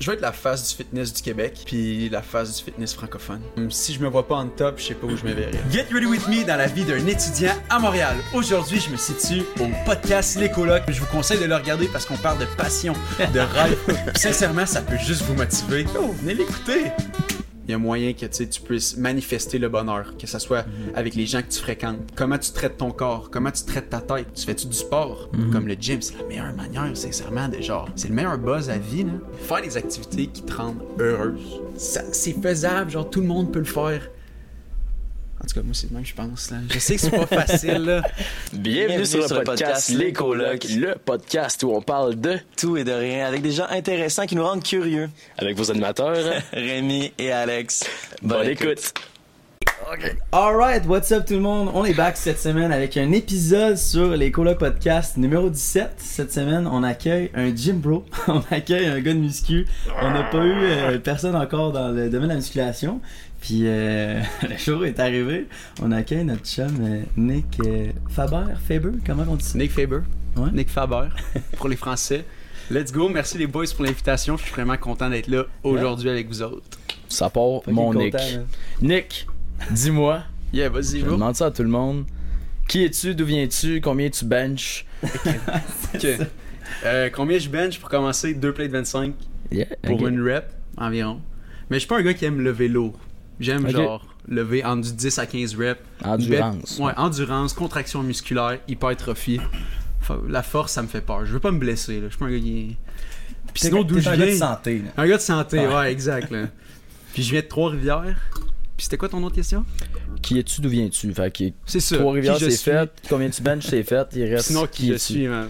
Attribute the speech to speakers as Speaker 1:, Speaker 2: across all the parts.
Speaker 1: Je veux être la face du fitness du Québec, puis la face du fitness francophone. Hum, Si je me vois pas en top, je sais pas où je me verrai.
Speaker 2: Get Ready With Me dans la vie d'un étudiant à Montréal. Aujourd'hui, je me situe au podcast Les Colocs. Je vous conseille de le regarder parce qu'on parle de passion, de rêve. Puis Sincèrement, ça peut juste vous motiver. Oh, venez l'écouter.
Speaker 1: Il y a moyen que tu sais, tu puisses manifester le bonheur, que ça soit avec les gens que tu fréquentes, comment tu traites ton corps, comment tu traites ta tête. Tu fais-tu du sport Comme le gym, c'est la meilleure manière, sincèrement, de genre. C'est le meilleur buzz à vie, là. Faire des activités qui te rendent heureuse, ça- c'est faisable, genre tout le monde peut le faire. En tout cas, moi, c'est de même, que je pense. Là. Je sais que c'est pas facile, là.
Speaker 3: Bienvenue sur le podcast Les Colocs,
Speaker 4: le podcast où on parle de,
Speaker 3: tout et de rien, avec des gens intéressants qui nous rendent curieux.
Speaker 4: avec vos animateurs,
Speaker 3: Rémi et Alex.
Speaker 4: bonne écoute.
Speaker 3: Alright, what's up tout le monde? On est back cette semaine avec un épisode sur les Colocs Podcast numéro 17. Cette semaine, on accueille un gym bro, on accueille un gars de muscu. On n'a pas eu euh, personne encore dans le domaine de la musculation. Puis euh, le jour est arrivé, on accueille notre chum euh, Nick euh, Faber, Faber, comment on dit ça?
Speaker 1: Nick Faber.
Speaker 3: Ouais.
Speaker 1: Nick Faber pour les Français. Let's go. Merci les boys pour l'invitation. Je suis vraiment content d'être là aujourd'hui avec vous autres.
Speaker 5: Ça part
Speaker 3: Fucking
Speaker 5: mon
Speaker 3: content,
Speaker 5: Nick.
Speaker 3: là.
Speaker 5: Nick, dis-moi,
Speaker 1: Yeah, vas-y,
Speaker 5: je
Speaker 1: go.
Speaker 5: demande ça à tout le monde. Qui es-tu, d'où viens-tu, combien tu benches?
Speaker 1: Ok. Euh, combien je bench pour commencer 2 plates 25
Speaker 5: Yeah,
Speaker 1: pour
Speaker 5: ok.
Speaker 1: une rep environ. Mais je suis pas un gars qui aime lever lourd. J'aime
Speaker 5: Ok.
Speaker 1: genre lever entre du 10 à 15 reps.
Speaker 5: Endurance.
Speaker 1: Une belle- Ouais, endurance, contraction musculaire, hypertrophie. Enfin, la force, ça me fait peur. Je veux pas me blesser. Là. Je suis pas un gars qui. Puis
Speaker 3: T'es-
Speaker 1: sinon, d'où
Speaker 3: t'es
Speaker 1: je
Speaker 3: un gars de
Speaker 1: viens.
Speaker 3: santé, là.
Speaker 1: Un gars de santé, ouais, exact. là. Puis je viens de Trois-Rivières. Puis c'était quoi ton autre question?
Speaker 5: Qui es-tu, d'où viens-tu? Fait que
Speaker 1: C'est ça.
Speaker 5: Trois-Rivières,
Speaker 1: Qui je
Speaker 5: c'est
Speaker 1: suis.
Speaker 5: fait. Combien tu benches, c'est fait. Il
Speaker 1: Puis
Speaker 5: reste
Speaker 1: Sinon, qui je
Speaker 5: es-tu?
Speaker 1: suis, man.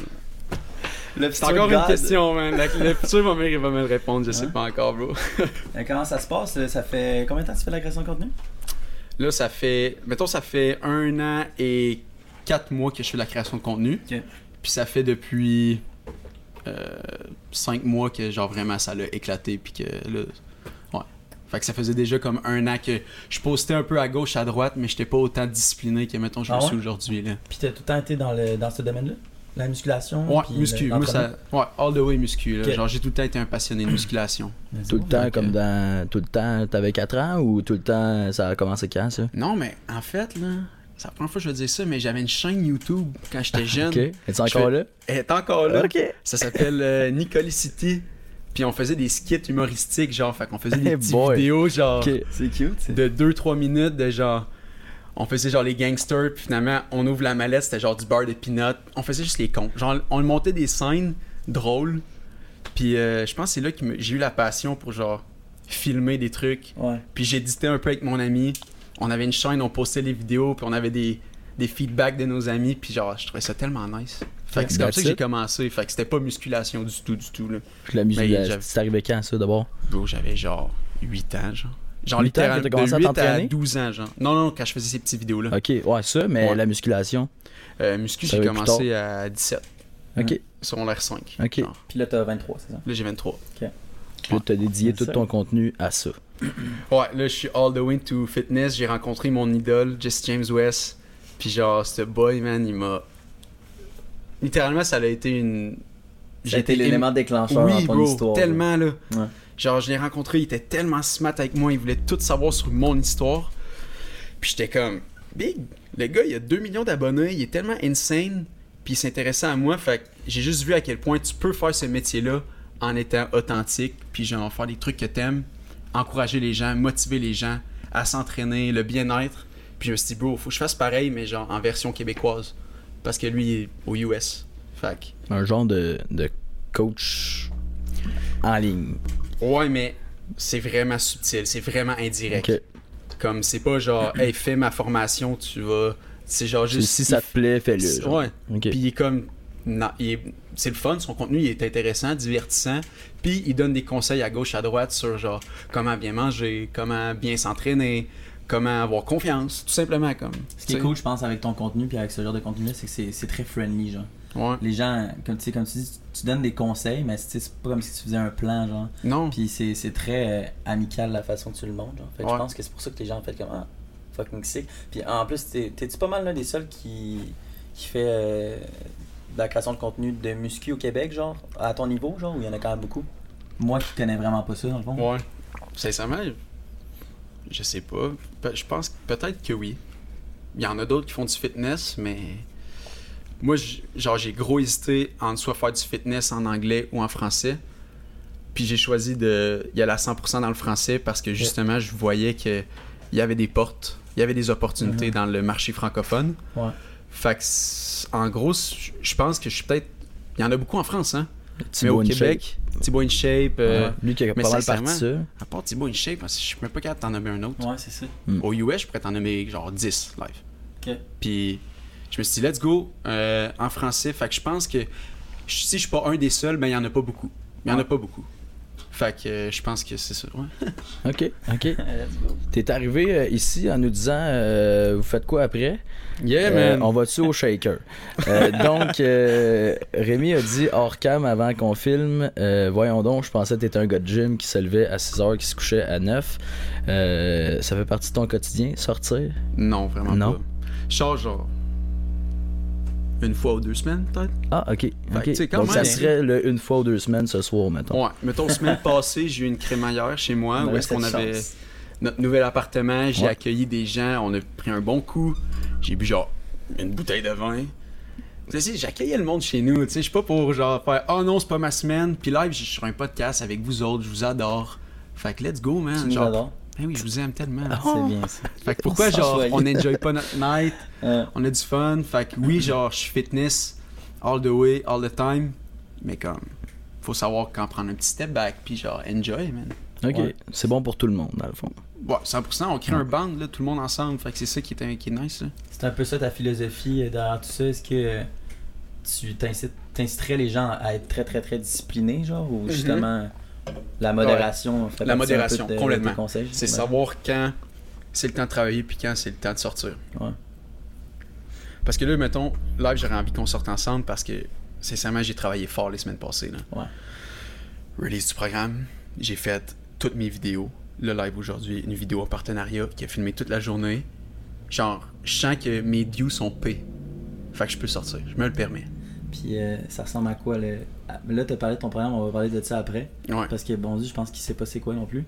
Speaker 3: Le
Speaker 1: C'est
Speaker 3: futur
Speaker 1: encore
Speaker 3: God.
Speaker 1: une question, man. La- Le futur, mon mère, il va me le répondre. Je
Speaker 5: Hein?
Speaker 1: sais
Speaker 3: Ouais.
Speaker 1: pas encore, bro.
Speaker 3: Euh, Comment ça se passe? là? Ça fait combien de temps que tu fais de la création de contenu?
Speaker 1: Là, ça fait. Mettons, ça fait un an et quatre mois que je fais de la création de contenu.
Speaker 3: Ok.
Speaker 1: Puis ça fait depuis. euh, cinq mois que, genre, vraiment, ça l'a éclaté. Puis que là. Ouais. Fait que ça faisait déjà comme un an que je postais un peu à gauche, à droite, mais j'étais pas autant discipliné que, mettons, je
Speaker 3: Ah
Speaker 1: me
Speaker 3: ouais?
Speaker 1: suis aujourd'hui, là.
Speaker 3: Puis t'as tout le temps été dans, le, dans ce domaine-là? La musculation?
Speaker 1: Ouais,
Speaker 3: puis le-
Speaker 1: muscu. Moi, ça. Ouais, all the way muscu, là.
Speaker 3: Ok.
Speaker 1: Genre, j'ai tout le temps été un passionné de musculation.
Speaker 3: l'entraînement?
Speaker 5: Tout le temps,
Speaker 1: Ok.
Speaker 5: comme dans. Tout le temps, t'avais 4 ans ou tout le temps, ça a commencé quand ça?
Speaker 1: Non, mais en fait, là, c'est la première fois que je veux dire ça, mais j'avais une chaîne YouTube quand j'étais jeune.
Speaker 5: Ok. Es-tu
Speaker 1: Je
Speaker 5: encore
Speaker 1: fais-
Speaker 5: là?
Speaker 1: Elle est encore là.
Speaker 5: Ok.
Speaker 1: Ça s'appelle euh, Nicolicity. Puis on faisait des skits humoristiques, genre, fait qu'on faisait des
Speaker 5: Hey
Speaker 1: petites
Speaker 5: boy.
Speaker 1: vidéos, genre,
Speaker 5: Ok.
Speaker 3: C'est cute, c'est...
Speaker 1: de 2-3 minutes, de genre. On faisait genre les gangsters, puis finalement, on ouvre la mallette, c'était genre du beurre de peanuts. On faisait juste les cons. Genre, on montait des scènes drôles. Puis euh, je pense que c'est là que me- j'ai eu la passion pour, genre, filmer des trucs.
Speaker 3: Ouais.
Speaker 1: Puis j'éditais un peu avec mon ami. On avait une chaîne, on postait les vidéos, puis on avait des, des feedbacks de nos amis. Puis genre, je trouvais ça tellement nice. Fait que c'est comme
Speaker 5: That's
Speaker 1: ça que j'ai
Speaker 5: it.
Speaker 1: commencé. Fait que c'était pas musculation du tout, du tout. Là.
Speaker 5: Puis La musique,
Speaker 1: Mais
Speaker 5: la-
Speaker 1: j'avais-
Speaker 5: c'est arrivé quand ça d'abord?
Speaker 1: Bro, j'avais genre 8 ans, genre. Genre
Speaker 5: 8 ans que t'as
Speaker 1: littéralement
Speaker 5: commencé à
Speaker 1: de 8 à
Speaker 5: t'entraîner?
Speaker 1: 12 ans, genre. Non, non, quand je faisais ces petites vidéos-là.
Speaker 5: Ok, ouais, ça, mais
Speaker 1: Ouais.
Speaker 5: la musculation.
Speaker 1: Euh, muscu,
Speaker 5: Ça
Speaker 1: j'ai
Speaker 5: va être plus
Speaker 1: commencé à 17,
Speaker 5: Ok.
Speaker 1: secondaire 5.
Speaker 5: Ok.
Speaker 1: genre.
Speaker 3: Puis là, t'as 23, c'est ça?
Speaker 1: Là, j'ai 23.
Speaker 5: Puis là, t'as dédié
Speaker 3: C'est
Speaker 5: tout
Speaker 3: ça.
Speaker 5: ton contenu à ça.
Speaker 1: Ouais, là, je suis all the way to fitness. J'ai rencontré mon idole, Jesse James West. Puis genre, ce boy, man, il m'a... Littéralement, ça a été une...
Speaker 3: J'ai été
Speaker 1: ému-
Speaker 3: l'élément déclencheur
Speaker 1: oui,
Speaker 3: dans ton
Speaker 1: bro,
Speaker 3: histoire. là.
Speaker 1: tellement, là.
Speaker 3: Ouais.
Speaker 1: Genre, je l'ai rencontré, il était tellement smart avec moi, il voulait tout savoir sur mon histoire. Puis j'étais comme, big, le gars, il a 2 millions d'abonnés, il est tellement insane, puis il s'intéressait à moi, fait que j'ai juste vu à quel point tu peux faire ce métier-là en étant authentique, puis genre faire des trucs que t'aimes, encourager les gens, motiver les gens à s'entraîner, le bien-être. Puis je me suis dit, bro, faut que je fasse pareil, mais genre en version québécoise, parce que lui, il est aux US. Fait que
Speaker 5: un genre de, de coach en ligne.
Speaker 1: Ouais, mais c'est vraiment subtil, c'est vraiment indirect.
Speaker 5: Ok.
Speaker 1: Comme c'est pas genre, hey, fais ma formation, tu vas. C'est genre
Speaker 5: Puis
Speaker 1: juste.
Speaker 5: Si ça te plaît, fais-le. genre.
Speaker 1: Ouais.
Speaker 5: Ok.
Speaker 1: Puis il est comme. Non, il est- c'est le fun, son contenu il est intéressant, divertissant. Puis il donne des conseils à gauche, à droite sur genre comment bien manger, comment bien s'entraîner, comment avoir confiance, tout simplement comme.
Speaker 3: Ce qui est cool, je pense, avec ton contenu puis avec ce genre de contenu c'est que c'est c'est très friendly, genre.
Speaker 1: Ouais.
Speaker 3: Les gens, comme tu sais, comme tu dis, tu donnes des conseils, mais tu sais, c'est pas comme si tu faisais un plan, genre.
Speaker 1: Non.
Speaker 3: Puis c'est c'est très euh, amical la façon que tu le montres, genre. Fait que
Speaker 1: Ouais.
Speaker 3: je pense que c'est pour ça que les gens ont fait comme ah, fucking sick. Puis en plus, t'es- t'es-tu pas mal l'un des seuls qui, qui fait euh, de la création de contenu de muscu au Québec, genre, à ton niveau, genre, ou il y en a quand même beaucoup
Speaker 6: moi qui connais vraiment pas ça, dans le fond.
Speaker 1: Ouais. Sincèrement, je sais pas. Pe- Je pense que peut-être que oui. Il y en a d'autres qui font du fitness, mais moi, j- genre, j'ai gros hésité entre soit faire du fitness en anglais ou en français. Puis j'ai choisi de y aller à 100% dans le français parce que justement, je voyais que il y avait des portes, il y avait des opportunités dans le marché francophone.
Speaker 6: Ouais.
Speaker 1: Fait que, c- en gros, c- je pense que je suis peut-être. Il y en a beaucoup en France, hein.
Speaker 5: Petit
Speaker 1: Mais au
Speaker 5: bonne
Speaker 1: Québec, Thibaut InShape, euh,
Speaker 5: shape. Lui qui a
Speaker 1: mais
Speaker 5: pas mal parti ça.
Speaker 1: sincèrement, à part Thibaut InShape, je suis même pas capable de t'en nommer un autre.
Speaker 6: Ouais, c'est ça.
Speaker 1: Au US, je pourrais t'en nommer genre 10 live.
Speaker 6: Ok.
Speaker 1: Puis je me suis dit, let's go euh, en français. Fait que je pense que je- si je suis pas un des seuls, ben il y en a pas beaucoup. Il y en a pas beaucoup. Fait que euh, je pense que c'est ça. ouais.
Speaker 5: Ok, ok.
Speaker 6: Let's go.
Speaker 5: T'es arrivé euh, ici en nous disant euh, vous faites quoi après
Speaker 1: Yeah,
Speaker 5: Euh, On va dessus au shaker. Euh, donc euh, Rémi a dit hors cam avant qu'on filme. euh, voyons donc, je pensais que t'étais un gars de gym qui se levait à 6 heures, qui se couchait à 9. Euh, ça fait partie de ton quotidien, sortir
Speaker 1: Non, vraiment
Speaker 5: Non.
Speaker 1: pas. Je sors genre une fois ou deux semaines, peut-être.
Speaker 5: Ah, ok.
Speaker 1: que,
Speaker 5: ok.
Speaker 1: Ben, tu sais, quand
Speaker 5: donc ça
Speaker 1: même-
Speaker 5: serait le une fois ou deux semaines ce soir, mettons.
Speaker 1: Ouais, mettons, semaine passée, j'ai eu une crémaillère chez moi où est-ce qu'on avait notre nouvel appartement, j'ai
Speaker 5: Ouais.
Speaker 1: accueilli des gens, on a pris un bon coup, j'ai bu genre une bouteille de vin. Tu sais, j'accueillais le monde chez nous, tu sais, je suis pas pour genre faire oh non, c'est pas ma semaine, puis live, je suis sur un podcast avec vous autres, je vous adore. Fait que let's go, man.
Speaker 6: Tu nous
Speaker 1: genre,
Speaker 6: adores. Ah,
Speaker 1: Ben oui, je vous aime tellement.
Speaker 3: Oh.
Speaker 6: C'est bien ça.
Speaker 1: Fait que pourquoi,
Speaker 6: On
Speaker 1: genre,
Speaker 6: s'enjoigne.
Speaker 1: on enjoy pas notre night,
Speaker 6: Euh,
Speaker 1: on a du fun, fait que oui, genre, je suis fitness all the way, all the time, mais comme, faut savoir quand prendre un petit step back, puis genre, enjoy, man.
Speaker 5: Ok.
Speaker 6: Ouais.
Speaker 5: C'est bon pour tout le monde, dans le fond.
Speaker 1: Ouais, 100%, on crée un band, là, tout le monde ensemble. Fait que c'est ça qui est, qui est nice, là.
Speaker 6: C'est un peu ça ta philosophie euh, derrière tout ça. Est-ce que euh, tu t'incites- t'inciterais les gens à être très très très disciplinés, genre, ou justement la modération fait
Speaker 1: Mhm. La
Speaker 6: partie un peu
Speaker 1: modération,
Speaker 6: de- de
Speaker 1: complètement.
Speaker 6: tes conseils,
Speaker 1: C'est
Speaker 6: justement?
Speaker 1: savoir quand c'est le temps de travailler, puis quand c'est le temps de sortir.
Speaker 6: Ouais.
Speaker 1: Parce que là, mettons, live, j'aurais envie qu'on sorte ensemble parce que, sincèrement, j'ai travaillé fort les semaines passées, là.
Speaker 6: Ouais.
Speaker 1: Release du programme, j'ai fait toutes mes vidéos. Le live aujourd'hui, une vidéo en partenariat qui a filmé toute la journée. Genre, je sens que mes dues sont payés. Fait que je peux sortir, je me le permets.
Speaker 6: Puis euh, ça ressemble à quoi le... à- Là, tu as parlé de ton programme, on va parler de ça après.
Speaker 1: Ouais.
Speaker 6: Parce que bon Dieu, je pense qu'il sait pas c'est quoi non plus.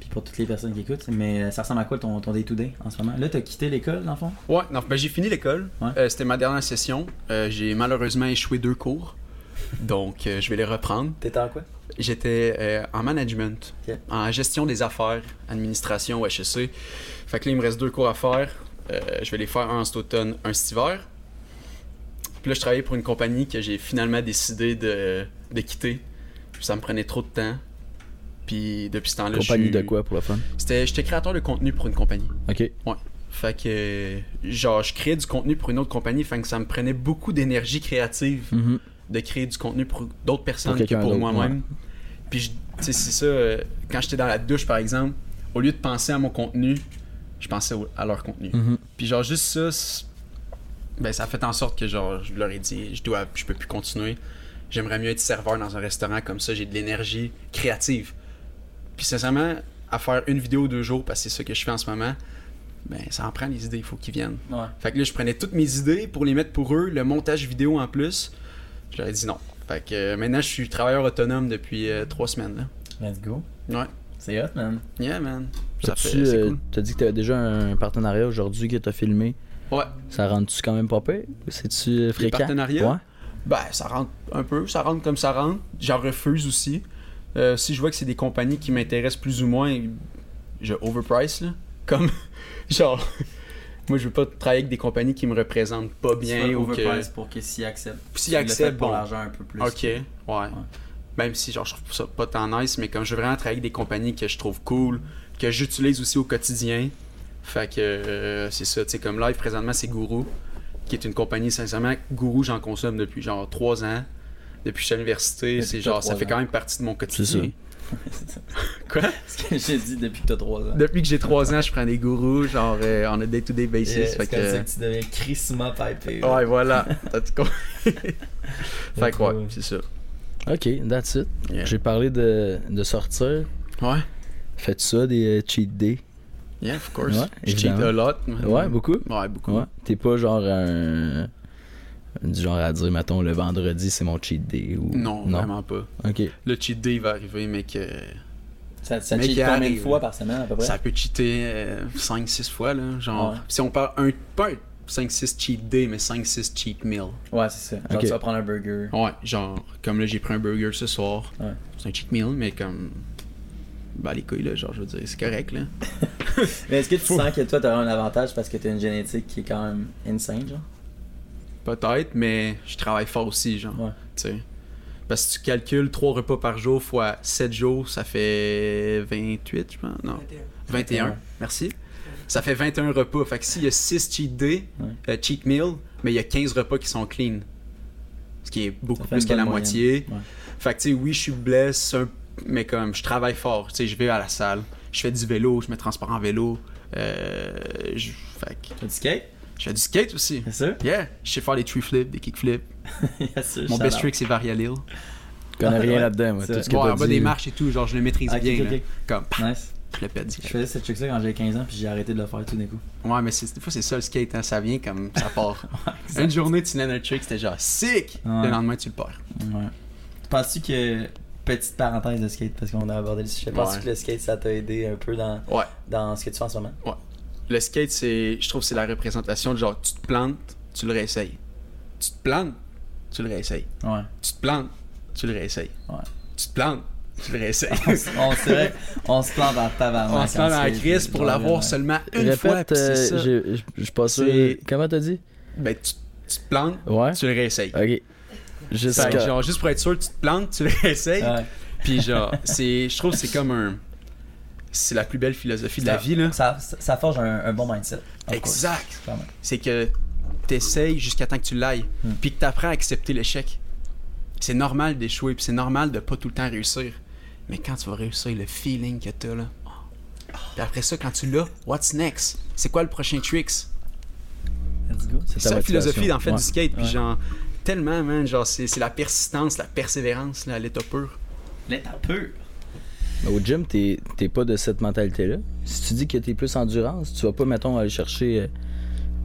Speaker 6: Puis pour toutes les personnes qui écoutent, mais euh, ça ressemble à quoi ton, ton day-to-day en ce moment Là, tu as quitté l'école, dans le fond
Speaker 1: Ouais, non, ben j'ai fini l'école.
Speaker 6: Ouais.
Speaker 1: Euh, C'était ma dernière session. Euh, j'ai malheureusement échoué deux cours. Donc, euh, je vais les reprendre.
Speaker 6: T'étais en quoi
Speaker 1: J'étais euh, en management,
Speaker 6: Ok.
Speaker 1: en gestion des affaires, administration, HEC. E. Fait que là, il me reste deux cours à faire. Euh, je vais les faire un cet automne, un cet hiver. Puis là, je travaillais pour une compagnie que j'ai finalement décidé de, de quitter. Ça me prenait trop de temps. Puis depuis ce temps-là, je
Speaker 5: Compagnie
Speaker 1: suis-
Speaker 5: de quoi pour le fun
Speaker 1: C'était- J'étais créateur de contenu pour une compagnie.
Speaker 5: Ok.
Speaker 1: Fait que, euh, genre, je créais du contenu pour une autre compagnie, fait que ça me prenait beaucoup d'énergie créative
Speaker 5: Mhm.
Speaker 1: de créer du contenu pour d'autres personnes
Speaker 5: Pour
Speaker 1: que
Speaker 5: quelqu'un
Speaker 1: pour
Speaker 5: d'autre,
Speaker 1: moi-même. Puis, je- tu sais, c'est ça, euh, quand j'étais dans la douche, par exemple, au lieu de penser à mon contenu, je pensais au- à leur contenu.
Speaker 5: Mhm.
Speaker 1: Puis, genre, juste ça, c'est- ben, ça a fait en sorte que, genre, je leur ai dit, je dois, je peux plus continuer. J'aimerais mieux être serveur dans un restaurant, comme ça, j'ai de l'énergie créative. Puis, sincèrement, à faire une vidéo deux jours, parce que c'est ça que je fais en ce moment, ben, ça en prend les idées, il faut qu'ils viennent.
Speaker 6: Ouais.
Speaker 1: Fait que là, je prenais toutes mes idées pour les mettre pour eux, le montage vidéo en plus. Je leur ai dit non. Fait que euh, maintenant, je suis travailleur autonome depuis euh, trois semaines.
Speaker 6: Let's go.
Speaker 1: Là. Ouais.
Speaker 6: C'est hot, man.
Speaker 1: Yeah, man. Ça fait.
Speaker 5: T'as-tu,
Speaker 1: c'est
Speaker 5: euh,
Speaker 1: cool.
Speaker 5: T'as dit que t'avais déjà un partenariat aujourd'hui que t'as filmé.
Speaker 1: Ouais.
Speaker 5: Ça rend-tu quand même pas pire? Ou C'est-tu euh, fréquent?
Speaker 1: partenariats?
Speaker 5: Ouais.
Speaker 1: Ben, ça rentre un peu. Ça rentre comme ça rentre. J'en refuse aussi. Euh, si je vois que c'est des compagnies qui m'intéressent plus ou moins, je overprice, là. Comme, genre, moi, je veux pas travailler avec des compagnies qui me représentent pas bien ou que.
Speaker 6: pour que s'ils acceptent.
Speaker 1: S'ils tu le acceptent, fais pour bon.
Speaker 6: l'argent un peu plus.
Speaker 1: Ok, ouais. Même si genre, je trouve ça pas tant nice, mais comme je veux vraiment travailler avec des compagnies que je trouve cool, que j'utilise aussi au quotidien. Fait que euh, c'est ça, tu sais, comme live présentement, c'est Guru, qui est une compagnie, sincèrement, Guru, j'en consomme depuis genre 3 ans. Depuis que je suis à l'université,
Speaker 6: Depuis
Speaker 1: c'est
Speaker 6: que
Speaker 1: genre,
Speaker 6: t'as
Speaker 1: ça
Speaker 6: trois
Speaker 1: fait
Speaker 6: ans.
Speaker 1: quand même partie de mon quotidien. Quoi?
Speaker 6: Ce que j'ai dit depuis que t'as 3 ans.
Speaker 1: Depuis que j'ai 3 ans, je prends des gourous, genre, euh, on a day-to-day basis.
Speaker 6: Yeah,
Speaker 1: fait
Speaker 6: C'est
Speaker 1: que, euh,
Speaker 6: comme ça que tu deviens crissement pipé.
Speaker 1: ouais, voilà. T'as tout compris. fait que, ouais, c'est ça.
Speaker 5: Ok, that's it.
Speaker 1: Yeah.
Speaker 5: J'ai parlé de, de sortir.
Speaker 1: Ouais,
Speaker 5: Faites ça des euh, cheat days.
Speaker 1: yeah, of course.
Speaker 5: Ouais,
Speaker 1: je cheat
Speaker 5: évidemment.
Speaker 1: a lot. man.
Speaker 5: Ouais, beaucoup.
Speaker 1: Ouais, beaucoup.
Speaker 5: Ouais. T'es pas genre un, Du genre à dire, mettons, le vendredi, c'est mon cheat day ou.
Speaker 1: Non, vraiment pas.
Speaker 5: Ok.
Speaker 1: Le cheat day va arriver, mais que
Speaker 3: Ça, ça
Speaker 1: Mais
Speaker 3: cheat
Speaker 1: qui
Speaker 3: combien de
Speaker 1: arrive.
Speaker 3: fois par semaine à peu près?
Speaker 1: ça peut cheater 5-6 fois, là. Genre,
Speaker 3: Ouais.
Speaker 1: si on parle un, pas 5-6 cheat day, mais 5-6 cheat meal.
Speaker 3: Ouais, c'est ça. Genre,
Speaker 5: Ok.
Speaker 3: tu vas prendre un burger.
Speaker 1: Ouais, genre, comme là, j'ai pris un burger ce soir.
Speaker 3: Ouais.
Speaker 1: C'est un cheat meal, mais comme. Bah, les couilles, là, genre, je veux dire, c'est correct, là.
Speaker 3: Mais est-ce que tu sens que toi, t'auras un avantage parce que t'as une génétique qui est quand même insane, genre?
Speaker 1: Peut-être, mais je travaille fort aussi, genre.
Speaker 3: Ouais.
Speaker 1: Tu sais. Parce que tu calcules 3 repas par jour fois 7 jours, ça fait 28, je pense. Non. 21.
Speaker 3: Ouais.
Speaker 1: Merci. Ça fait 21 repas. Fait que s'il y a 6 cheat day,
Speaker 3: Ouais.
Speaker 1: euh, cheat meal, mais il y a 15 repas qui sont clean. Ce qui est beaucoup
Speaker 3: Ça fait une
Speaker 1: plus que
Speaker 3: bonne
Speaker 1: la
Speaker 3: moyenne.
Speaker 1: moitié.
Speaker 3: Ouais.
Speaker 1: Fait que tu sais, oui, je suis blessé, un- mais comme je travaille fort. Tu sais, je vais à la salle, je fais du vélo, je me transporte en vélo. Euh, je, fait que
Speaker 3: T'as du skate?
Speaker 1: je fais du skate aussi.
Speaker 3: C'est sûr?
Speaker 1: Yeah, je sais faire des tree flips, des kick flips.
Speaker 3: Yes, sûr,
Speaker 1: Mon
Speaker 3: shout
Speaker 1: best
Speaker 3: out.
Speaker 1: trick, c'est Varialil.
Speaker 5: Je connais rien
Speaker 3: Ouais.
Speaker 5: là-dedans, moi.
Speaker 3: C'est
Speaker 5: Tout ce que
Speaker 1: Euh, Bon,
Speaker 5: t'as
Speaker 1: en bas
Speaker 5: dit,
Speaker 1: des marches et tout, genre, je le maîtrise
Speaker 3: Ah, ok,
Speaker 1: bien.
Speaker 3: ok,
Speaker 1: là.
Speaker 3: ok.
Speaker 1: Comme, paf,
Speaker 3: Nice.
Speaker 1: je le pète
Speaker 3: Je
Speaker 1: direct.
Speaker 3: faisais ce trick ça quand j'avais 15 ans, puis j'ai arrêté de le faire tout d'un coup.
Speaker 1: Ouais, mais c'est- des fois, c'est ça le skate, hein, ça vient comme ça part. Une journée, tu nanas le trick, c'était genre sick.
Speaker 3: Ouais.
Speaker 1: Le lendemain, tu le perds.
Speaker 3: Ouais. Penses-tu que. Petite parenthèse de skate, parce qu'on a abordé le sujet. Penses-tu
Speaker 1: Ouais.
Speaker 3: que le skate, ça t'a aidé un peu dans,
Speaker 1: Ouais.
Speaker 3: dans ce que tu fais en ce moment?
Speaker 1: Le skate, c'est, je trouve, que c'est la représentation de genre, tu te plantes, tu le réessayes. Tu te plantes, tu le réessayes.
Speaker 3: Ouais.
Speaker 1: Tu te plantes, tu le réessayes.
Speaker 3: Ouais.
Speaker 1: Tu te plantes, tu le réessayes.
Speaker 3: on, se- on se vrai, on se plante en tabarnak.
Speaker 1: On se met dans la crise pour l'avoir
Speaker 3: seul.
Speaker 1: seulement une fois.
Speaker 5: Répète,
Speaker 1: puis c'est ça.
Speaker 5: euh, j'ai- je- je suis pas sûr.
Speaker 1: C'est-
Speaker 5: Comment t'as dit
Speaker 1: Ben, tu, tu te plantes,
Speaker 5: Ouais.
Speaker 1: tu le réessayes.
Speaker 5: Ok.
Speaker 1: Fait que,
Speaker 5: Jusqu'à.
Speaker 1: genre, juste pour être sûr, tu te plantes, tu le réessayes. Puis genre, c'est, je trouve que c'est comme un. C'est la plus belle philosophie de la vie, là.
Speaker 3: Ça, ça ça forge un, un bon mindset. of course,
Speaker 1: Exact.
Speaker 3: clairement.
Speaker 1: C'est que t'essayes jusqu'à temps que tu l'ailles.
Speaker 3: Hmm.
Speaker 1: Puis que t'apprends à accepter l'échec. C'est normal d'échouer, puis c'est normal de pas tout le temps réussir. Mais quand tu vas réussir, le feeling que t'as, là. oh. Puis après ça, quand tu l'as, what's next? C'est quoi le prochain tricks?
Speaker 3: Let's go.
Speaker 5: ta
Speaker 1: C'est ça la
Speaker 5: motivation.
Speaker 1: philosophie, en fait,
Speaker 5: Ouais.
Speaker 1: du skate. Puis
Speaker 3: Ouais.
Speaker 1: genre, tellement, man, genre, c'est c'est la persistance, la persévérance, là, à l'état pur.
Speaker 3: L'étape pure.
Speaker 5: Au gym, t'es t'es pas de cette mentalité-là. Si tu dis que t'es plus endurance, tu vas pas, mettons, aller chercher. euh,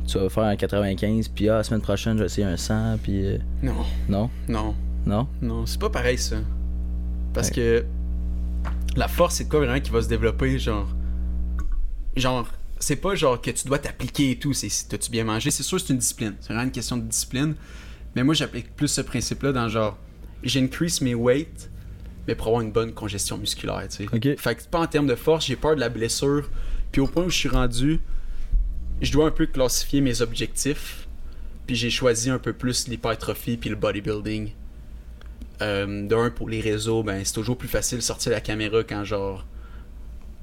Speaker 5: Tu vas faire un 95, puis ah, la semaine prochaine, je vais essayer un 100, puis. euh,
Speaker 1: Non,
Speaker 5: Non
Speaker 1: non.
Speaker 5: Non
Speaker 1: Non, c'est pas pareil ça. Parce que la force, c'est de quoi vraiment qui va se développer, genre. Genre, c'est pas genre que tu dois t'appliquer et tout, c'est si t'as-tu bien mangé. C'est sûr, c'est une discipline. C'est vraiment une question de discipline. Mais moi, j'applique plus ce principe-là dans genre, j'increase mes weights, mais pour avoir une bonne congestion musculaire, tu sais.
Speaker 5: Ok.
Speaker 1: Fait que c'est pas en termes de force, j'ai peur de la blessure. Puis au point où je suis rendu, je dois un peu classifier mes objectifs. Puis j'ai choisi un peu plus l'hypertrophie puis le bodybuilding. Euh, D'un, pour les réseaux, ben, c'est toujours plus facile de sortir la caméra quand genre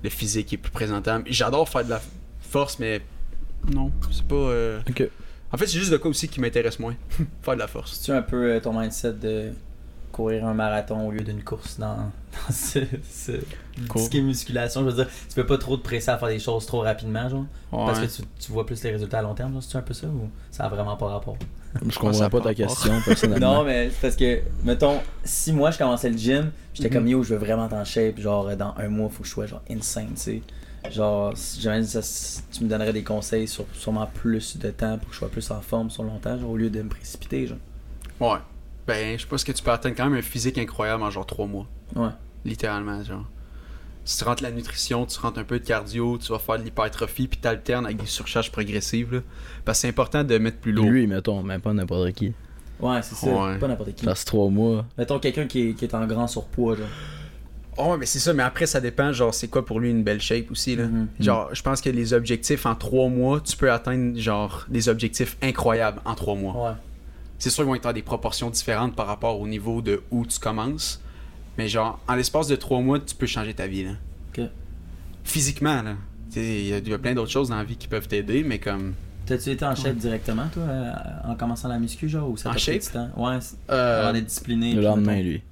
Speaker 1: le physique est plus présentable. J'adore faire de la force, mais non, c'est pas. euh,
Speaker 5: Ok.
Speaker 1: En fait, c'est juste de quoi aussi qui m'intéresse moins. faire de la force.
Speaker 3: C'est-tu un peu euh, ton mindset de courir un marathon au lieu d'une course dans, dans ce, ce, tout ce qui est musculation? Je veux dire, tu peux pas trop te presser à faire des choses trop rapidement, genre. Parce
Speaker 1: Ouais.
Speaker 3: que tu, tu vois plus les résultats à long terme, genre. C'est-tu un peu ça ou ça a vraiment pas rapport?
Speaker 5: Je
Speaker 1: pense
Speaker 5: comprends
Speaker 1: à
Speaker 5: pas ta
Speaker 1: part.
Speaker 5: question, personnellement.
Speaker 3: Non, mais c'est parce que, mettons, si moi je commençais le gym, j'étais
Speaker 1: Mhm.
Speaker 3: comme yo, je veux vraiment être en shape, genre dans un mois, faut que je sois genre insane, tu sais. Genre, si- j'imagine ça, si tu me donnerais des conseils sur sûrement plus de temps pour que je sois plus en forme sur longtemps, genre au lieu de me précipiter, genre.
Speaker 1: Ouais. Ben, je pense que tu peux atteindre quand même un physique incroyable en genre 3 mois.
Speaker 3: Ouais.
Speaker 1: Littéralement, genre. Si tu rentres la nutrition, tu rentres un peu de cardio, tu vas faire de l'hypertrophie, puis t'alternes avec des surcharges progressives, là. Parce que c'est important de mettre plus lourd.
Speaker 5: Lui, mettons, même pas n'importe qui.
Speaker 3: Ouais, c'est ça.
Speaker 1: Ouais.
Speaker 3: Pas n'importe qui.
Speaker 5: Parce que trois mois.
Speaker 3: Mettons quelqu'un qui est, qui est en grand surpoids, genre.
Speaker 1: Oh, ouais, mais c'est ça, mais après, ça dépend, genre, c'est quoi pour lui une belle shape aussi, là.
Speaker 3: Mhm.
Speaker 1: Genre, je pense que les objectifs en 3 mois, tu peux atteindre, genre, des objectifs incroyables en 3 mois.
Speaker 3: Ouais.
Speaker 1: C'est sûr qu'ils vont être à des proportions différentes par rapport au niveau de où tu commences. Mais genre, en l'espace de trois mois, tu peux changer ta vie. Là.
Speaker 3: Ok.
Speaker 1: Physiquement, là. Tu sais, Il y, a- il y a plein d'autres choses dans la vie qui peuvent t'aider, mais comme.
Speaker 3: T'as-tu été en shape directement, toi, euh, en commençant la muscu, genre, ou ça
Speaker 1: En
Speaker 3: t'a pris
Speaker 1: shape?
Speaker 3: du temps? Ouais, c'est-
Speaker 1: Euh,
Speaker 3: on est discipliné.
Speaker 5: Le
Speaker 3: puis
Speaker 5: lendemain,
Speaker 3: mettons,
Speaker 5: lui.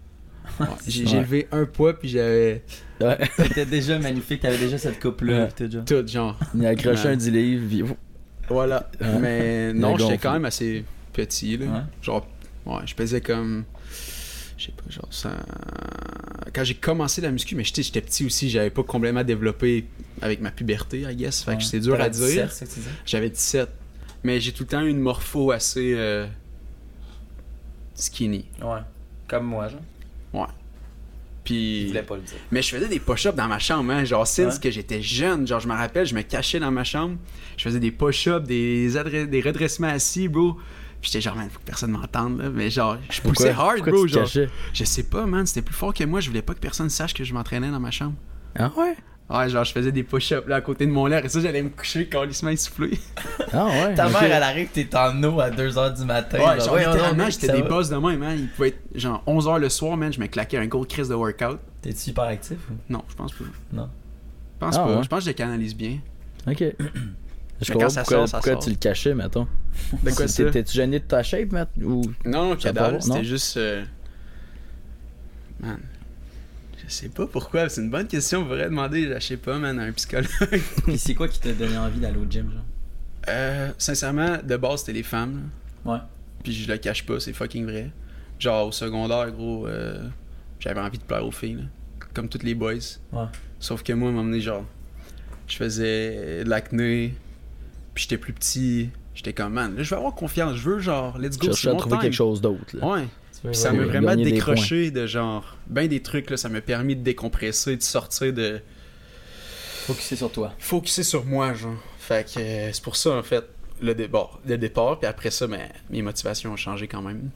Speaker 1: ouais, j'ai
Speaker 5: Ouais.
Speaker 1: j'ai levé un poids, puis j'avais
Speaker 5: Ouais.
Speaker 3: T'étais déjà magnifique, t'avais déjà cette coupe-là,
Speaker 5: Ouais.
Speaker 3: puis tout, genre.
Speaker 1: tout, genre.
Speaker 5: Il a accroché
Speaker 1: Ouais.
Speaker 5: un 10 livres. puis-
Speaker 1: Voilà.
Speaker 5: Ouais.
Speaker 1: Mais
Speaker 5: Il a
Speaker 1: non, j'étais
Speaker 5: gonflé.
Speaker 1: quand même assez petit, là.
Speaker 3: Ouais.
Speaker 1: Genre, ouais, je pesais comme. Je sais pas, genre, ça. Quand j'ai commencé la muscu, mais j'étais j'étais petit aussi, j'avais pas complètement développé avec ma puberté, I guess. Fait
Speaker 3: Ouais.
Speaker 1: que c'est dur à
Speaker 3: T'avais
Speaker 1: dire.
Speaker 3: 17, c'est ça que tu dis?
Speaker 1: J'avais 17. Mais j'ai tout le temps eu une morpho assez euh, skinny.
Speaker 6: Ouais. Comme moi, genre. Je
Speaker 1: Puis.
Speaker 6: voulais pas le dire.
Speaker 1: Mais je faisais des push-ups dans ma chambre, hein. Genre, since
Speaker 6: Ouais.
Speaker 1: que j'étais jeune, genre, je me rappelle, je me cachais dans ma chambre. Je faisais des push-ups, des, adre- des redressements assis, bro. Puis j'étais genre, man, faut que personne m'entende, là. Mais genre, je poussais hard,
Speaker 5: Pourquoi
Speaker 1: bro.
Speaker 5: tu te
Speaker 1: genre,
Speaker 5: cachais?
Speaker 1: je sais pas, man, c'était plus fort que moi. Je voulais pas que personne sache que je m'entraînais dans ma chambre.
Speaker 5: Ah ouais?
Speaker 1: Ouais, genre, je faisais des push-ups, là, à côté de mon lait. Et ça, j'allais me coucher, calissement essoufflé.
Speaker 5: Ah ouais?
Speaker 6: Ta
Speaker 5: ok.
Speaker 6: mère, elle arrive, t'es en eau à 2h du matin.
Speaker 1: Ouais,
Speaker 6: genre,
Speaker 1: genre,
Speaker 6: voyons
Speaker 1: littéralement,
Speaker 6: donc,
Speaker 1: j'étais
Speaker 6: ça
Speaker 1: des
Speaker 6: va.
Speaker 1: boss de même, hein. Il pouvait être, genre, 11h le soir, man, je me claquais un gros crise de workout.
Speaker 6: T'es-tu hyper actif? ou-
Speaker 1: Non, je pense pas.
Speaker 6: Non.
Speaker 1: Je pense
Speaker 5: Ah,
Speaker 1: pas.
Speaker 5: ouais.
Speaker 1: Je pense que je le canalise bien.
Speaker 5: Ok. Je
Speaker 1: quand
Speaker 5: comprends
Speaker 1: ça
Speaker 5: pourquoi,
Speaker 1: sort, ça
Speaker 5: pourquoi
Speaker 1: sort.
Speaker 5: tu le cachais, mettons.
Speaker 1: De quoi ça?
Speaker 5: T'étais-tu gêné de ta shape, Matt? Ou...
Speaker 1: Non, non,
Speaker 5: Ça
Speaker 1: que
Speaker 5: peut
Speaker 1: dalle,
Speaker 5: avoir- non?
Speaker 1: c'était juste. euh, Man. Je sais pas pourquoi, c'est une bonne question, vous pourrez demander, je sais pas, man, à un psychologue.
Speaker 6: Puis c'est quoi qui t'a donné envie d'aller au gym, genre?
Speaker 1: Euh, sincèrement, de base, c'était les femmes,
Speaker 6: Ouais.
Speaker 1: là. puis je le cache pas, c'est fucking vrai. Genre, au secondaire, gros, euh, j'avais envie de plaire aux filles, là. comme toutes les boys.
Speaker 6: Ouais.
Speaker 1: Sauf que moi, à un moment donné, genre, je faisais de l'acné, puis j'étais plus petit, j'étais comme, man, là, je veux avoir confiance, je veux, genre, let's go,
Speaker 5: Cherchais
Speaker 1: c'est
Speaker 5: à
Speaker 1: mon
Speaker 5: trouver
Speaker 1: time.
Speaker 5: quelque chose d'autre. là.
Speaker 1: Ouais.
Speaker 6: Tu veux
Speaker 1: Puis ça
Speaker 5: Ouais,
Speaker 1: m'a
Speaker 5: ouais.
Speaker 1: vraiment
Speaker 5: Gagner des
Speaker 1: décroché de genre, ben des trucs, là, ça m'a permis de décompresser, de sortir de.
Speaker 6: focuser sur toi.
Speaker 1: Focuser sur moi, genre. Fait que euh, c'est pour ça, en fait, le départ. Le départ, puis après ça, ben, mes motivations ont changé quand même.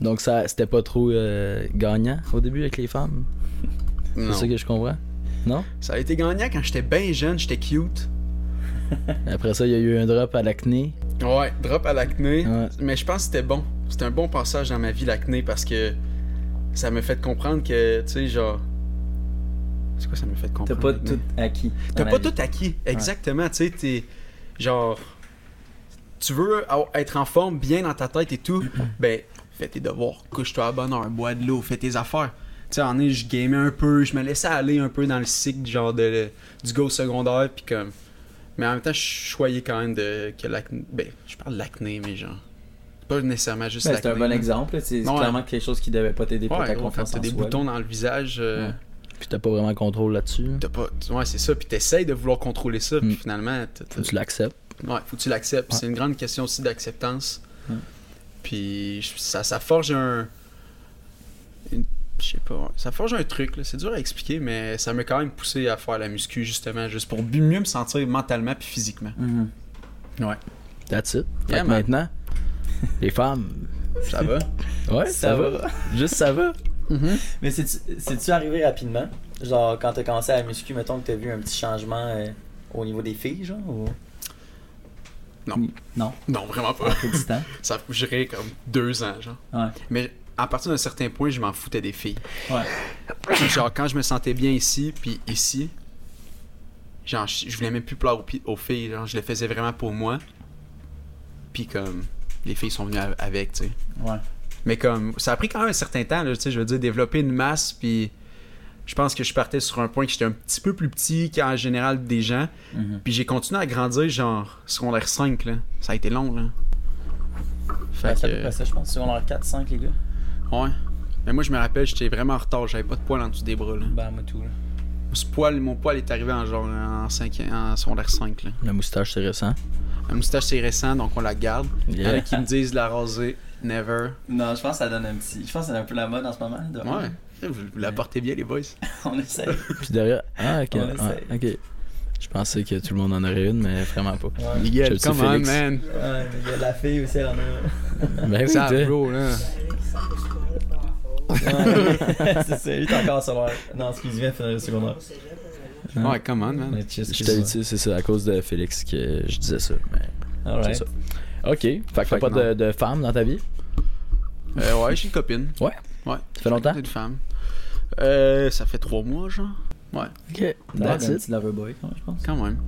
Speaker 5: Donc ça, c'était pas trop euh, gagnant au début avec les femmes. C'est
Speaker 1: Non.
Speaker 5: ça que je comprends. Non?
Speaker 1: Ça a été gagnant quand j'étais bien jeune, j'étais cute.
Speaker 5: Après ça, il y a eu un drop à l'acné.
Speaker 1: Ouais, drop à l'acné.
Speaker 5: Ouais.
Speaker 1: Mais je pense que c'était bon. C'était un bon passage dans ma vie, l'acné, parce que ça m'a fait comprendre que, tu sais, genre. C'est quoi ça m'a fait comprendre?
Speaker 6: T'as pas
Speaker 1: l'acné?
Speaker 6: tout acquis. dans
Speaker 1: T'as
Speaker 6: la
Speaker 1: pas
Speaker 6: vie.
Speaker 1: tout acquis, exactement. Tu sais, t'es genre. Tu veux avoir- être en forme, bien dans ta tête et tout, ben, fais tes devoirs, couche-toi à bonne heure, bois de l'eau, fais tes affaires. Tu sais, en est, je gamais un peu, je me laissais aller un peu dans le cycle, genre, de, du go secondaire, puis comme. Mais en même temps, je choyais quand même de, que l'acné. Ben, je parle de l'acné, mais genre. Pas nécessairement juste
Speaker 6: Ben, c'est
Speaker 1: l'acné.
Speaker 6: un bon
Speaker 1: là.
Speaker 6: exemple. là. C'est c'est
Speaker 1: hein. Ouais.
Speaker 6: clairement quelque chose qui devait pas t'aider pour
Speaker 1: Ouais,
Speaker 6: ta
Speaker 1: gros, quand
Speaker 6: confiance
Speaker 1: t'as
Speaker 6: en
Speaker 1: des
Speaker 6: soi.
Speaker 1: boutons dans le visage. euh,
Speaker 6: Ouais.
Speaker 5: Puis t'as pas vraiment contrôle là-dessus.
Speaker 1: t'as pas. Ouais, c'est ça, puis t'essayes de vouloir contrôler ça,
Speaker 5: Mm.
Speaker 1: puis finalement. t'as- t'as-
Speaker 5: Tu l'acceptes.
Speaker 1: Ouais, faut que tu l'acceptes. C'est une grande question aussi d'acceptance.
Speaker 6: Ouais.
Speaker 1: Puis je- ça, ça forge un. une- je sais pas, ouais, ça forge un truc, là. c'est dur à expliquer, mais ça m'a quand même poussé à faire la muscu, justement, juste pour bu- mieux me sentir mentalement puis physiquement.
Speaker 6: Mhm.
Speaker 5: That's it. Fait que
Speaker 1: Yeah, man.
Speaker 5: maintenant, les femmes.
Speaker 1: Ça va?
Speaker 5: Ouais, ça,
Speaker 6: Ça
Speaker 5: va.
Speaker 6: va.
Speaker 5: Juste ça va.
Speaker 1: Mm-hmm.
Speaker 6: Mais c'est-tu c'est-tu arrivé rapidement? Genre, quand t'as commencé à la muscu, mettons que t'as vu un petit changement euh, au niveau des filles, genre? Ou...
Speaker 1: Non.
Speaker 6: Non,
Speaker 1: Non, vraiment pas.
Speaker 6: après du temps.
Speaker 1: Ça a duré comme deux ans, genre.
Speaker 6: Ouais.
Speaker 1: Mais à partir d'un certain point, je m'en foutais des filles.
Speaker 6: Ouais.
Speaker 1: genre, quand je me sentais bien ici, puis ici, genre, je je voulais même plus plaire aux, pi- aux filles. Genre, je le faisais vraiment pour moi. Puis comme, les filles sont venues a- avec, tu sais.
Speaker 6: Ouais.
Speaker 1: Mais comme, ça a pris quand même un certain temps, là, tu sais, je veux dire, développer une masse, puis je pense que je partais sur un point que j'étais un petit peu plus petit qu'en général des gens.
Speaker 6: Mhm.
Speaker 1: Puis j'ai continué à grandir, genre, secondaire 5, là. Ça a été long, là. Fait
Speaker 6: Ben, c'est à
Speaker 1: que-
Speaker 6: peu près ça, je pense. Secondaire 4, 5, les gars.
Speaker 1: Ouais. Mais moi, je me rappelle, j'étais vraiment en retard. J'avais pas de poil en dessous des bras. Là.
Speaker 6: Ben, moi tout, là.
Speaker 1: Ce poil, mon poil est arrivé en genre en, 5, en secondaire 5. Là.
Speaker 5: La moustache, c'est récent.
Speaker 1: La moustache, c'est récent, donc on la garde. Il y en a qui me disent de la raser, never.
Speaker 6: Non, je pense que ça donne un petit. Je pense que c'est un peu la mode en ce moment. de-
Speaker 1: Ouais. Vous, vous la portez bien, les boys.
Speaker 6: On essaie.
Speaker 5: Puis derrière. Ah, ok.
Speaker 6: On
Speaker 5: ouais, ok. Je pensais que tout le monde en aurait une, mais vraiment pas.
Speaker 6: Ouais.
Speaker 1: Miguel,
Speaker 5: Chelsea
Speaker 1: come on,
Speaker 5: Félix.
Speaker 1: man.
Speaker 6: Ouais, mais il y a la fille aussi, elle en a.
Speaker 5: Ben oui,
Speaker 1: Ça,
Speaker 5: t'es-
Speaker 1: bro, là.
Speaker 6: Ouais, c'est ça, lui, t'es encore secondaire. Non, excuse-moi, elle finit le secondaire. Hein?
Speaker 1: Ouais, come on, man.
Speaker 5: Je t'avais dit, c'est ça, à cause de Félix que je disais ça. Mais c'est ça. Ok. Fait que t'as
Speaker 1: Fait
Speaker 5: pas
Speaker 1: que non.
Speaker 5: de, de femme dans ta vie?
Speaker 1: Euh, ouais, j'ai une copine.
Speaker 5: Ouais.
Speaker 1: Ouais.
Speaker 5: Ça fait longtemps?
Speaker 1: Une femme. Euh, ça fait trois mois, genre. Ouais,
Speaker 5: Ok.
Speaker 6: T'as un
Speaker 5: That's it.
Speaker 6: petit lover boy, quand même, je pense.
Speaker 1: quand même.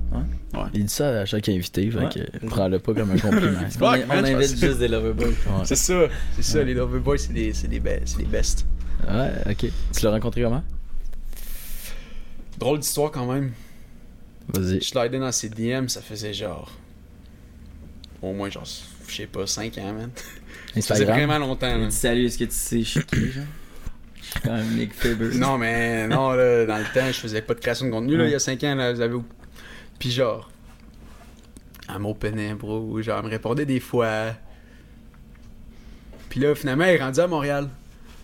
Speaker 5: Il dit ça à chaque invité, fait
Speaker 6: Ouais.
Speaker 5: que prends-le pas comme un compliment.
Speaker 6: On,
Speaker 1: Ouais, man, je
Speaker 6: invite
Speaker 1: pense-
Speaker 6: juste des lover boys.
Speaker 5: Ouais.
Speaker 1: C'est ça. C'est ça, les Lover Boys, c'est des, c'est des, be- c'est des best.
Speaker 5: Ouais, ok. Tu l'as rencontré comment?
Speaker 1: Drôle d'histoire, quand même.
Speaker 5: Vas-y.
Speaker 1: Je slidais dans ses DM, ça faisait genre. Au moins, genre, je sais pas, 5 ans, man. Ça faisait
Speaker 5: Instagram.
Speaker 1: vraiment longtemps, là.
Speaker 6: Salut, est-ce que tu sais, je suis qui, genre Je suis quand même Nick Faber.
Speaker 1: Non, mais non, là, dans le temps, je faisais pas de création de contenu, là,
Speaker 6: Ouais.
Speaker 1: il y a 5 ans, là, vous avez. Puis genre. Elle m'openait, bro. Genre, elle me répondait des fois. Puis là, finalement, elle est rendue à Montréal.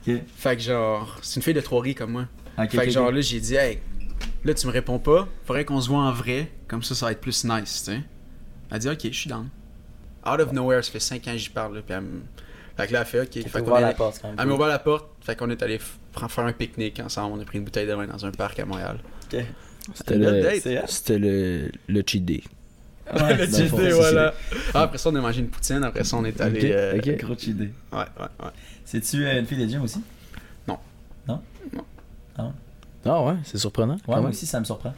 Speaker 6: Ok.
Speaker 1: Fait que genre, c'est une fille de Trois-Rivières comme moi.
Speaker 6: Ok,
Speaker 1: fait
Speaker 6: ok,
Speaker 1: que genre
Speaker 6: ok.
Speaker 1: là, j'ai dit, hey, là, tu me réponds pas, faudrait qu'on se voit en vrai, comme ça, ça va être plus nice, tu sais. Elle dit, ok, je suis down. Out of nowhere, ça fait 5 ans que j'y parle, là, puis elle me- Fait que là, elle fait, ok. Fait
Speaker 3: T'as
Speaker 1: qu'on
Speaker 3: ouvert
Speaker 1: est
Speaker 3: la
Speaker 1: allé-
Speaker 3: porte quand
Speaker 1: Elle m'a
Speaker 3: même.
Speaker 1: ouvert la porte, fait qu'on est allé f- prendre- faire un pique-nique ensemble, on a pris une bouteille de vin dans un parc à Montréal.
Speaker 5: C'était
Speaker 1: Une belle
Speaker 5: le,
Speaker 1: date.
Speaker 6: C'est-
Speaker 5: c'était le, le cheat day.
Speaker 6: Ouais,
Speaker 1: Le
Speaker 5: dans le
Speaker 1: cheat
Speaker 5: fond,
Speaker 1: day,
Speaker 5: c'est
Speaker 1: voilà. Ah, après ça, on a mangé une poutine, après ça, on est allé.
Speaker 5: Ok,
Speaker 1: euh,
Speaker 5: ok.
Speaker 6: Gros cheat day.
Speaker 1: Ouais, ouais, ouais.
Speaker 6: C'est-tu euh, une fille de gym aussi?
Speaker 5: Ah ouais, c'est surprenant. quand
Speaker 6: Ouais, moi
Speaker 5: même.
Speaker 6: aussi, ça me surprend.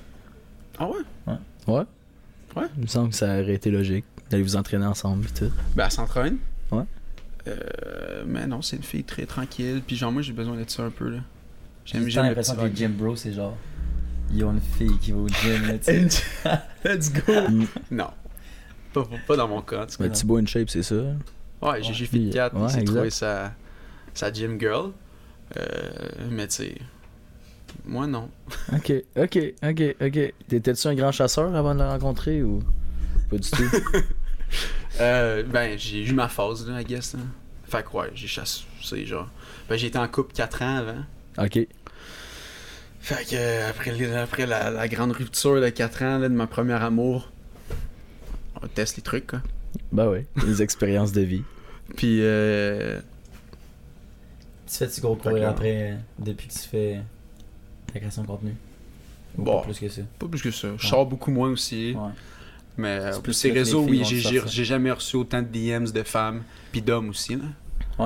Speaker 1: Ah ouais?
Speaker 5: Ouais.
Speaker 1: Ouais.
Speaker 5: Il me semble que ça aurait été logique d'aller vous entraîner ensemble pis tout.
Speaker 1: Ben, elle s'entraîne.
Speaker 5: Ouais.
Speaker 1: Euh, mais non, c'est une fille très tranquille. Puis genre, moi, j'ai besoin d'être ça un peu, là.
Speaker 6: J'ai
Speaker 1: J'aime
Speaker 6: tout le temps
Speaker 1: j'aime le
Speaker 6: l'impression que les
Speaker 1: petit
Speaker 6: gym bros, c'est genre. Ils ont une fille qui va au gym, là, tu sais.
Speaker 1: vibe. Let's go!
Speaker 5: Mm.
Speaker 1: non. Pas, pas- pas dans mon cas, en tout cas.
Speaker 5: Mais Thibaut in shape, c'est ça.
Speaker 1: Ouais, j'ai fait 4,
Speaker 5: Ouais,
Speaker 1: il s'est
Speaker 5: exact.
Speaker 1: trouvé sa, sa gym girl. Euh, mais tu sais, moi non.
Speaker 5: Ok, ok, ok, ok. T'étais-tu un grand chasseur avant de la rencontrer ou pas du tout?
Speaker 1: Euh, ben, j'ai eu ma phase, là, I guess. Là. Fait que ouais, j'ai chassé, genre. Ben, j'ai été en couple 4 ans avant.
Speaker 5: ok.
Speaker 1: Fait que euh, après, les- après la, la grande rupture de 4 ans là, de ma première amour, on teste les trucs quoi.
Speaker 5: Bah ouais, les expériences de vie.
Speaker 1: Puis euh,
Speaker 6: Tu fais du gros
Speaker 1: Fait que
Speaker 6: courir
Speaker 1: là-
Speaker 6: après, euh, depuis que tu fais euh, la création de contenu. Ou
Speaker 1: Bon.
Speaker 6: pas plus que ça.
Speaker 1: pas plus que ça. Je sors beaucoup moins aussi.
Speaker 6: Ouais.
Speaker 1: Mais
Speaker 6: C'est
Speaker 1: euh,
Speaker 6: plus
Speaker 1: ces
Speaker 6: que les
Speaker 1: réseaux,
Speaker 6: filles
Speaker 1: oui,
Speaker 6: vont
Speaker 1: j'ai,
Speaker 6: te
Speaker 1: j'ai,
Speaker 6: faire ça.
Speaker 1: j'ai jamais reçu autant de DMs de femmes puis d'hommes aussi là.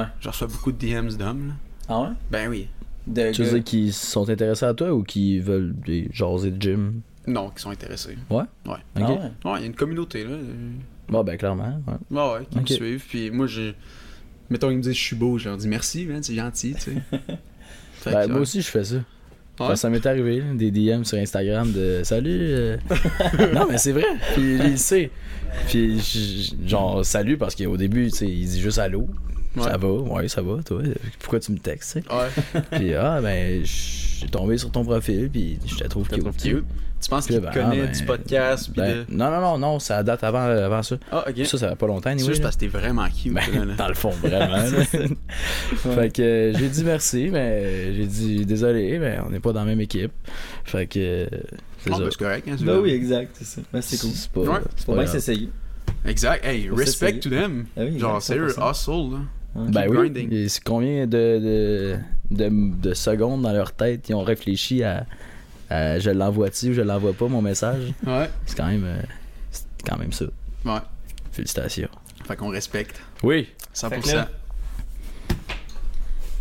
Speaker 6: Ouais.
Speaker 1: Je reçois beaucoup de DMs d'hommes. là.
Speaker 6: Ah ouais?
Speaker 1: Ben oui.
Speaker 6: De
Speaker 5: Tu
Speaker 6: gars-
Speaker 5: veux dire qu'ils sont intéressés à toi ou qu'ils veulent des jaser de gym?
Speaker 1: Non, qui sont intéressés.
Speaker 5: Ok.
Speaker 6: Ah ouais?
Speaker 1: Ouais, il y a une communauté là. euh,
Speaker 5: Bon, ben clairement. ouais.
Speaker 1: Ouais, ouais, qui
Speaker 5: Ok.
Speaker 1: me suivent. Puis moi, j'ai. Mettons, ils me disent je suis beau, je leur dis merci, man, c'est gentil, tu sais. Fait
Speaker 5: Ben,
Speaker 1: que,
Speaker 5: moi
Speaker 1: ouais.
Speaker 5: aussi, je fais ça.
Speaker 1: Ouais.
Speaker 5: Ben, ça m'est arrivé, là, des DM sur Instagram de Salut. euh. non, mais c'est vrai. Puis il le sait. Puis je- je- genre, salut, parce qu'au début, tu sais, il dit juste allô.
Speaker 1: Ouais.
Speaker 5: Ça va, ouais, ça va, toi. Pourquoi tu me textes, tu
Speaker 1: Ouais,
Speaker 5: sais? Puis ah, ben, j'ai tombé sur ton profil, puis je te trouve
Speaker 1: je te
Speaker 5: cute.
Speaker 1: trouve
Speaker 5: tu sais.
Speaker 1: cute. Tu penses
Speaker 5: Puis
Speaker 1: qu'ils
Speaker 5: ben,
Speaker 1: te connaissent
Speaker 5: ben,
Speaker 1: du podcast, puis
Speaker 5: Ben,
Speaker 1: de.
Speaker 5: Non, non, non, non, ça date avant, avant ça.
Speaker 1: Ah, ok.
Speaker 5: Ça, ça va pas longtemps,
Speaker 1: C'est
Speaker 5: anyway,
Speaker 1: juste
Speaker 5: là.
Speaker 1: parce que t'es vraiment cute. là, là.
Speaker 5: Ben, dans le fond, vraiment. là. Fait que euh, j'ai dit merci, mais j'ai dit désolé, mais on n'est pas dans la même équipe. Fait que euh, c'est
Speaker 1: Ah,
Speaker 5: ça.
Speaker 1: ben, c'est correct, hein, c'est
Speaker 6: Bah
Speaker 1: vrai.
Speaker 6: oui, exact, c'est ça. Ben, c'est cool.
Speaker 5: C'est pas,
Speaker 1: Ouais.
Speaker 5: c'est
Speaker 6: Faut
Speaker 5: pas
Speaker 6: bien
Speaker 5: grave.
Speaker 6: s'essayer.
Speaker 1: Exact. Hey,
Speaker 6: Faut
Speaker 1: respect
Speaker 6: s'essayer.
Speaker 1: to them.
Speaker 6: Ah oui,
Speaker 1: Genre, c'est eux,
Speaker 6: 100%.
Speaker 1: hustle, là.
Speaker 5: Ben
Speaker 1: Keep
Speaker 5: oui.
Speaker 1: grinding.
Speaker 5: Et c'est combien de, de, de, de secondes dans leur tête ils ont réfléchi à, à je l'envoie-tu ou je l'envoie pas mon message
Speaker 1: Ouais.
Speaker 5: C'est quand même, euh, c'est quand même ça.
Speaker 1: Ouais.
Speaker 5: Félicitations.
Speaker 1: Fait qu'on respecte.
Speaker 5: Oui.
Speaker 1: 100%.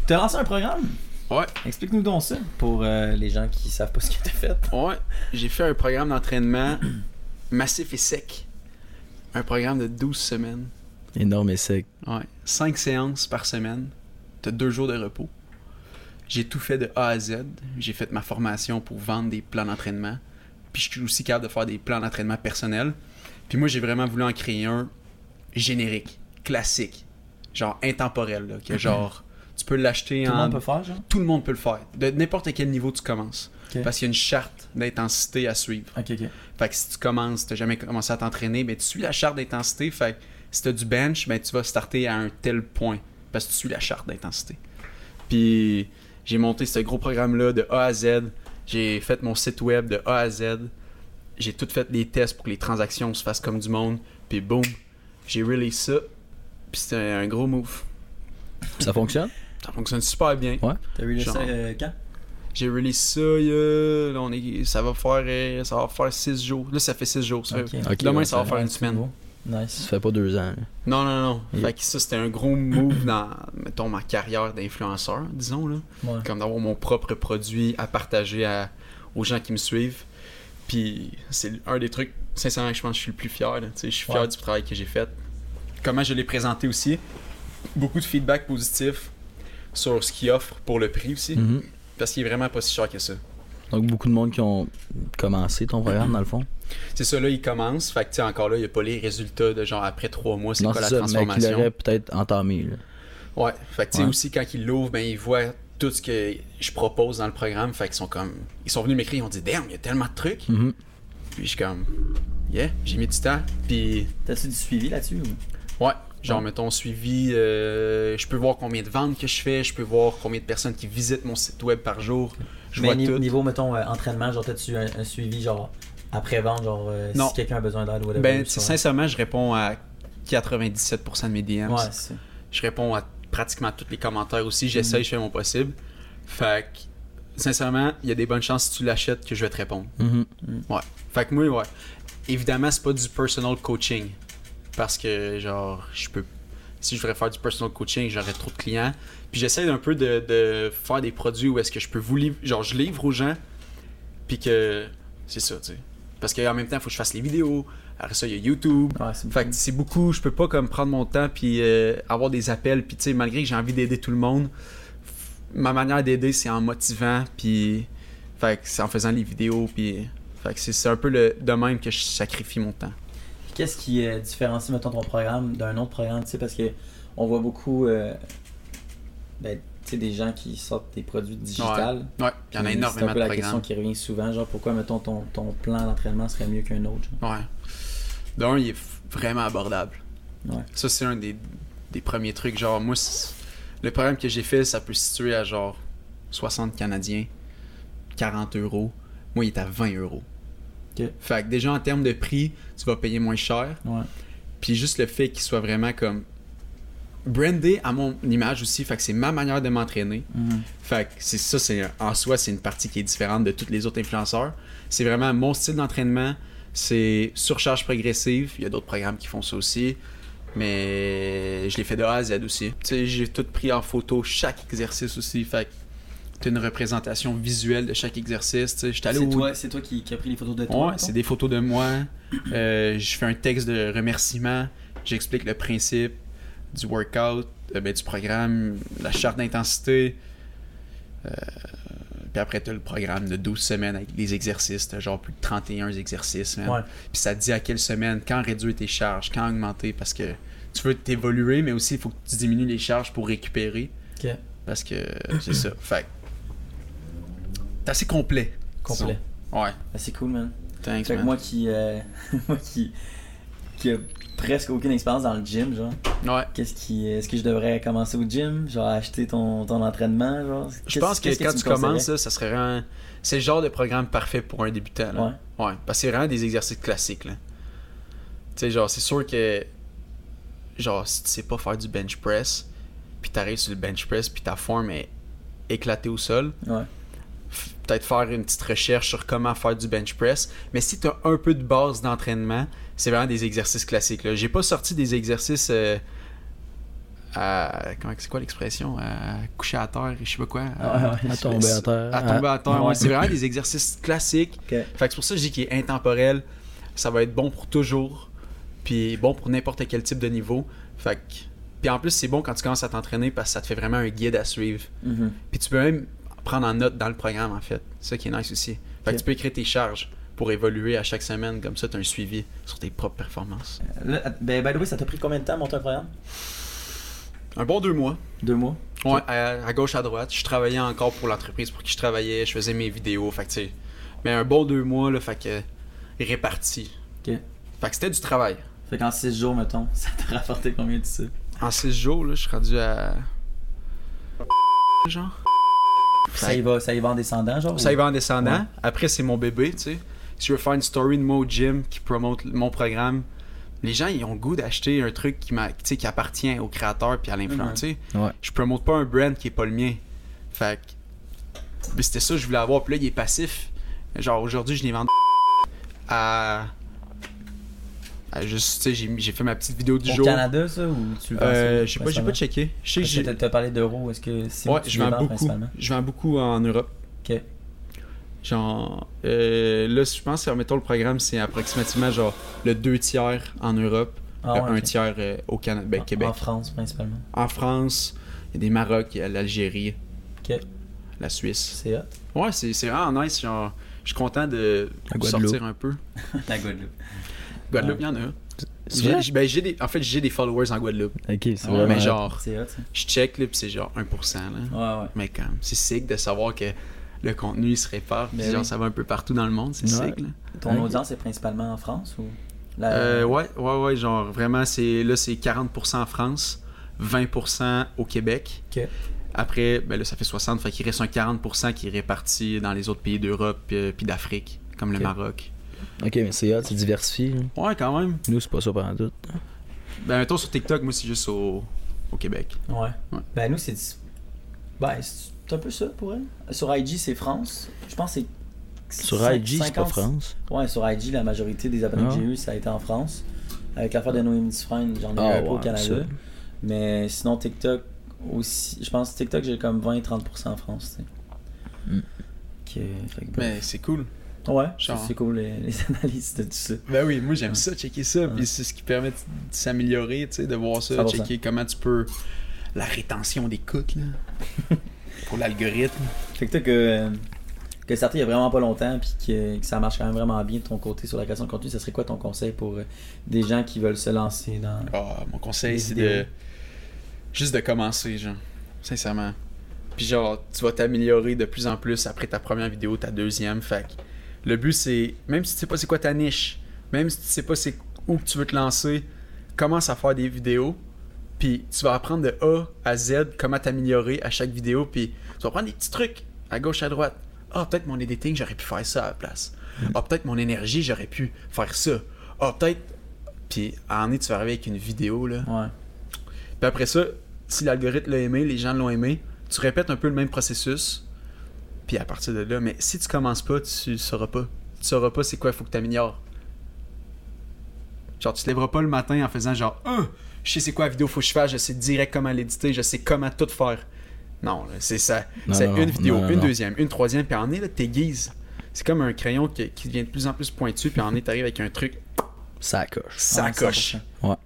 Speaker 6: T'as lancé un programme?
Speaker 1: Ouais.
Speaker 6: Explique-nous donc ça pour euh, les gens qui savent pas ce que t'as fait.
Speaker 1: Ouais, j'ai fait un programme d'entraînement massif et sec. Un programme de 12 semaines.
Speaker 5: Énorme essai.
Speaker 1: Ouais. 5 séances par semaine. T'as deux jours de repos. J'ai tout fait de A à Z. J'ai fait ma formation pour vendre des plans d'entraînement. Puis je suis aussi capable de faire des plans d'entraînement personnels. Puis moi, j'ai vraiment voulu en créer un générique, classique, genre intemporel, là, que genre tu peux l'acheter
Speaker 6: Tout le
Speaker 1: en
Speaker 6: monde peut faire, genre?
Speaker 1: tout le monde peut le faire. De n'importe quel niveau tu commences.
Speaker 6: Ok.
Speaker 1: Parce qu'il y a une charte d'intensité à suivre.
Speaker 6: Ok, ok.
Speaker 1: Fait que si tu commences, t'as jamais commencé à t'entraîner, mais tu suis la charte d'intensité. Fait que si t'as du bench, ben tu vas starter à un tel point parce que tu suis la charte d'intensité. Puis j'ai monté ce gros programme-là de A à Z. J'ai fait mon site web de A à Z. J'ai tout fait les tests pour que les transactions se fassent comme du monde. Puis boum, j'ai release ça. Puis c'était un gros move.
Speaker 5: Ça fonctionne
Speaker 1: Ça fonctionne super bien.
Speaker 6: T'as eu le
Speaker 1: Genre.
Speaker 6: ça euh, quand?
Speaker 1: J'ai release ça, il y a- là, on est, ça va faire, euh, ça va faire 6 jours. Là, ça fait 6 jours. Ça.
Speaker 6: Ok.
Speaker 5: Ok,
Speaker 1: Demain,
Speaker 5: ouais,
Speaker 1: ça va faire une semaine.
Speaker 5: Ça
Speaker 6: Nice.
Speaker 5: fait pas deux ans. là.
Speaker 1: Non, non, non.
Speaker 5: Et-
Speaker 1: Fait que ça, c'était un gros move dans, mettons, ma carrière d'influenceur, disons, là.
Speaker 6: Ouais.
Speaker 1: Comme d'avoir mon propre produit à partager à- aux gens qui me suivent. Puis c'est un des trucs, sincèrement, que je pense que je suis le plus fier. là. Tu sais, Je suis fier
Speaker 6: Ouais.
Speaker 1: du travail que j'ai fait. Comment je l'ai présenté aussi. Beaucoup de feedback positif sur ce qu'il offre pour le prix aussi.
Speaker 5: Mhm.
Speaker 1: Parce qu'il est vraiment pas si cher que ça.
Speaker 5: Donc beaucoup de monde qui ont commencé ton programme dans le fond.
Speaker 1: C'est ça, là, il commence. Fait que, tu sais, encore là, il n'y a pas les résultats de genre après trois mois, c'est
Speaker 5: Non,
Speaker 1: quoi la
Speaker 5: c'est ça, mais qui
Speaker 1: transformation.
Speaker 5: l'aurait peut-être entamé. là.
Speaker 1: Ouais, fait que tu sais
Speaker 5: Ouais.
Speaker 1: aussi quand ils l'ouvrent, ben ils voient tout ce que je propose dans le programme, fait qu'ils sont comme ils sont venus m'écrire, ils ont dit "Damn, il y a tellement de trucs."
Speaker 5: Mhm.
Speaker 1: Puis je suis comme "Yeah, j'ai mis du temps." Puis
Speaker 6: T'as-tu du suivi là-dessus? ou-
Speaker 1: ouais, Genre,
Speaker 5: Mm.
Speaker 1: mettons, suivi, euh, je peux voir combien de ventes que je fais, je peux voir combien de personnes qui visitent mon site web par jour. Je
Speaker 3: Mais
Speaker 1: vois
Speaker 3: Ben, ni-
Speaker 1: tout.
Speaker 3: niveau, mettons, euh, entraînement, genre, t'as-tu un, un suivi, genre, après-vente, genre, euh,
Speaker 1: Non.
Speaker 3: si quelqu'un a besoin d'aide ou whatever?
Speaker 1: Ben,
Speaker 3: tu
Speaker 1: c'est-
Speaker 3: vois.
Speaker 1: sincèrement, je réponds à 97% de mes DMs.
Speaker 3: Ouais, c'est
Speaker 1: Je réponds à pratiquement tous les commentaires aussi. J'essaye, je fais mon possible. Fait que, sincèrement, il y a des bonnes chances si tu l'achètes que je vais te répondre.
Speaker 5: Mhm.
Speaker 1: Ouais. Fait que moi, ouais. Évidemment, c'est pas du personal coaching. Parce que, genre, je peux. Si je voudrais faire du personal coaching, j'aurais trop de clients. Puis j'essaie un peu de, de faire des produits où est-ce que je peux vous livrer. Genre, je livre aux gens. Puis que. C'est ça, tu sais. Parce qu'en même temps, il faut que je fasse les vidéos. Après ça, il y a YouTube.
Speaker 3: ouais, c'est
Speaker 1: Fait que c'est beaucoup. Je peux pas comme prendre mon temps puis euh, avoir des appels. Puis tu sais, malgré que j'ai envie d'aider tout le monde, f- ma manière d'aider c'est en motivant puis fait que c'est en faisant les vidéos puis fait que c'est c'est un peu le de même que je sacrifie mon temps.
Speaker 3: Qu'est-ce qui euh, différencie, mettons, ton programme d'un autre programme, tu sais, parce que on voit beaucoup, euh, ben, tu sais, des gens qui sortent des produits digitales.
Speaker 1: Ouais, il y en a
Speaker 3: Puis C'est
Speaker 1: énormément
Speaker 3: un peu
Speaker 1: de
Speaker 3: la question
Speaker 1: programmes.
Speaker 3: qui revient souvent, genre, pourquoi, mettons, ton, ton plan d'entraînement serait mieux qu'un autre, genre?
Speaker 1: Ouais. D'un, il est f- vraiment abordable.
Speaker 3: Ouais.
Speaker 1: Ça c'est un des, des premiers trucs genre moi c'est- le programme que j'ai fait ça peut se situer à genre 60 canadiens, 40 euros. Moi il est à 20 euros.
Speaker 3: Ok.
Speaker 1: Fait que déjà en termes de prix, tu vas payer moins cher.
Speaker 3: Ouais.
Speaker 1: Puis juste le fait qu'il soit vraiment comme brandé à mon image aussi, fait que c'est ma manière de m'entraîner. Fait que c'est ça, c'est en soi, c'est une partie qui est différente de tous les autres influenceurs. C'est vraiment mon style d'entraînement, c'est surcharge progressive. Il y a d'autres programmes qui font ça aussi, mais je l'ai fait de A à Z aussi. Tu sais, j'ai tout pris en photo, chaque exercice aussi. Fait que t'as une représentation visuelle de chaque exercice. Tu sais, j'étais allé
Speaker 6: C'est
Speaker 1: au
Speaker 6: toi, c'est toi qui, qui a pris les photos de toi.
Speaker 1: Ouais,
Speaker 6: mettons?
Speaker 1: c'est des photos de moi. Euh, je fais un texte de remerciement. J'explique le principe du workout, euh, ben, du programme, la charte d'intensité. Euh, puis après, tu le programme de 12 semaines avec des exercices. T'as genre plus de 31 exercices. man.
Speaker 3: Ouais.
Speaker 1: Puis ça te dit à quelle semaine, quand réduire tes charges, quand augmenter. Parce que tu veux t'évoluer, mais aussi il faut que tu diminues les charges pour récupérer.
Speaker 3: Ok.
Speaker 1: Parce que c'est ça. Fait que t'es assez complet.
Speaker 3: Complet.
Speaker 1: Ouais.
Speaker 3: Ben, c'est cool, man.
Speaker 1: Thanks,
Speaker 3: Fait que moi qui, euh, moi qui, qui a presque aucune expérience dans le gym, genre,
Speaker 1: Ouais.
Speaker 3: qu'est-ce qui, est-ce que je devrais commencer au gym, genre, acheter ton, ton entraînement, genre?
Speaker 1: Je pense que quand tu commences, là, ça serait vraiment. C'est le genre de programme parfait pour un débutant. là.
Speaker 3: Ouais.
Speaker 1: Ouais, parce que c'est vraiment des exercices classiques. là. Tu sais, genre, c'est sûr que. Genre, si tu sais pas faire du bench press, puis t'arrives sur le bench press, puis ta forme est éclatée au sol,
Speaker 3: Ouais.
Speaker 1: f- peut-être faire une petite recherche sur comment faire du bench press. Mais si t'as un peu de base d'entraînement, c'est vraiment des exercices classiques. là. J'ai pas sorti des exercices. euh, à- comment c'est quoi l'expression à coucher à terre et je sais pas quoi à-
Speaker 3: Ouais, ouais.
Speaker 5: À tomber à terre.
Speaker 1: à tomber à terre.
Speaker 3: Ouais.
Speaker 1: ouais. C'est vraiment des exercices classiques.
Speaker 3: Ok.
Speaker 1: Fait que c'est pour ça que je dis qu'il est intemporel. Ça va être bon pour toujours. Puis bon pour n'importe quel type de niveau. Fait que... Puis en plus, c'est bon quand tu commences à t'entraîner parce que ça te fait vraiment un guide à suivre.
Speaker 3: Mhm.
Speaker 1: Puis tu peux même prendre en note dans le programme, en fait. C'est ça qui est nice aussi. Fait
Speaker 3: Ok.
Speaker 1: que tu peux écrire tes charges pour évoluer à chaque semaine. Comme ça, tu as un suivi sur tes propres performances.
Speaker 3: Là, ben, by the way, ça t'a pris combien de temps à monter un programme?
Speaker 1: Euh, Un bon deux mois.
Speaker 3: Deux mois.
Speaker 1: Ouais, à, à gauche, à droite. Je travaillais encore pour l'entreprise pour qui je travaillais. Je faisais mes vidéos. Fait que, tu sais, mais un bon deux mois, là, fait que réparti.
Speaker 3: Ok.
Speaker 1: Fait que c'était du travail.
Speaker 3: Fait qu'en six jours, mettons, ça t'a rapporté combien de ça?
Speaker 1: En six jours, là, je suis rendu à. Genre.
Speaker 3: Ça y va, ça y va en descendant, genre?
Speaker 1: Ça y
Speaker 3: ou-
Speaker 1: va en descendant. Après, c'est mon bébé, tu sais. Si je veux faire une story de moi au gym qui promote mon programme, les gens, ils ont le goût d'acheter un truc qui, m'a- tu sais, qui appartient au créateur puis à l'influenceur.
Speaker 5: Mhm. Ouais.
Speaker 1: Je promote pas un brand qui est pas le mien. Fait que- mais c'était ça que je voulais avoir. Puis là, il est passif. Genre, aujourd'hui, je l'ai vendu à... à juste, tu sais, j'ai, j'ai fait ma petite vidéo du
Speaker 3: Au
Speaker 1: jour.
Speaker 3: Canada, ça, ou tu vas
Speaker 1: Euh, je sais pas, j'ai pas checké. Je sais que j'ai...
Speaker 3: checké. T'as parlé d'euros, est-ce que c'est
Speaker 1: Ouais,
Speaker 3: tu
Speaker 1: je
Speaker 3: les
Speaker 1: vends
Speaker 3: vends
Speaker 1: beaucoup.
Speaker 3: principalement?
Speaker 1: Je vends beaucoup en Europe.
Speaker 3: Ok.
Speaker 1: Genre, euh, là, je pense que, mettons, le programme, c'est approximativement genre le deux tiers en Europe,
Speaker 3: Ah,
Speaker 1: le
Speaker 3: ouais,
Speaker 1: un
Speaker 3: ok.
Speaker 1: tiers euh, au Canada, ben,
Speaker 3: En-
Speaker 1: Québec.
Speaker 3: En France, principalement.
Speaker 1: En France, il y a des Maroc, il y a l'Algérie,
Speaker 3: Ok.
Speaker 1: la Suisse.
Speaker 3: C'est hot.
Speaker 1: Ouais, c'est c'est vraiment nice. Genre, je suis content de
Speaker 5: La Guadeloupe.
Speaker 1: sortir un peu.
Speaker 3: La Guadeloupe.
Speaker 1: Guadeloupe, il y en a.
Speaker 5: C'est vrai?
Speaker 1: J'ai- ben, j'ai des, en fait, j'ai des followers en Guadeloupe.
Speaker 5: Ok, c'est
Speaker 3: Ouais,
Speaker 5: vraiment.
Speaker 1: mais genre,
Speaker 3: C'est hot, ça.
Speaker 1: je check, là, pis c'est genre 1%. Là.
Speaker 3: Ouais, ouais.
Speaker 1: Mais quand même, c'est sick de savoir que le contenu il se répare. Puis
Speaker 3: Ben
Speaker 1: genre,
Speaker 3: oui.
Speaker 1: ça va un peu partout dans le monde, c'est
Speaker 5: Ouais.
Speaker 1: sick. Là.
Speaker 3: Ton
Speaker 5: Ok.
Speaker 3: audience est principalement en France ou La-
Speaker 2: Euh, ouais, ouais, ouais, genre vraiment, c'est là, c'est 40% en France, 20% au Québec.
Speaker 3: Ok.
Speaker 2: Après, ben là, ça fait 60, fait qu'il reste un 40% qui est réparti dans les autres pays d'Europe euh, puis d'Afrique, comme
Speaker 5: Ok.
Speaker 2: le Maroc.
Speaker 5: Ok, mais c'est hot, c'est diversifié. là.
Speaker 2: Ouais, quand même.
Speaker 5: Nous, c'est pas ça pendant tout.
Speaker 2: Ben, mettons sur TikTok, moi, c'est juste au, au Québec.
Speaker 3: Ouais.
Speaker 2: Ouais.
Speaker 3: Ben nous c'est dis- ben c'est c'est un peu ça pour elle. Sur IG c'est France. Je pense que c'est
Speaker 5: Sur
Speaker 3: cin-
Speaker 5: IG, c'est pas
Speaker 3: 50
Speaker 5: France.
Speaker 3: Ouais, sur IG la majorité des abonnés que
Speaker 5: Ah.
Speaker 3: j'ai eu ça a été en France. Avec l'affaire de Noémie Dufresne, j'en ai eu
Speaker 5: Ah,
Speaker 3: un peu au
Speaker 5: ouais,
Speaker 3: Canada.
Speaker 5: ça.
Speaker 3: Mais sinon TikTok aussi, je pense que TikTok j'ai comme 20 30 en France, tu sais.
Speaker 5: Mm.
Speaker 3: Ok, fait que bon.
Speaker 2: Mais c'est cool.
Speaker 3: Ouais,
Speaker 2: genre-
Speaker 3: c'est cool les, les analyses de tout ça.
Speaker 2: Ben oui, moi j'aime ça, checker ça. Puis c'est ce qui permet de s'améliorer, tu sais, de voir ça,
Speaker 3: 100%.
Speaker 2: checker comment tu peux. La rétention d'écoute, là. Pour l'algorithme.
Speaker 3: Fait que toi, que, euh, que sorti il y a vraiment pas longtemps puis que, que ça marche quand même vraiment bien de ton côté sur la création de contenu, ce serait quoi ton conseil pour euh, des gens qui veulent se lancer dans.
Speaker 2: Ah, mon
Speaker 3: Des
Speaker 2: conseil, c'est
Speaker 3: vidéos.
Speaker 2: de. Juste de commencer, genre. Sincèrement.
Speaker 1: Puis genre, tu vas t'améliorer de plus en plus après ta première vidéo, ta deuxième. Fait que le but, c'est, même si tu sais pas c'est quoi ta niche, même si tu sais pas c'est où que tu veux te lancer, commence à faire des vidéos. Puis tu vas apprendre de A à Z comment t'améliorer à chaque vidéo. Puis tu vas prendre des petits trucs à gauche, à droite. Ah, peut-être mon editing, j'aurais pu faire ça à la place. Ah, peut-être mon énergie, j'aurais pu faire ça. Ah, peut-être. Puis à un moment donné, tu vas arriver avec une vidéo, là.
Speaker 3: Ouais.
Speaker 1: Puis après ça, si l'algorithme l'a aimé, les gens l'ont aimé, tu répètes un peu le même processus. Puis à partir de là, mais si tu commences pas, tu le sauras pas. Tu sauras pas c'est quoi, il faut que tu améliores.
Speaker 2: Genre, tu te lèveras pas le matin en faisant genre, Ah,
Speaker 1: Hein? Je sais c'est quoi la vidéo, faut que je fasse, je sais direct comment l'éditer, je sais comment tout faire. Non, là, c'est ça.
Speaker 5: Non,
Speaker 1: C'est
Speaker 5: non,
Speaker 1: une
Speaker 5: non,
Speaker 1: vidéo,
Speaker 5: non, non,
Speaker 1: une
Speaker 5: non.
Speaker 1: deuxième, une troisième, puis en est, là, t'aiguises. C'est comme un crayon que- qui devient de plus en plus pointu, puis en est, t'arrives avec un truc,
Speaker 5: Ça coche.
Speaker 1: ça
Speaker 3: Ouais,
Speaker 1: coche.
Speaker 3: 100%.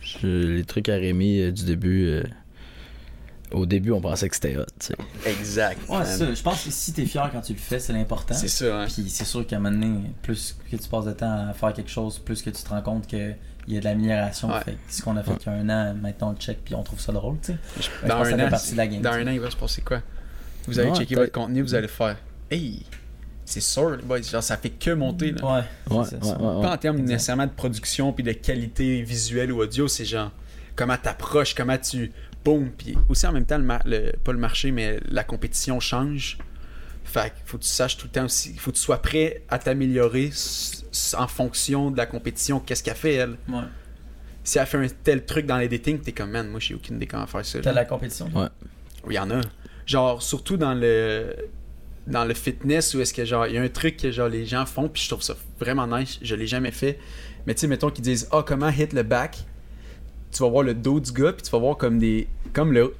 Speaker 5: Je- les trucs à Rémi euh, du début. euh, au début, on pensait que c'était hot. tu sais.
Speaker 1: Exact.
Speaker 3: Ouais,
Speaker 1: man.
Speaker 3: c'est
Speaker 5: hein.
Speaker 3: ça. Je pense que si t'es fier quand tu le fais, c'est l'important.
Speaker 1: c'est ça, hein.
Speaker 3: Puis c'est sûr qu'à un moment donné, plus que tu passes de temps à faire quelque chose, plus que tu te rends compte qu'il y a de l'amélioration.
Speaker 1: Ouais.
Speaker 3: Fait que ce qu'on a fait il y a un an, maintenant on le check puis on trouve ça drôle, tu sais. Je
Speaker 1: Dans
Speaker 3: pense que ça
Speaker 1: un,
Speaker 3: fait
Speaker 1: an,
Speaker 3: partie de la game,
Speaker 1: dans
Speaker 3: tu sais.
Speaker 1: un an, il va se passer quoi Vous allez
Speaker 5: Ouais,
Speaker 1: checker votre
Speaker 5: peut-être.
Speaker 1: contenu, vous allez faire Hey, c'est sûr, les boys, genre, ça fait que monter. Là.
Speaker 3: Ouais, c'est
Speaker 5: Ouais,
Speaker 3: ça,
Speaker 5: ouais,
Speaker 3: ça.
Speaker 5: ouais, ouais.
Speaker 1: Pas en termes nécessairement de production puis de qualité visuelle ou audio, c'est genre comment t'approches, comment tu boum. Puis aussi en même temps, le, mar- le- pas le marché, mais la compétition change. Fait que faut que tu saches tout le temps aussi, faut que tu sois prêt à t'améliorer s- s- en fonction de la compétition. Qu'est-ce qu'elle fait elle
Speaker 3: Ouais.
Speaker 1: Si elle fait un tel truc dans l'editing, t'es comme man, moi j'ai aucune idée comment faire ça.
Speaker 3: T'as
Speaker 1: là.
Speaker 3: la compétition.
Speaker 1: Oui, il y en a. Genre, surtout dans le dans le fitness où est-ce que genre il y a un truc que genre les gens font puis je trouve ça vraiment nice, je l'ai jamais fait. Mais tu sais mettons qu'ils disent "Ah, comment hit le back Tu vas voir le dos du gars puis tu vas voir comme des comme le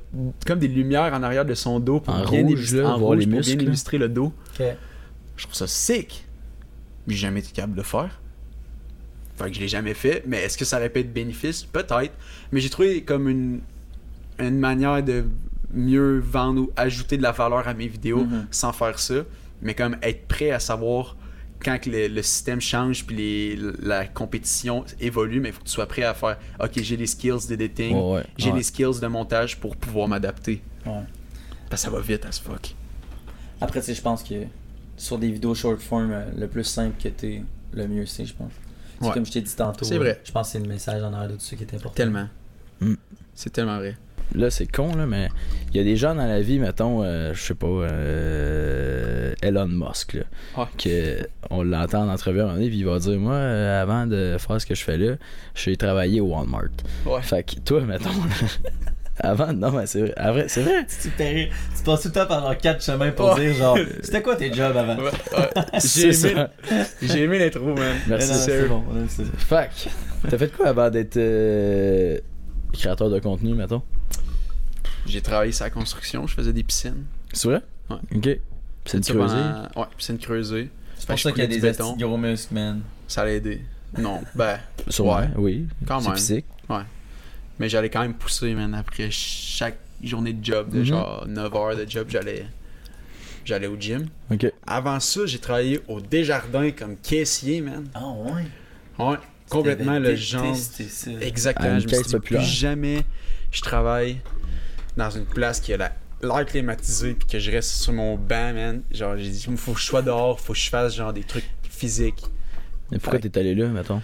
Speaker 1: comme des lumières en arrière de son dos pour
Speaker 5: En
Speaker 1: bien
Speaker 5: rouge,
Speaker 1: illustrer,
Speaker 5: là,
Speaker 1: en
Speaker 5: voir
Speaker 1: rouge
Speaker 5: les
Speaker 1: pour
Speaker 5: muscles,
Speaker 1: bien
Speaker 5: là.
Speaker 1: illustrer le dos.
Speaker 3: Ok.
Speaker 1: Je trouve ça sick. J'ai jamais été capable de le faire. Fait que je l'ai jamais fait. Mais est-ce que ça aurait pu être bénéfice? Peut-être. Mais j'ai trouvé comme une, une manière de mieux vendre ou ajouter de la valeur à mes vidéos
Speaker 5: Mm-hmm.
Speaker 3: Mhm.
Speaker 1: sans faire ça. Mais comme être prêt à savoir quand que le, le système change puis les- la compétition évolue, mais il faut que tu sois prêt à faire OK, j'ai les skills d'editing,
Speaker 5: Ouais, Ah, ouais,
Speaker 1: j'ai
Speaker 5: ouais.
Speaker 1: les skills de montage pour pouvoir m'adapter.
Speaker 3: Ouais.
Speaker 1: Parce que ça va vite à ce fuck.
Speaker 3: Après, tu sais, je pense que sur des vidéos short form, euh, le plus simple que t'es, le mieux c'est, je pense. C'est
Speaker 1: Ouais.
Speaker 3: comme je t'ai dit tantôt.
Speaker 1: C'est
Speaker 3: euh,
Speaker 1: vrai.
Speaker 3: Je pense que c'est le message en arrière de tout ça qui est important.
Speaker 1: Tellement.
Speaker 5: Mm.
Speaker 1: C'est tellement vrai.
Speaker 5: Là, c'est con, là, mais il y a des gens dans la vie, mettons, euh, je sais pas, euh, Elon Musk, là,
Speaker 1: Ouais.
Speaker 5: que on l'entend en entrevue à un moment donné, puis il va dire Moi, euh, avant de faire ce que je fais là, j'ai travaillé au Walmart.
Speaker 1: Ouais.
Speaker 5: Fait que toi, mettons, avant, non, mais c'est vrai, à vrai- c'est vrai.
Speaker 3: Tu, fais rire. tu passes tout le temps pendant quatre chemins pour dire genre c'était quoi tes jobs avant?
Speaker 5: C'est
Speaker 1: J'ai aimé,
Speaker 5: ça.
Speaker 1: j'ai aimé l'intro, man.
Speaker 5: Merci,
Speaker 3: Mais non,
Speaker 5: sir.
Speaker 3: c'est bon, on aime ça.
Speaker 5: Fuck. T'as fait quoi avant d'être euh, créateur de contenu, mettons
Speaker 1: J'ai travaillé sur la construction, je faisais des piscines.
Speaker 5: C'est vrai
Speaker 1: Ouais.
Speaker 5: Ok. C'est
Speaker 1: Ça,
Speaker 5: creusé.
Speaker 1: pendant- Ouais, piscine creusée.
Speaker 3: C'est
Speaker 1: Fait
Speaker 3: pour
Speaker 1: que
Speaker 3: ça
Speaker 1: je
Speaker 3: qu'il y a
Speaker 1: coulais
Speaker 3: des
Speaker 1: du
Speaker 3: petits gros muscles, man.
Speaker 1: Ça allait aider. Non, ben,
Speaker 5: Sûrement,
Speaker 1: Ouais.
Speaker 5: oui.
Speaker 1: Quand
Speaker 5: C'est
Speaker 1: même.
Speaker 5: physique.
Speaker 1: mais j'allais quand même pousser, man. Après chaque journée de job, de
Speaker 5: Mhm.
Speaker 1: genre 9 heures de job, j'allais j'allais au gym.
Speaker 5: Ok.
Speaker 1: Avant ça, j'ai travaillé au Desjardins comme caissier, man.
Speaker 3: Ah ouais?
Speaker 1: Ouais, complètement le genre.
Speaker 3: Exact.
Speaker 1: Exactement,
Speaker 5: À une
Speaker 1: je me suis
Speaker 5: caisse
Speaker 1: dit,
Speaker 5: populaire.
Speaker 1: plus jamais je travaille dans une place qui a la- l'air climatisé puis que je reste sur mon banc, man. Genre, j'ai dit, faut que je sois dehors, faut que je fasse genre des trucs physiques.
Speaker 5: Mais pourquoi
Speaker 1: Ouais.
Speaker 5: t'es allé là, mettons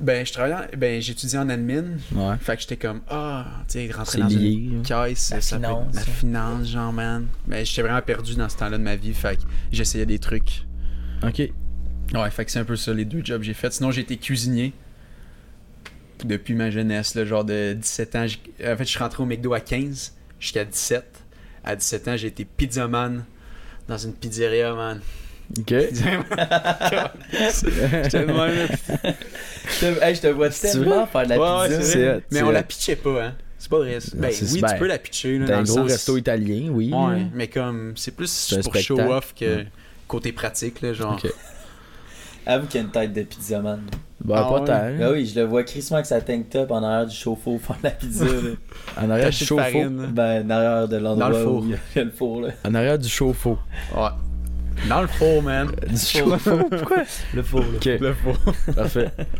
Speaker 1: Ben, je travaillais, en- ben, j'étudiais en admin.
Speaker 5: Ouais.
Speaker 1: Fait que j'étais comme, ah, tu sais, rentrer
Speaker 5: C'est
Speaker 1: dans
Speaker 5: lié.
Speaker 1: une caisse,
Speaker 3: La
Speaker 1: ça peut-
Speaker 3: finance.
Speaker 1: la finance, genre, man. Ben, j'étais vraiment perdu dans ce temps-là de ma vie. Fait que j'essayais des trucs.
Speaker 5: Ok.
Speaker 1: Ouais, fait que c'est un peu ça, les deux jobs que j'ai fait. Sinon, j'ai été cuisinier. Depuis ma jeunesse, le genre de 17 ans. j'ai- En fait, je suis rentré au McDo à 15 jusqu'à 17. À 17 ans, j'ai été pizzaman dans une pizzeria, man.
Speaker 5: Ok.
Speaker 1: J'étais de même, là.
Speaker 3: Je te- hey, je te vois
Speaker 5: C'est
Speaker 3: tellement faire de la
Speaker 1: Ouais, ouais,
Speaker 3: pizza.
Speaker 5: c'est hot,
Speaker 1: Mais
Speaker 5: c'est
Speaker 1: on la
Speaker 5: hot.
Speaker 1: pitchait pas, hein. C'est pas vrai.
Speaker 5: Non,
Speaker 1: Ben
Speaker 5: c'est
Speaker 1: oui,
Speaker 5: super.
Speaker 1: tu peux la pitcher, là.
Speaker 5: T'as
Speaker 1: dans
Speaker 5: un
Speaker 1: le
Speaker 5: gros
Speaker 1: sens-
Speaker 5: resto italien, oui.
Speaker 1: Ouais, mais comme, c'est plus
Speaker 5: C'est un
Speaker 1: pour
Speaker 5: spectacle.
Speaker 1: show-off que côté pratique, là, genre.
Speaker 5: Ok.
Speaker 3: Avoue qu'il y a une tête de pizzaman.
Speaker 5: Bah,
Speaker 1: Ah
Speaker 5: pas
Speaker 1: ouais.
Speaker 5: tant.
Speaker 3: Ben oui, je le vois crissement avec sa tank top en arrière du chauffe-eau faire de la pizza. là.
Speaker 5: En arrière du
Speaker 1: Taché de
Speaker 5: chauffe-eau.
Speaker 1: farine, là.
Speaker 3: ben, en arrière de l'endroit
Speaker 1: Dans le four.
Speaker 3: où il y a- il y a le four. Là.
Speaker 5: En arrière du chauffe-eau.
Speaker 1: Ouais. Dans le four, man.
Speaker 5: Du chauffe-eau. Pourquoi
Speaker 3: Le four, là.
Speaker 5: Ok.
Speaker 1: Le four.
Speaker 5: Parfait. Ok.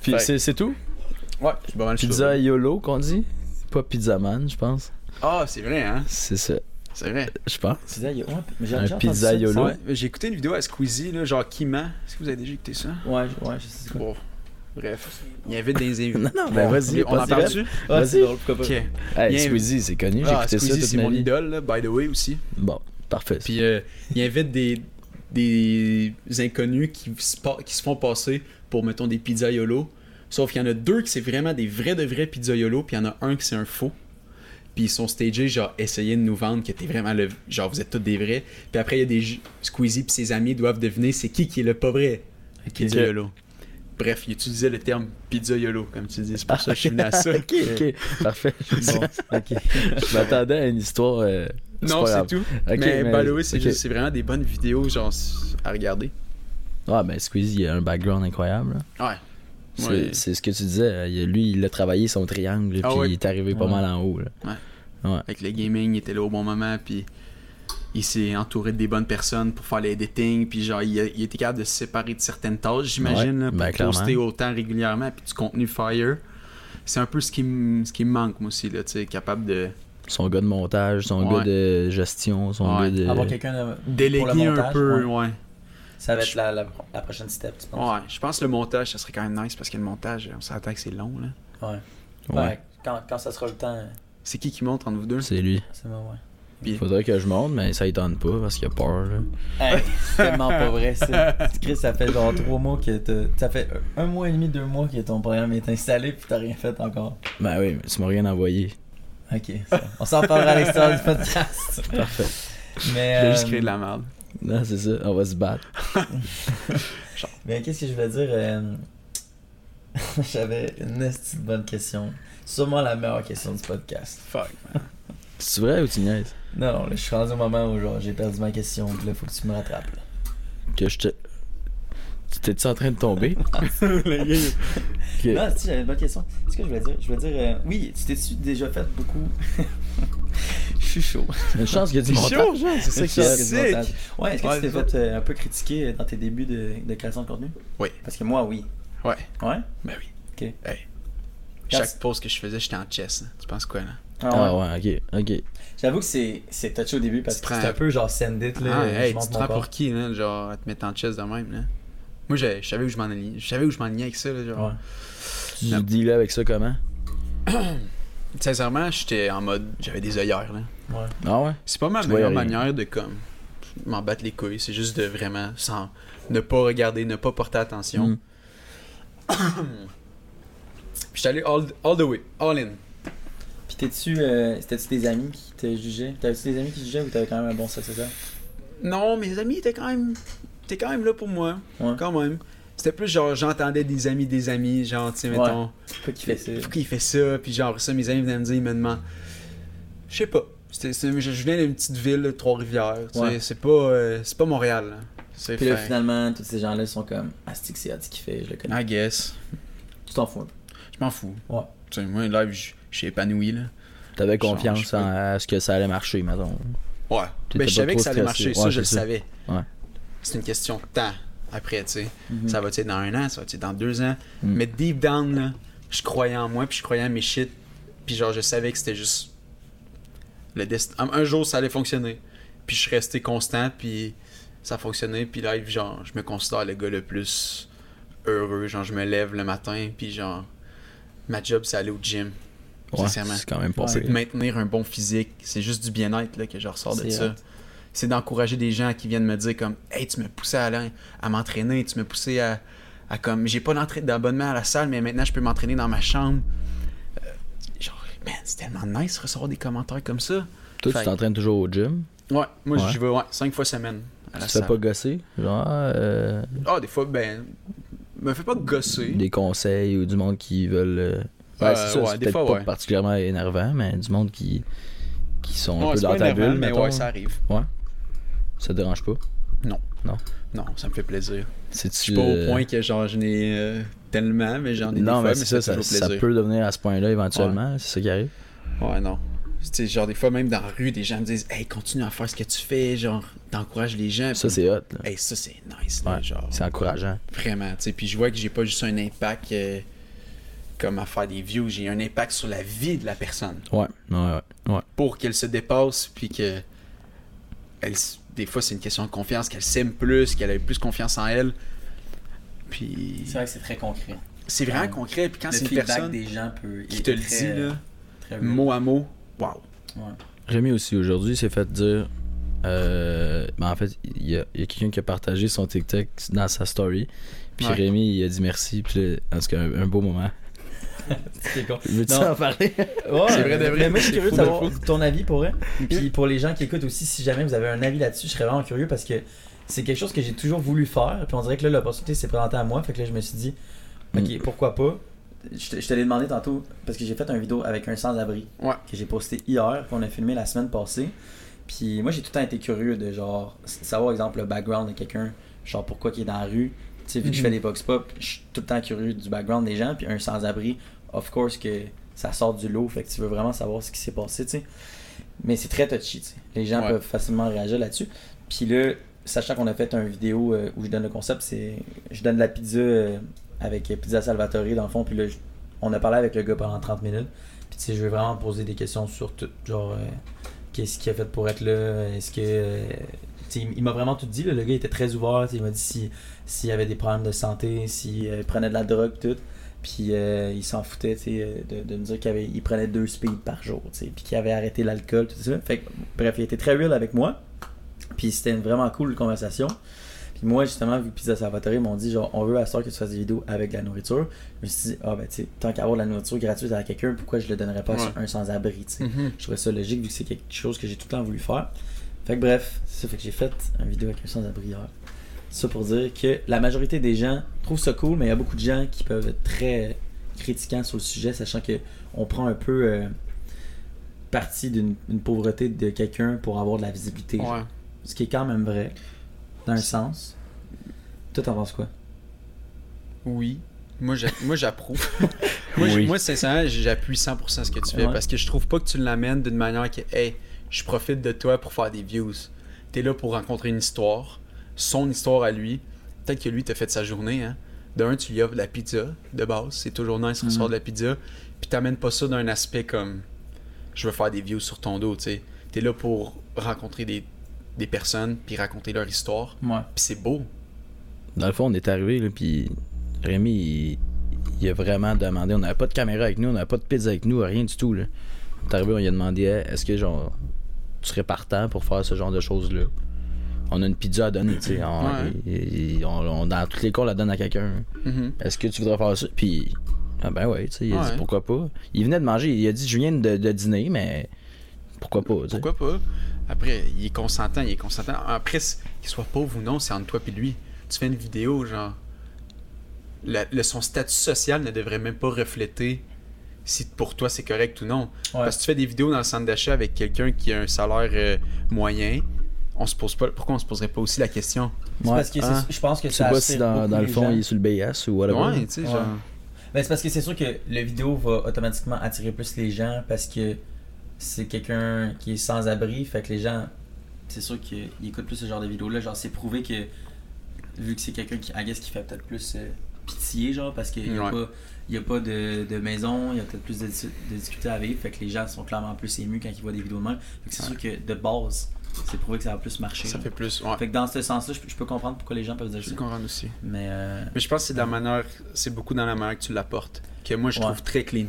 Speaker 5: Puis
Speaker 1: Fait-
Speaker 5: c'est c'est tout
Speaker 1: Ouais, je suis pas mal chaud.
Speaker 5: Pizza YOLO qu'on dit Pas Pizza Man, je pense.
Speaker 1: Ah, c'est vrai, hein.
Speaker 5: C'est ça.
Speaker 1: C'est vrai.
Speaker 5: Je pense.
Speaker 3: Pizza, il y a- ouais, mais j'ai
Speaker 5: Un
Speaker 3: déjà entendu
Speaker 5: pizza
Speaker 3: ça,
Speaker 5: YOLO.
Speaker 3: Ouais,
Speaker 1: Ouais, j'ai écouté une vidéo à Squeezie, là, genre qui ment. Est-ce que vous avez déjà écouté ça?
Speaker 3: ouais, ouais, je sais.
Speaker 1: Bon, bref. Il invite des invités. non, non,
Speaker 5: ben, vas-y,
Speaker 1: On en
Speaker 5: vas-y,
Speaker 1: parle-tu?
Speaker 3: Ah,
Speaker 5: Vas-y.
Speaker 3: c'est drôle, pourquoi pas.
Speaker 1: Ok.
Speaker 5: Hey,
Speaker 1: Bien-
Speaker 5: Squeezie, c'est connu. J'ai
Speaker 1: Ah,
Speaker 5: écouté ça
Speaker 1: Squeezie,
Speaker 5: toute
Speaker 1: c'est
Speaker 5: ma
Speaker 1: mon
Speaker 5: vie.
Speaker 1: idole, là, by the way, aussi.
Speaker 5: Bon, parfait.
Speaker 1: Puis euh, il invite des, des inconnus qui se, pa- qui se font passer pour, mettons, des pizzaiolos. Sauf qu'il y en a deux qui c'est vraiment des vrais de vrais pizzaiolos, puis il y en a un qui c'est un faux. Puis ils sont stagés, genre, essayer de nous vendre que t'es vraiment le. Genre, vous êtes tous des vrais. Puis après, il y a des. ju- Squeezie puis ses amis doivent deviner c'est qui qui est le pas vrai. Pizzaiolo. Bref, il utilisait le terme pizzaiolo, comme tu dis. C'est pour ça que je suis venu à ça.
Speaker 5: ok, ok, parfait. Je m'attendais à une histoire. euh,
Speaker 1: Non,
Speaker 5: pas
Speaker 1: c'est
Speaker 5: grave.
Speaker 1: tout.
Speaker 5: Ok,
Speaker 1: mais, by the way, c'est
Speaker 5: ok.
Speaker 1: juste- c'est vraiment des bonnes vidéos, genre, à regarder.
Speaker 5: Ah, ben Squeezie, il a un background incroyable. là.
Speaker 1: Ouais.
Speaker 5: C'est
Speaker 1: Ouais.
Speaker 5: c'est ce que tu disais. euh, il- Lui, il a travaillé son triangle,
Speaker 1: Ah
Speaker 5: puis
Speaker 1: ouais.
Speaker 5: il est arrivé pas
Speaker 3: Ouais.
Speaker 5: mal en haut. là.
Speaker 1: Avec le gaming, il était là au bon moment, puis il s'est entouré des bonnes personnes pour faire l'editing, puis genre, il, a- il était capable de se séparer de certaines tâches, j'imagine,
Speaker 5: Ouais,
Speaker 1: là, pour
Speaker 5: ben, clairement.
Speaker 1: poster autant régulièrement, puis du contenu fire. C'est un peu ce qui, me- ce qui me manque, moi aussi, là, tu sais, capable de
Speaker 5: Son gars de montage, son
Speaker 1: Ouais.
Speaker 5: gars de gestion, son
Speaker 1: Ouais.
Speaker 5: gars de.
Speaker 3: Avoir quelqu'un de- pour le
Speaker 1: déléguer
Speaker 3: montage,
Speaker 1: un peu,
Speaker 3: ouais.
Speaker 1: ouais.
Speaker 3: Ça va être la, la, la prochaine step, tu penses?
Speaker 1: Ouais, je pense que le montage, ça serait quand même nice, parce que le montage, on s'attend que c'est long, là.
Speaker 3: Ouais.
Speaker 5: Ouais,
Speaker 3: Ouais, Quand, quand ça sera le temps,
Speaker 1: C'est qui qui monte entre vous deux?
Speaker 5: C'est lui.
Speaker 3: c'est moi, ouais.
Speaker 5: Faudrait que je monte, mais ça étonne pas parce qu'il a peur. là.
Speaker 3: Hey, c'est tellement pas vrai ça. Chris, ça fait genre trois mois que t'as. Ça fait un mois et demi, deux mois que ton programme est installé puis t'as rien fait encore.
Speaker 5: Ben oui, mais tu m'as rien envoyé.
Speaker 3: Ok, ça. on s'en parlera à l'extérieur du podcast.
Speaker 5: Parfait.
Speaker 3: Mais,
Speaker 1: J'ai
Speaker 3: euh,
Speaker 1: juste créé de la merde.
Speaker 5: Non, c'est ça, on va se battre.
Speaker 3: mais Ben, qu'est-ce que je voulais dire euh, J'avais une petite bonne question. Sûrement la meilleure question du podcast.
Speaker 1: Fuck,
Speaker 5: C'est vrai ou tu niaises
Speaker 3: Non, non, là, je suis rendu au moment où genre j'ai perdu ma question puis là faut que tu me rattrapes. là.
Speaker 5: Que je te. Tu t'es-tu en train de tomber Ok.
Speaker 3: Non, si, j'avais une bonne question. Qu'est-ce que je voulais dire Je voulais dire, euh, oui, tu t'es déjà fait beaucoup. Je suis chaud.
Speaker 5: Une chance qu'il y a du montage. hein, C'est ça
Speaker 3: C'est
Speaker 5: qui est.
Speaker 1: sick.
Speaker 3: Ouais, est-ce que
Speaker 1: Ouais,
Speaker 3: tu t'es
Speaker 1: ça.
Speaker 3: fait euh, un peu critiquer euh, dans tes débuts de, de création de contenu?
Speaker 1: Oui.
Speaker 3: Parce que moi, oui.
Speaker 1: Ouais,
Speaker 3: Ouais?
Speaker 1: ben oui.
Speaker 3: Ok.
Speaker 1: Hey.
Speaker 3: Quand
Speaker 1: Chaque
Speaker 3: c'est-
Speaker 1: pause que je faisais, j'étais en chess. hein. Tu penses quoi, là?
Speaker 5: Ah ouais, ok, ok.
Speaker 3: J'avoue que c'est, c'est touché au début parce
Speaker 1: Tu
Speaker 3: que
Speaker 1: prends-
Speaker 3: c'est un peu genre send it, là.
Speaker 1: Ah,
Speaker 3: je
Speaker 1: hey,
Speaker 3: monte
Speaker 1: tu te
Speaker 3: mon
Speaker 1: prends
Speaker 3: corps.
Speaker 1: pour qui, là, genre, à te mettre en chess de même, là? Moi, je, je savais où je m'en allais- je savais où je m'enlignais avec ça, là, genre.
Speaker 3: Ouais.
Speaker 5: Tu dealais avec ça comment
Speaker 1: Sincèrement, j'étais en mode, j'avais des œillères, là.
Speaker 5: Ah ouais
Speaker 1: C'est pas ma
Speaker 5: Tu
Speaker 1: meilleure
Speaker 5: voyais rien.
Speaker 1: manière de, comme, m'en battre les couilles. C'est juste de vraiment, sans, ne pas regarder, ne pas porter attention.
Speaker 5: Mm.
Speaker 1: J'étais allé all, all the way, all in.
Speaker 3: Puis t'es-tu, euh, c'était-tu des amis qui te jugeaient? T'avais-tu des amis qui jugeaient ou t'avais quand même un bon successeur?
Speaker 1: Non, mes amis étaient quand même, étaient quand même là pour moi,
Speaker 3: Ouais.
Speaker 1: quand même. C'était plus genre, j'entendais des amis, des amis, genre, tu sais,
Speaker 3: Ouais.
Speaker 1: mettons...
Speaker 3: Pas qui fait ça.
Speaker 1: Pourquoi il fait ça? Puis genre, ça, mes amis venaient me dire, ils me demandent. Je sais pas. C'était- c'est- je je viens d'une petite ville, là, de Trois-Rivières. tu sais,
Speaker 3: Ouais.
Speaker 1: C'est pas, euh, c'est pas Montréal. là. C'est
Speaker 3: Puis là,
Speaker 1: fait.
Speaker 3: finalement, tous ces gens-là sont comme, ah, c'est que c'est hot ce qu'il fait, je le connais.
Speaker 1: I guess.
Speaker 3: Tu t'en fous un peu.
Speaker 1: Je m'en fous.
Speaker 3: Ouais.
Speaker 1: Tu sais, moi, live, je je suis épanoui. Là.
Speaker 5: T'avais
Speaker 1: Change,
Speaker 5: confiance
Speaker 1: oui.
Speaker 5: en, à ce que ça allait marcher, mettons.
Speaker 1: Ouais.
Speaker 5: T'étais
Speaker 1: Mais je
Speaker 5: pas
Speaker 1: savais que
Speaker 5: trop
Speaker 1: ça allait
Speaker 5: stressé.
Speaker 1: marcher. ça,
Speaker 5: Ouais,
Speaker 1: je le
Speaker 5: c'est ça.
Speaker 1: savais.
Speaker 5: Ouais.
Speaker 1: C'est une question de temps après, tu sais.
Speaker 3: Mhm.
Speaker 1: Ça va, tu sais, dans un an, ça va, tu sais, dans deux ans.
Speaker 5: Mm.
Speaker 1: Mais deep down, là, je croyais en moi, puis je croyais en mes shit. Puis genre, je savais que c'était juste. Le destin. Un un jour, ça allait fonctionner. Puis je suis resté constant, puis ça fonctionnait. Puis live, genre, je me considère le gars le plus heureux. Genre, je me lève le matin, puis genre, ma job, c'est aller au gym.
Speaker 5: Ouais,
Speaker 1: Sincèrement.
Speaker 5: c'est quand même pas
Speaker 1: C'est de
Speaker 5: pire.
Speaker 1: maintenir un bon physique. C'est juste du bien-être là, que je ressors de
Speaker 3: C'est
Speaker 1: ça.
Speaker 3: hot.
Speaker 1: C'est d'encourager des gens qui viennent me dire comme Hey, tu me poussais à, aller- à m'entraîner, tu me poussais à, à comme j'ai pas d'entra- d'abonnement à la salle, mais maintenant je peux m'entraîner dans ma chambre. Euh, genre, man, c'est tellement nice de recevoir des commentaires comme ça.
Speaker 5: Toi, tu
Speaker 1: Fait-
Speaker 5: t'entraînes toujours au gym.
Speaker 1: Ouais, moi
Speaker 5: Ouais.
Speaker 1: j'y vais ouais, cinq fois semaine à la
Speaker 5: Tu te fais
Speaker 1: salle.
Speaker 5: pas gosser. Genre, ah, euh,
Speaker 1: Ah, des fois, ben, me fais pas gosser.
Speaker 5: des conseils ou du monde qui veulent. euh,
Speaker 1: Euh,
Speaker 5: c'est ça,
Speaker 1: ouais,
Speaker 5: c'est
Speaker 1: des
Speaker 5: peut-être
Speaker 1: fois,
Speaker 5: pas
Speaker 1: ouais.
Speaker 5: particulièrement énervant, mais du monde qui, qui sont un
Speaker 1: Ouais,
Speaker 5: peu
Speaker 1: c'est
Speaker 5: dans
Speaker 1: pas
Speaker 5: ta
Speaker 1: énervant,
Speaker 5: bulle.
Speaker 1: mais
Speaker 5: mettons.
Speaker 1: ouais, ça arrive.
Speaker 5: Ça te dérange pas.
Speaker 1: Non, ça me fait plaisir. Je
Speaker 5: C'est-tu,
Speaker 1: suis pas au
Speaker 5: euh,
Speaker 1: point que genre je n'ai euh, tellement, mais j'en ai des fois,
Speaker 5: non, mais
Speaker 1: mais
Speaker 5: c'est
Speaker 1: ça,
Speaker 5: ça,
Speaker 1: fait
Speaker 5: ça,
Speaker 1: toujours
Speaker 5: ça
Speaker 1: plaisir.
Speaker 5: peut devenir à ce point-là éventuellement, c'est ça qui arrive.
Speaker 1: Ouais, non. Tu sais, genre, des fois, même dans la rue, des gens me disent Hey, continue à faire ce que tu fais, genre, t'encourages les gens.
Speaker 5: Ça,
Speaker 1: Puis,
Speaker 5: c'est hot, là.
Speaker 1: Hey, ça, c'est nice, là,
Speaker 5: Ouais,
Speaker 1: genre.
Speaker 5: c'est encourageant.
Speaker 1: Vraiment, tu sais. Puis je vois que j'ai pas juste un impact euh, comme à faire des views, j'ai un impact sur la vie de la personne
Speaker 5: Ouais, ouais, ouais. ouais.
Speaker 1: pour qu'elle se dépasse, puis que. Elle, s- des fois, c'est une question de confiance, qu'elle s'aime plus, qu'elle ait plus confiance en elle. Puis.
Speaker 3: C'est vrai que c'est très concret.
Speaker 1: C'est vraiment concret, puis quand
Speaker 3: le
Speaker 1: c'est une
Speaker 3: feedback
Speaker 1: personne
Speaker 3: des gens peut.
Speaker 1: qui
Speaker 3: est
Speaker 1: te le
Speaker 3: très- euh,
Speaker 1: dit, là,
Speaker 3: très bien.
Speaker 1: mot à mot, waouh.
Speaker 5: Rémi aussi, aujourd'hui, s'est fait dire. euh, ben, en fait, il y a, il y a quelqu'un qui a partagé son TikTok dans sa story. Puis
Speaker 1: Ouais.
Speaker 5: Rémi, il a dit merci. Puis là, en tout cas, un, un beau moment.
Speaker 3: C'est con.
Speaker 5: Veux-tu
Speaker 3: Non.
Speaker 5: en parler
Speaker 3: Ouais,
Speaker 1: vrai de
Speaker 3: mais-
Speaker 1: vrai.
Speaker 3: Mais moi, je suis
Speaker 1: C'est
Speaker 3: curieux de
Speaker 1: fou de
Speaker 3: savoir ton avis pour vrai. Puis pour les gens qui écoutent aussi, si jamais vous avez un avis là-dessus, je serais vraiment curieux parce que c'est quelque chose que j'ai toujours voulu faire. Puis on dirait que là, l'opportunité s'est présentée à moi. Fait que là, je me suis dit, ok, pourquoi pas. Je te, je te l'ai demandé tantôt parce que j'ai fait un vidéo avec un sans-abri
Speaker 1: Ouais.
Speaker 3: que j'ai posté hier, qu'on a filmé la semaine passée. Puis moi, j'ai tout le temps été curieux de genre savoir, exemple, le background de quelqu'un, genre pourquoi il est dans la rue. Tu sais, vu que je fais des box pop, je suis tout le temps curieux du background des gens. Puis un sans-abri, of course que ça sort du lot, fait que tu veux vraiment savoir ce qui s'est passé, tu sais. Mais c'est très touchy, tu sais. Les gens
Speaker 1: Ouais.
Speaker 3: peuvent facilement réagir là-dessus. Puis là, sachant qu'on a fait une vidéo euh, où je donne le concept, c'est je donne de la pizza euh, avec euh, Pizza Salvatore dans le fond. Puis là, je- on a parlé avec le gars pendant 30 minutes. Puis tu sais, je vais vraiment poser des questions sur tout, genre euh, qu'est-ce qu'il a fait pour être là, est-ce que euh, tu sais, il- il m'a vraiment tout dit, là. le gars était très ouvert, tu sais, il m'a dit si- s'il avait des problèmes de santé, s'il euh, prenait de la drogue, tout. Puis euh, il s'en foutait tu sais, euh, de, de me dire qu'il avait- il prenait deux speeds par jour, tu sais, puis qu'il avait arrêté l'alcool, tout ça. Fait que, bref, il était très real avec moi. Puis c'était une vraiment cool conversation. Puis moi, justement, vu que Pizza Salvatore ils m'ont dit, genre, on veut à ce soir que tu fasses des vidéos avec de la nourriture. Je me suis dit, ah ben, tu sais, tant qu'à avoir de la nourriture gratuite à quelqu'un, pourquoi je le donnerais pas
Speaker 1: Ouais.
Speaker 3: à un sans-abri, tu sais?
Speaker 1: Mhm.
Speaker 3: Je trouvais ça logique vu que c'est quelque chose que j'ai tout le temps voulu faire. Fait que bref, c'est ça. Fait que j'ai fait une vidéo avec un sans-abri hier. Ça pour dire que la majorité des gens trouvent ça cool, mais il y a beaucoup de gens qui peuvent être très critiquants sur le sujet, sachant que on prend un peu euh, partie d'une une pauvreté de quelqu'un pour avoir de la visibilité. genre.
Speaker 1: Ouais.
Speaker 3: Ce qui est quand même vrai, dans un sens. Toi, t'en penses quoi?
Speaker 1: Oui. Moi, j'a- moi, j'approuve. moi, j'-
Speaker 5: Oui.
Speaker 1: moi, sincèrement, j'appuie 100% ce que tu fais
Speaker 3: Ouais.
Speaker 1: parce que je trouve pas que tu l'amènes d'une manière que, hey, je profite de toi pour faire des views. T'es là pour rencontrer une histoire, son histoire à lui. Peut-être que lui t'a fait sa journée. Hein. De un, tu lui offres de la pizza de base. C'est toujours nice de recevoir de la pizza. Puis t'amènes pas ça d'un aspect comme je veux faire des views sur ton dos. Tu sais. T'es là pour rencontrer des, des personnes puis raconter leur histoire.
Speaker 3: Ouais.
Speaker 1: Puis c'est beau.
Speaker 5: Dans le fond, on est arrivé, là, puis Rémi, il, il a vraiment demandé. On n'avait pas de caméra avec nous, on n'avait pas de pizza avec nous, rien du tout. Là. On est arrivé, on lui a demandé Hey, est-ce que genre, tu serais partant pour faire ce genre de choses-là On a une pizza à donner, tu sais. On,
Speaker 1: Ouais.
Speaker 5: il- il- on- on- dans tous les cas, on la donne à quelqu'un.
Speaker 1: Mhm.
Speaker 5: Est-ce que tu voudrais faire ça Puis, ah ben ouais, tu sais, il a
Speaker 1: Ouais.
Speaker 5: dit pourquoi pas. Il venait de manger, il a dit je viens de, de dîner, mais pourquoi pas, tu sais.
Speaker 1: Pourquoi pas? Après, il est consentant, il est consentant. Après, c- qu'il soit pauvre ou non, c'est entre toi et lui. Tu fais une vidéo, genre. la- le, son statut social ne devrait même pas refléter si pour toi c'est correct ou non. Parce que tu fais des vidéos dans le centre d'achat avec quelqu'un qui a un salaire euh, moyen, on se pose pas. Pourquoi on se poserait pas aussi la question?
Speaker 3: C'est parce que c'est-
Speaker 1: Ah.
Speaker 3: je pense que
Speaker 5: Je
Speaker 3: ça
Speaker 5: sais pas
Speaker 3: attire
Speaker 5: si dans,
Speaker 3: beaucoup
Speaker 5: dans le
Speaker 3: les
Speaker 5: fond,
Speaker 3: gens.
Speaker 5: il est sur le BS ou whatever.
Speaker 1: Ouais, tu sais, genre.
Speaker 3: Ouais. Ben, c'est parce que c'est sûr que le vidéo va automatiquement attirer plus les gens parce que c'est quelqu'un qui est sans abri, fait que les gens, c'est sûr qu'ils écoutent plus ce genre de vidéo-là. Genre, c'est prouvé que, vu que c'est quelqu'un qui, I guess, qui fait peut-être plus euh, pitié, genre, parce qu'il n'y a,
Speaker 1: Ouais.
Speaker 3: pas- il y a pas de, de maison, il y a peut-être plus de, dis- de difficultés à vivre, fait que les gens sont clairement plus émus quand ils voient des vidéos de même. Fait que c'est sûr que, de base, c'est prouvé que ça va plus marcher.
Speaker 1: Ça
Speaker 3: là.
Speaker 1: fait plus. Ouais,
Speaker 3: Fait que dans ce sens-là, je, je peux comprendre pourquoi les gens peuvent dire
Speaker 1: je
Speaker 3: ça.
Speaker 1: le comprends aussi.
Speaker 3: Mais euh,
Speaker 1: Mais je pense que c'est de la manière, c'est beaucoup dans la manière que tu l'apportes, que moi je
Speaker 3: Ouais.
Speaker 1: trouve très clean.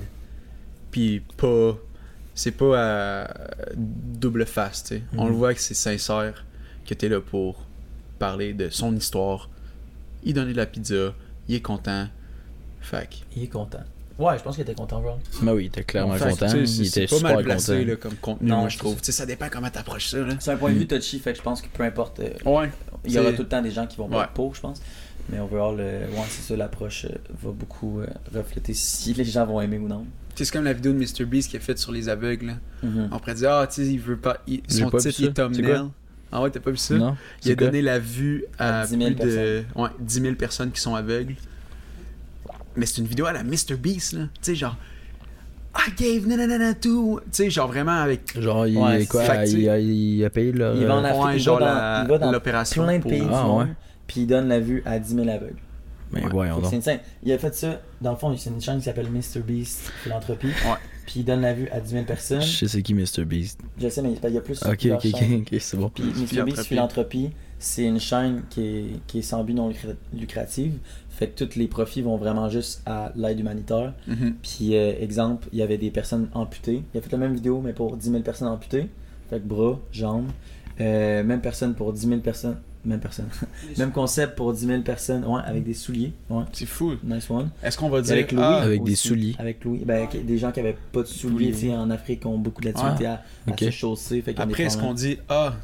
Speaker 1: Puis pas, c'est pas à double face, tu sais. On le
Speaker 5: Mhm.
Speaker 1: voit que c'est sincère, que t'es là pour parler de son histoire, y donner de la pizza, il est content. Fait que-
Speaker 3: il est content. Ouais, je pense qu'il était content, Ron.
Speaker 5: Mais oui, il était clairement
Speaker 1: Fait que,
Speaker 5: content.
Speaker 1: tu sais, c'est-
Speaker 5: Il était
Speaker 1: c'est pas mal
Speaker 5: super
Speaker 1: placé
Speaker 5: content.
Speaker 1: là, comme contenu,
Speaker 3: Non,
Speaker 1: moi, je
Speaker 3: c'est
Speaker 1: trouve.
Speaker 3: ça.
Speaker 1: Tu sais, ça dépend comment t'approches ça. Là.
Speaker 3: C'est un point de vue
Speaker 5: Hmm.
Speaker 3: touchy, fait que je pense que peu importe, euh,
Speaker 1: Ouais.
Speaker 3: il y aura
Speaker 1: C'est-
Speaker 3: tout le temps des gens qui vont
Speaker 1: Ouais.
Speaker 3: pas être pour, je pense. Mais overall, euh, ouais, c'est ça, l'approche euh, va beaucoup euh, refléter si les gens vont aimer ou non.
Speaker 1: C'est comme la vidéo de MrBeast qui a faite sur les aveugles. là.
Speaker 5: Mm-hmm.
Speaker 3: Mhm.
Speaker 1: On pourrait dire, ah, tu sais, il veut pas. il-
Speaker 5: J'ai
Speaker 1: son
Speaker 5: pas vu
Speaker 1: titre,
Speaker 5: ça.
Speaker 1: il est
Speaker 5: C'est
Speaker 1: thumbnail. Ah ouais, t'as pas vu ça?
Speaker 5: Non?
Speaker 1: Il a
Speaker 5: C'est quoi?
Speaker 1: donné la vue à,
Speaker 3: À 10
Speaker 1: plus
Speaker 3: 000
Speaker 1: de ouais, 10 000 personnes qui sont aveugles. Mais c'est une vidéo à la MrBeast, là. Tu sais, genre. I gave nanana to. Tu sais, genre vraiment avec.
Speaker 5: Genre, il,
Speaker 3: Ouais,
Speaker 5: quoi,
Speaker 1: c'est-
Speaker 5: il, il a, il a payé leur.
Speaker 3: Il va en
Speaker 5: euh,
Speaker 3: Afrique,
Speaker 1: ouais,
Speaker 3: il va
Speaker 1: genre
Speaker 3: dans-
Speaker 1: la-
Speaker 3: il va dans
Speaker 1: l'opération.
Speaker 3: Plein de
Speaker 1: pour-
Speaker 3: pays du
Speaker 5: Ah,
Speaker 3: monde,
Speaker 5: ouais.
Speaker 3: puis il donne la vue à 10 000 aveugles.
Speaker 5: Mais
Speaker 1: Ouais,
Speaker 5: voyons
Speaker 3: Fait que
Speaker 5: donc.
Speaker 3: C'est insane. Il a fait ça, dans le fond, c'est une chaîne qui s'appelle MrBeast Philanthropie.
Speaker 1: Ouais.
Speaker 3: Puis il donne la vue à 10 000 personnes.
Speaker 5: Je sais c'est qui Mr. Beast.
Speaker 3: Je sais, mais il y a plus.
Speaker 5: Ok,
Speaker 3: plusieurs
Speaker 5: ok, ok,
Speaker 3: chaînes.
Speaker 5: ok, c'est bon.
Speaker 3: Puis MrBeast
Speaker 1: Philanthropie.
Speaker 3: Philanthropie, c'est une chaîne qui est, qui est sans but non lucra- lucratif. Fait que tous les profits vont vraiment juste à l'aide humanitaire.
Speaker 1: Mhm.
Speaker 3: Puis, euh, exemple, il y avait des personnes amputées. Il a fait la même vidéo, mais pour 10 000 personnes amputées. Fait que bras, jambes. Euh, même personne pour 10 000 personnes. Même personne. même concept pour 10 000 personnes. Ouais, avec des souliers. Ouais,
Speaker 1: C'est fou.
Speaker 3: nice one.
Speaker 1: Est-ce qu'on va dire.
Speaker 3: Avec Louis.
Speaker 1: ah,
Speaker 5: Avec des
Speaker 3: aussi.
Speaker 5: souliers.
Speaker 3: Avec Louis. Ben, ok, des gens qui avaient pas de
Speaker 1: Souliers.
Speaker 3: souliers, tu sais, en Afrique, ont beaucoup de difficulté à, à
Speaker 5: ok.
Speaker 3: se chausser. Fait qu'il y a des
Speaker 1: Après, est-ce qu'on
Speaker 3: problèmes.
Speaker 1: dit. Ah,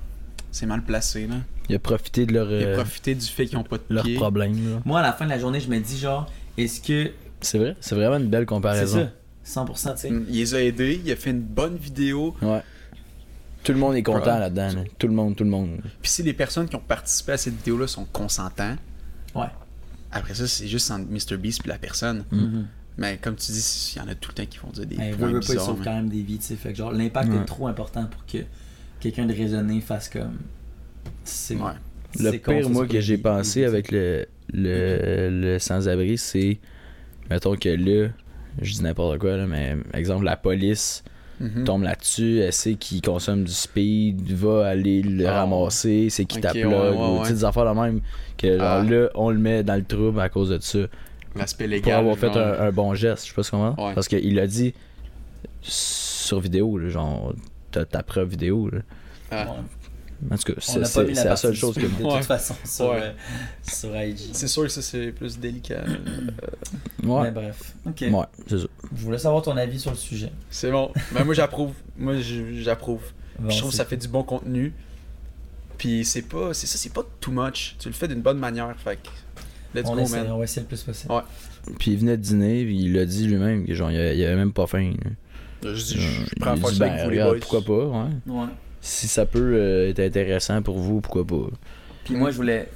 Speaker 1: c'est mal placé, là.
Speaker 5: Il a profité de leur,
Speaker 1: Il a
Speaker 5: euh,
Speaker 1: profité du fait qu'ils ont pas de
Speaker 5: leur
Speaker 1: pied.
Speaker 5: problème. là.
Speaker 3: Moi, à la fin de la journée, je me dis, genre, est-ce que.
Speaker 5: C'est vrai, c'est vraiment une belle
Speaker 3: C'est
Speaker 5: comparaison.
Speaker 3: ça.
Speaker 5: Mm.
Speaker 3: 100%, tu sais.
Speaker 1: Il les a aidés, il a fait une bonne vidéo.
Speaker 5: Ouais. Tout le monde est content
Speaker 1: Bro.
Speaker 5: là-dedans. là. Tout le monde, tout le monde.
Speaker 1: Puis si les personnes qui ont participé à cette vidéo-là sont consentants,
Speaker 3: Ouais.
Speaker 1: après ça, c'est juste entre MrBeast puis la personne.
Speaker 5: Mm.
Speaker 3: Mhm.
Speaker 1: Mais comme tu dis, il y en a tout le temps qui vont dire des
Speaker 3: Eh,
Speaker 1: points
Speaker 3: veux, veux pas, ils
Speaker 1: bizarres.
Speaker 3: sauvent
Speaker 1: mais-
Speaker 3: quand même des vies, tu sais. Fait que genre, l'impact
Speaker 5: Ouais.
Speaker 3: est trop important pour que quelqu'un de raisonné fasse comme. C'est.
Speaker 1: Ouais.
Speaker 5: Le
Speaker 3: c'est con,
Speaker 5: pire,
Speaker 3: ça,
Speaker 5: moi,
Speaker 3: c'est
Speaker 5: que
Speaker 3: pas
Speaker 5: j'ai
Speaker 3: des-
Speaker 5: pensé
Speaker 3: des-
Speaker 5: avec le, le, le sans-abri, c'est. Mettons que là, je dis n'importe quoi, là, mais exemple, la police
Speaker 1: Mhm.
Speaker 5: tombe là-dessus, elle sait qu'il consomme du speed, va aller le
Speaker 1: Ah.
Speaker 5: ramasser, c'est qui
Speaker 1: Ok,
Speaker 5: tape
Speaker 1: ouais,
Speaker 5: là,
Speaker 1: ouais,
Speaker 5: ou
Speaker 1: ouais.
Speaker 5: tu sais, des affaires de même. Que genre
Speaker 1: Ah.
Speaker 5: là, on le met dans le trouble à cause de ça.
Speaker 1: L'aspect
Speaker 5: Pour
Speaker 1: légal.
Speaker 5: avoir fait
Speaker 1: genre.
Speaker 5: un, un bon geste, je sais pas ce qu'on va.
Speaker 1: Ouais.
Speaker 5: Parce qu'il a dit sur vidéo, là, genre, t'as ta preuve vidéo. là.
Speaker 1: Ah.
Speaker 3: Bon,
Speaker 5: En tout cas,
Speaker 3: on
Speaker 5: c'est
Speaker 3: n'a pas
Speaker 5: c'est-
Speaker 3: vu
Speaker 5: c'est la seule
Speaker 3: partie
Speaker 5: chose
Speaker 3: du
Speaker 5: que.
Speaker 3: film, De
Speaker 1: Ouais.
Speaker 3: toute façon, sur,
Speaker 1: Ouais.
Speaker 3: euh, sur IG.
Speaker 1: C'est sûr que ça, c'est plus délicat.
Speaker 5: Ouais,
Speaker 3: Mais bref. Ok.
Speaker 5: ouais c'est ça.
Speaker 3: Je voulais savoir ton avis sur le sujet.
Speaker 1: c'est bon. Ben, moi, j'approuve. Moi, je- j'approuve.
Speaker 3: Bon,
Speaker 1: je trouve que
Speaker 3: c'est-
Speaker 1: ça fait du bon contenu. Puis c'est pas. C'est ça, c'est pas too much. Tu le fais d'une bonne manière. Fait que. Let's
Speaker 3: on,
Speaker 1: go,
Speaker 3: essaie,
Speaker 1: man.
Speaker 3: on va essayer le plus possible.
Speaker 5: Puis il venait de dîner, puis il l'a dit lui-même, que genre, il avait, il avait même pas faim. là.
Speaker 1: Je dis,
Speaker 5: Genre,
Speaker 1: je
Speaker 5: il
Speaker 1: prends
Speaker 5: a
Speaker 1: pas
Speaker 5: dit,
Speaker 1: ça
Speaker 5: ben,
Speaker 1: avec vous, les
Speaker 5: regarde,
Speaker 1: boys.
Speaker 5: pourquoi pas, ouais.
Speaker 3: Ouais.
Speaker 5: Si ça peut euh, être intéressant pour vous, pourquoi pas.
Speaker 3: Puis moi, je voulais.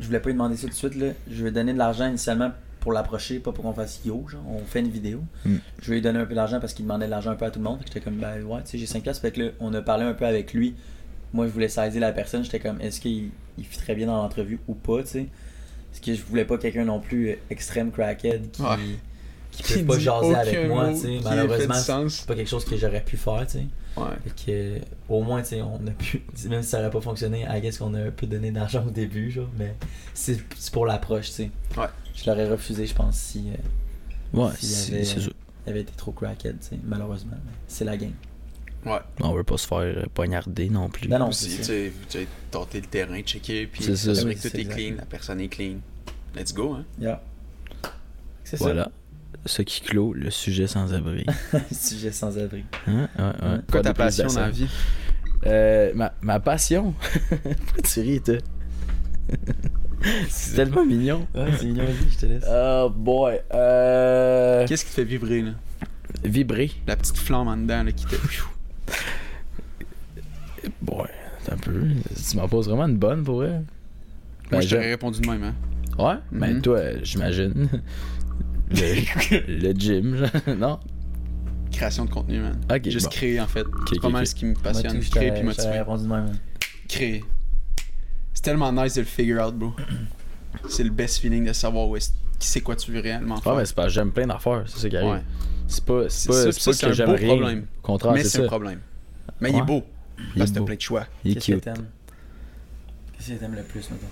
Speaker 3: Je voulais pas lui demander ça tout de suite, là. Je vais donner de l'argent initialement pour l'approcher, pas pour qu'on fasse yo, genre. On fait une vidéo.
Speaker 5: Mm.
Speaker 3: Je vais lui donner un peu d'argent parce qu'il demandait de l'argent un peu à tout le monde. Fait que J'étais comme, ben ouais, tu sais, j'ai 5 places. Fait que là, on a parlé un peu avec lui. Moi, je voulais saisir la personne. J'étais comme, est-ce qu'il il fit très bien dans l'entrevue ou pas, tu sais. Parce que je voulais pas quelqu'un non plus euh, extrême crackhead qui.
Speaker 1: Ouais.
Speaker 3: qui peut pas
Speaker 1: dit
Speaker 3: jaser
Speaker 1: aucun
Speaker 3: avec moi,
Speaker 1: mot
Speaker 3: tu sais.
Speaker 1: qui ait
Speaker 3: Malheureusement,
Speaker 1: fait du
Speaker 3: c'est
Speaker 1: sens.
Speaker 3: pas quelque chose que j'aurais pu faire, tu sais.
Speaker 1: Ouais.
Speaker 3: Fait que, euh, au moins, tu sais, on a pu. Même si ça n'aurait pas fonctionné, I guess qu'on a un peu donné d'argent au début, genre, mais c'est c'est pour l'approche, tu sais.
Speaker 1: Ouais.
Speaker 3: Je l'aurais refusé, je pense, si euh,
Speaker 5: Ouais,
Speaker 3: S'il y
Speaker 5: c'est
Speaker 3: avait-
Speaker 5: c'est ça.
Speaker 3: il avait été trop crackhead, tu sais, malheureusement. mais C'est la game.
Speaker 5: On veut pas se faire euh, poignarder non plus.
Speaker 3: Ben non,
Speaker 1: Aussi,
Speaker 3: c'est
Speaker 1: tu
Speaker 3: ça.
Speaker 1: sais, tu sais, tenter le terrain, checker. Puis
Speaker 5: C'est ça.
Speaker 1: s'assurer que
Speaker 3: Oui,
Speaker 1: tout
Speaker 3: c'est
Speaker 1: est
Speaker 3: exact.
Speaker 1: clean, la personne est clean. Let's go, hein.
Speaker 3: Yeah. C'est
Speaker 5: Voilà. Ce qui clôt le sujet sans-abri.
Speaker 3: ça, le sujet sans abri.
Speaker 5: Hein? Ouais, ouais.
Speaker 1: Quoi
Speaker 5: Pas
Speaker 1: ta
Speaker 5: de prise
Speaker 1: passion dans la
Speaker 5: d'acide.
Speaker 1: vie
Speaker 5: Euh, ma, ma passion. Pourquoi tu ris, toi? C'est tellement mignon.
Speaker 3: Ouais, c'est mignon, vas-y, je te
Speaker 1: Ah,
Speaker 3: laisse.
Speaker 5: Oh boy. Euh...
Speaker 1: Qu'est-ce qui te fait vibrer, là
Speaker 5: Vibrer.
Speaker 1: La petite flamme en dedans, là, qui te.
Speaker 5: Boy, attends un peu. Tu m'en poses vraiment une bonne pour elle. Ben,
Speaker 1: Moi, je t'aurais répondu de même, hein.
Speaker 5: Ouais? Mais
Speaker 1: Mhm.
Speaker 5: toi, euh, j'imagine. Le... le gym, genre. non?
Speaker 1: Création de contenu, man.
Speaker 5: Ok.
Speaker 1: Juste
Speaker 5: bon.
Speaker 1: créer, en fait. c'est
Speaker 5: ok,
Speaker 1: pas mal
Speaker 5: ok.
Speaker 1: ce qui me passionne.
Speaker 3: Moi, tout, je
Speaker 1: créer
Speaker 3: t'aurais-
Speaker 1: puis
Speaker 3: je t'aurais
Speaker 1: motiver.
Speaker 3: répondu de même.
Speaker 1: Créer. C'est tellement nice de le figure out, bro. C'est le best feeling de savoir où est qui c'est quoi tu veux réellement faire.
Speaker 5: Ouais, mais c'est pas j'aime plein d'affaires, c'est ça qui arrive.
Speaker 1: Ouais.
Speaker 5: C'est pas, c'est
Speaker 1: C'est
Speaker 5: pas,
Speaker 1: ça,
Speaker 5: c'est
Speaker 1: ça,
Speaker 5: pas
Speaker 1: c'est
Speaker 5: que
Speaker 1: un
Speaker 5: j'aime
Speaker 1: beau
Speaker 5: rien.
Speaker 1: problème.
Speaker 5: Au contraire,
Speaker 1: mais
Speaker 5: c'est
Speaker 1: c'est un
Speaker 5: ça.
Speaker 1: problème. Mais il
Speaker 5: Ouais.
Speaker 1: est beau.
Speaker 5: Il est
Speaker 2: Parce que t'as
Speaker 5: beau.
Speaker 2: plein de choix.
Speaker 5: Il est
Speaker 3: Qu'est-ce que
Speaker 5: cute.
Speaker 3: t'aimes Qu'est-ce que t'aimes le plus, maintenant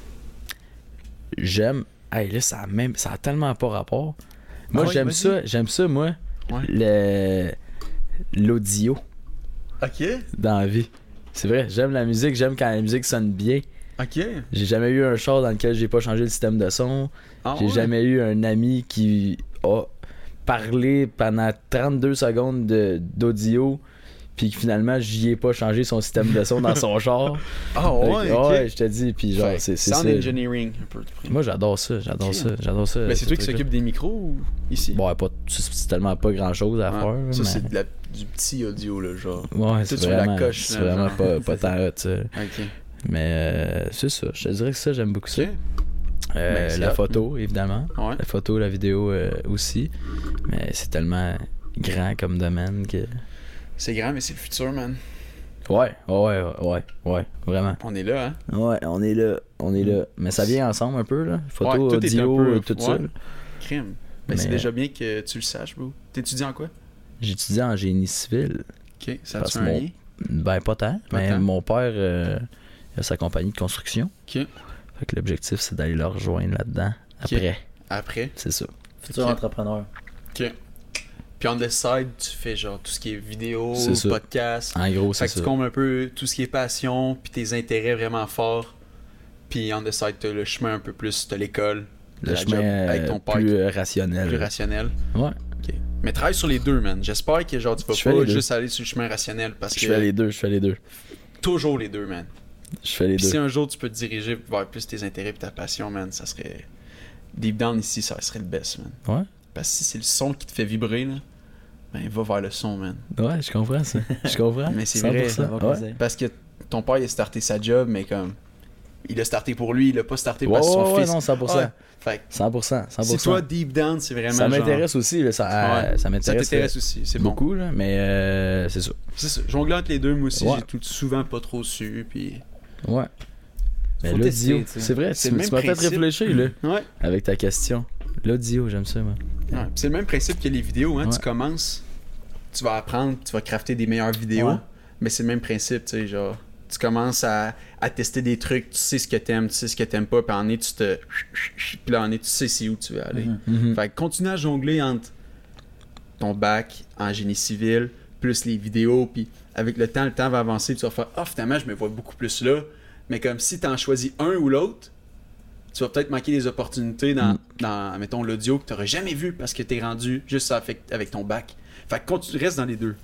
Speaker 5: J'aime. Hey, là, ça a, même... ça a tellement pas rapport. Moi,
Speaker 2: Ah ouais,
Speaker 5: j'aime
Speaker 2: vas-y.
Speaker 5: ça. J'aime ça, moi.
Speaker 1: Ouais.
Speaker 5: le- L'audio
Speaker 2: Ok,
Speaker 5: dans la vie. C'est vrai, j'aime la musique, j'aime quand la musique sonne bien.
Speaker 2: ok.
Speaker 5: J'ai jamais eu un char dans lequel j'ai pas changé le système de son.
Speaker 2: Ah
Speaker 5: J'ai
Speaker 2: ouais.
Speaker 5: jamais eu un ami qui a parlé pendant 32 secondes de- d'audio, puis que finalement, j'y ai pas changé son système de son dans son char.
Speaker 2: Ah ouais, ok.
Speaker 5: ouais, je te dis, puis genre,
Speaker 1: Fait,
Speaker 5: c'est c'est
Speaker 1: sound
Speaker 5: ça.
Speaker 1: engineering, un peu.
Speaker 5: Moi, j'adore ça, j'adore ça, j'adore ça.
Speaker 1: Mais c'est
Speaker 5: ce
Speaker 1: toi qui
Speaker 5: truc-là.
Speaker 1: s'occupe des micros ou ici
Speaker 5: Bon, ouais, pas, c'est c'est tellement pas grand chose à
Speaker 1: Ouais.
Speaker 5: faire. là,
Speaker 1: Ça,
Speaker 5: mais-
Speaker 1: c'est de la- du petit audio, là, genre.
Speaker 5: Ouais,
Speaker 1: Tu sais,
Speaker 5: c'est
Speaker 1: sur la
Speaker 5: vraiment,
Speaker 1: coche, là,
Speaker 5: c'est vraiment
Speaker 1: genre.
Speaker 5: pas, pas tant hot, ça.
Speaker 1: Ok.
Speaker 5: Mais euh, c'est ça, je te dirais que ça, j'aime beaucoup ça.
Speaker 1: Ok.
Speaker 5: Euh,
Speaker 1: Ben, c'est
Speaker 5: la
Speaker 1: hot,
Speaker 5: photo, évidemment.
Speaker 1: Ouais.
Speaker 5: La photo, la vidéo euh, aussi. Mais c'est tellement grand comme domaine que.
Speaker 1: C'est grand, mais c'est le futur, man.
Speaker 5: Ouais, ouais, ouais, ouais, vraiment.
Speaker 1: On est là, hein.
Speaker 5: Ouais, on est là, on est là. Mais ça vient ensemble un peu, là. Photo,
Speaker 1: Ouais, tout est un
Speaker 5: audio,
Speaker 1: peu-
Speaker 5: euh, tout ça.
Speaker 1: ouais.
Speaker 5: là.
Speaker 1: Crime. Mais, c'est
Speaker 5: Mais-
Speaker 1: déjà bien que tu le saches, bro. T'étudies en quoi
Speaker 5: J'étudiais en génie civil.
Speaker 1: Ok, ça
Speaker 5: Parce
Speaker 1: a un
Speaker 5: que mon-
Speaker 1: lien.
Speaker 5: Ben, pas tant,
Speaker 1: Pas
Speaker 5: mais
Speaker 1: tant.
Speaker 5: mon père euh, il a sa compagnie de construction.
Speaker 1: Ok.
Speaker 5: Fait que l'objectif, c'est d'aller le rejoindre là-dedans
Speaker 1: Ok.
Speaker 5: après.
Speaker 1: Après,
Speaker 5: C'est ça.
Speaker 3: Futur
Speaker 1: Ok.
Speaker 3: entrepreneur.
Speaker 1: puis on the side, tu fais genre tout ce qui est vidéo,
Speaker 5: C'est ça.
Speaker 1: podcast.
Speaker 5: En gros, c'est
Speaker 1: Fait que
Speaker 5: ça.
Speaker 1: tu combles un peu tout ce qui est passion, puis tes intérêts vraiment forts. Puis on the side, t'as le chemin un peu plus, t'as l'école,
Speaker 5: Le
Speaker 1: la
Speaker 5: chemin
Speaker 1: job avec
Speaker 5: euh,
Speaker 1: ton père
Speaker 5: plus
Speaker 1: qui-
Speaker 5: euh, rationnel.
Speaker 1: plus rationnel.
Speaker 5: Ouais.
Speaker 1: Mais travaille sur les deux, man. J'espère que genre tu vas
Speaker 5: Je fais
Speaker 1: pas
Speaker 5: les deux.
Speaker 1: juste aller sur le chemin rationnel parce
Speaker 5: Je
Speaker 1: que
Speaker 5: fais les deux, je fais les deux.
Speaker 1: toujours les deux, man.
Speaker 5: Je fais les
Speaker 1: Puis
Speaker 5: deux.
Speaker 1: si un jour tu peux te diriger vers plus tes intérêts et ta passion, man, ça serait. Deep down ici, ça serait le best, man.
Speaker 5: Ouais.
Speaker 1: Parce que si c'est le son qui te fait vibrer, là, ben va vers le son, man.
Speaker 5: Ouais, je comprends ça. Je comprends.
Speaker 1: Mais c'est vrai,
Speaker 5: 100%.
Speaker 3: Ça va,
Speaker 5: Ouais.
Speaker 3: conseil.
Speaker 1: Parce que ton père, il a starté sa job, mais comme. Il a starté pour lui, il a pas starté
Speaker 5: Ouais,
Speaker 1: parce que
Speaker 5: ouais,
Speaker 1: son
Speaker 5: ouais,
Speaker 1: fils.
Speaker 5: non, 100%.
Speaker 1: Ouais. Fait que
Speaker 5: 100%. 100%.
Speaker 1: si toi, deep down, c'est vraiment.
Speaker 5: Ah, ça
Speaker 1: genre-
Speaker 5: m'intéresse aussi, là, ça,
Speaker 1: Ouais.
Speaker 5: ça
Speaker 1: Ça
Speaker 5: m'intéresse
Speaker 1: t'intéresse aussi, c'est
Speaker 5: euh,
Speaker 1: bon.
Speaker 5: beaucoup, là, mais euh, c'est ça.
Speaker 1: C'est ça. Jongle entre les deux, moi aussi,
Speaker 5: Ouais.
Speaker 1: j'ai tout souvent pas trop su, puis.
Speaker 5: Ouais. Mais
Speaker 3: Faut
Speaker 5: l'audio,
Speaker 3: tester, tu sais.
Speaker 5: c'est vrai,
Speaker 1: C'est
Speaker 5: tu,
Speaker 1: le
Speaker 5: m-
Speaker 1: même
Speaker 5: tu m'as fait
Speaker 1: principe.
Speaker 5: réfléchir là,
Speaker 1: Ouais.
Speaker 5: avec ta question. L'audio, j'aime ça, moi.
Speaker 1: Ouais, puis C'est le même principe que les vidéos, hein.
Speaker 5: Ouais.
Speaker 1: Tu commences, tu vas apprendre, tu vas crafter des meilleures vidéos.
Speaker 3: Ouais.
Speaker 1: Mais c'est le même principe, tu sais, genre. Tu commences à, à tester des trucs, tu sais ce que t'aimes, tu sais ce que t'aimes pas, puis en est, tu te. Puis là, en est, tu sais c'est où tu veux aller.
Speaker 3: Mhm.
Speaker 5: Mm.
Speaker 1: Fait que continue à jongler entre ton bac en génie civil, plus les vidéos, puis avec le temps, le temps va avancer, puis tu vas faire Ah, finalement, je me vois beaucoup plus là. Mais comme si t'en choisis un ou l'autre, tu vas peut-être manquer des opportunités dans,
Speaker 5: Mm.
Speaker 1: dans, mettons, l'audio que t'aurais jamais vu parce que t'es rendu juste avec, avec ton bac. Fait que continue, reste dans les deux.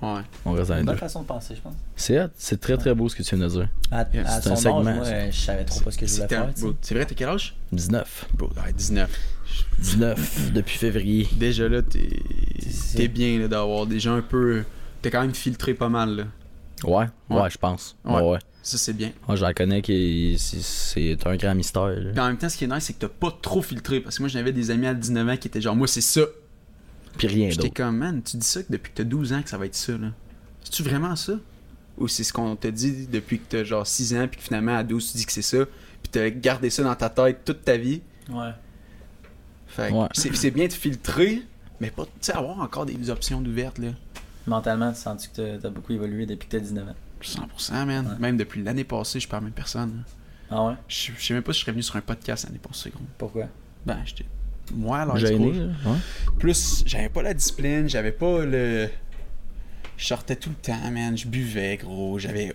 Speaker 1: Ouais.
Speaker 5: On reste dans les
Speaker 3: Bonne
Speaker 5: Ben, deux.
Speaker 3: façon de penser, je pense.
Speaker 5: C'est hot, c'est très très beau ce que tu viens de dire.
Speaker 3: À,
Speaker 1: Yeah,
Speaker 3: à
Speaker 5: c'est
Speaker 3: son
Speaker 5: un
Speaker 3: âge,
Speaker 5: segment,
Speaker 3: moi,
Speaker 5: ça.
Speaker 3: euh, je savais trop pas ce que je
Speaker 1: C'est
Speaker 3: voulais
Speaker 1: quand-
Speaker 3: faire. tu sais.
Speaker 1: bro, c'est vrai, t'as quel âge
Speaker 5: 19.
Speaker 1: Bro, ouais, 19.
Speaker 5: 19 depuis février.
Speaker 1: Déjà là, t'es
Speaker 3: C'est-
Speaker 1: t'es bien là, d'avoir déjà un peu. T'es quand même filtré pas mal. Là.
Speaker 5: Ouais, ouais,
Speaker 1: Ouais.
Speaker 5: je pense.
Speaker 1: Ouais.
Speaker 5: Ouais, ouais.
Speaker 1: Ça, c'est bien.
Speaker 5: Moi, j'en connais qui. c'est- C'est un grand mystère, là.
Speaker 1: Puis en même temps, ce qui est nice, c'est que t'as pas trop filtré. Parce que moi, j'avais des amis à 19 ans qui étaient genre, moi, c'est ça.
Speaker 5: Eh Puis rien
Speaker 1: J'étais
Speaker 5: d'autre.
Speaker 1: comme, man, tu dis ça que depuis que t'as 12 ans que ça va être ça, là. C'est-tu vraiment ça? Ou c'est ce qu'on t'a dit depuis que t'as genre 6 ans, puis que finalement, à 12, tu dis que c'est ça. Puis t'as gardé ça dans ta tête toute ta vie.
Speaker 3: Ouais.
Speaker 1: Fait que
Speaker 5: Ouais.
Speaker 1: c'est c'est bien de filtrer, mais pas, tu sais, avoir encore des options d'ouvertes, là.
Speaker 3: Mentalement, tu sens que t'as- t'as beaucoup évolué depuis que t'as 19 ans.
Speaker 1: 100%, man.
Speaker 3: Ouais.
Speaker 1: Même depuis l'année passée, je parle à même personne. là.
Speaker 3: Ah ouais?
Speaker 1: Je je sais même pas si je serais venu sur un podcast l'année passée, gros.
Speaker 3: Pourquoi?
Speaker 1: Ben, j'étais. Moi, alors,
Speaker 5: Gêné, là. Ouais.
Speaker 1: plus j'avais pas la discipline, j'avais pas le je sortais tout le temps, man, je buvais gros, j'avais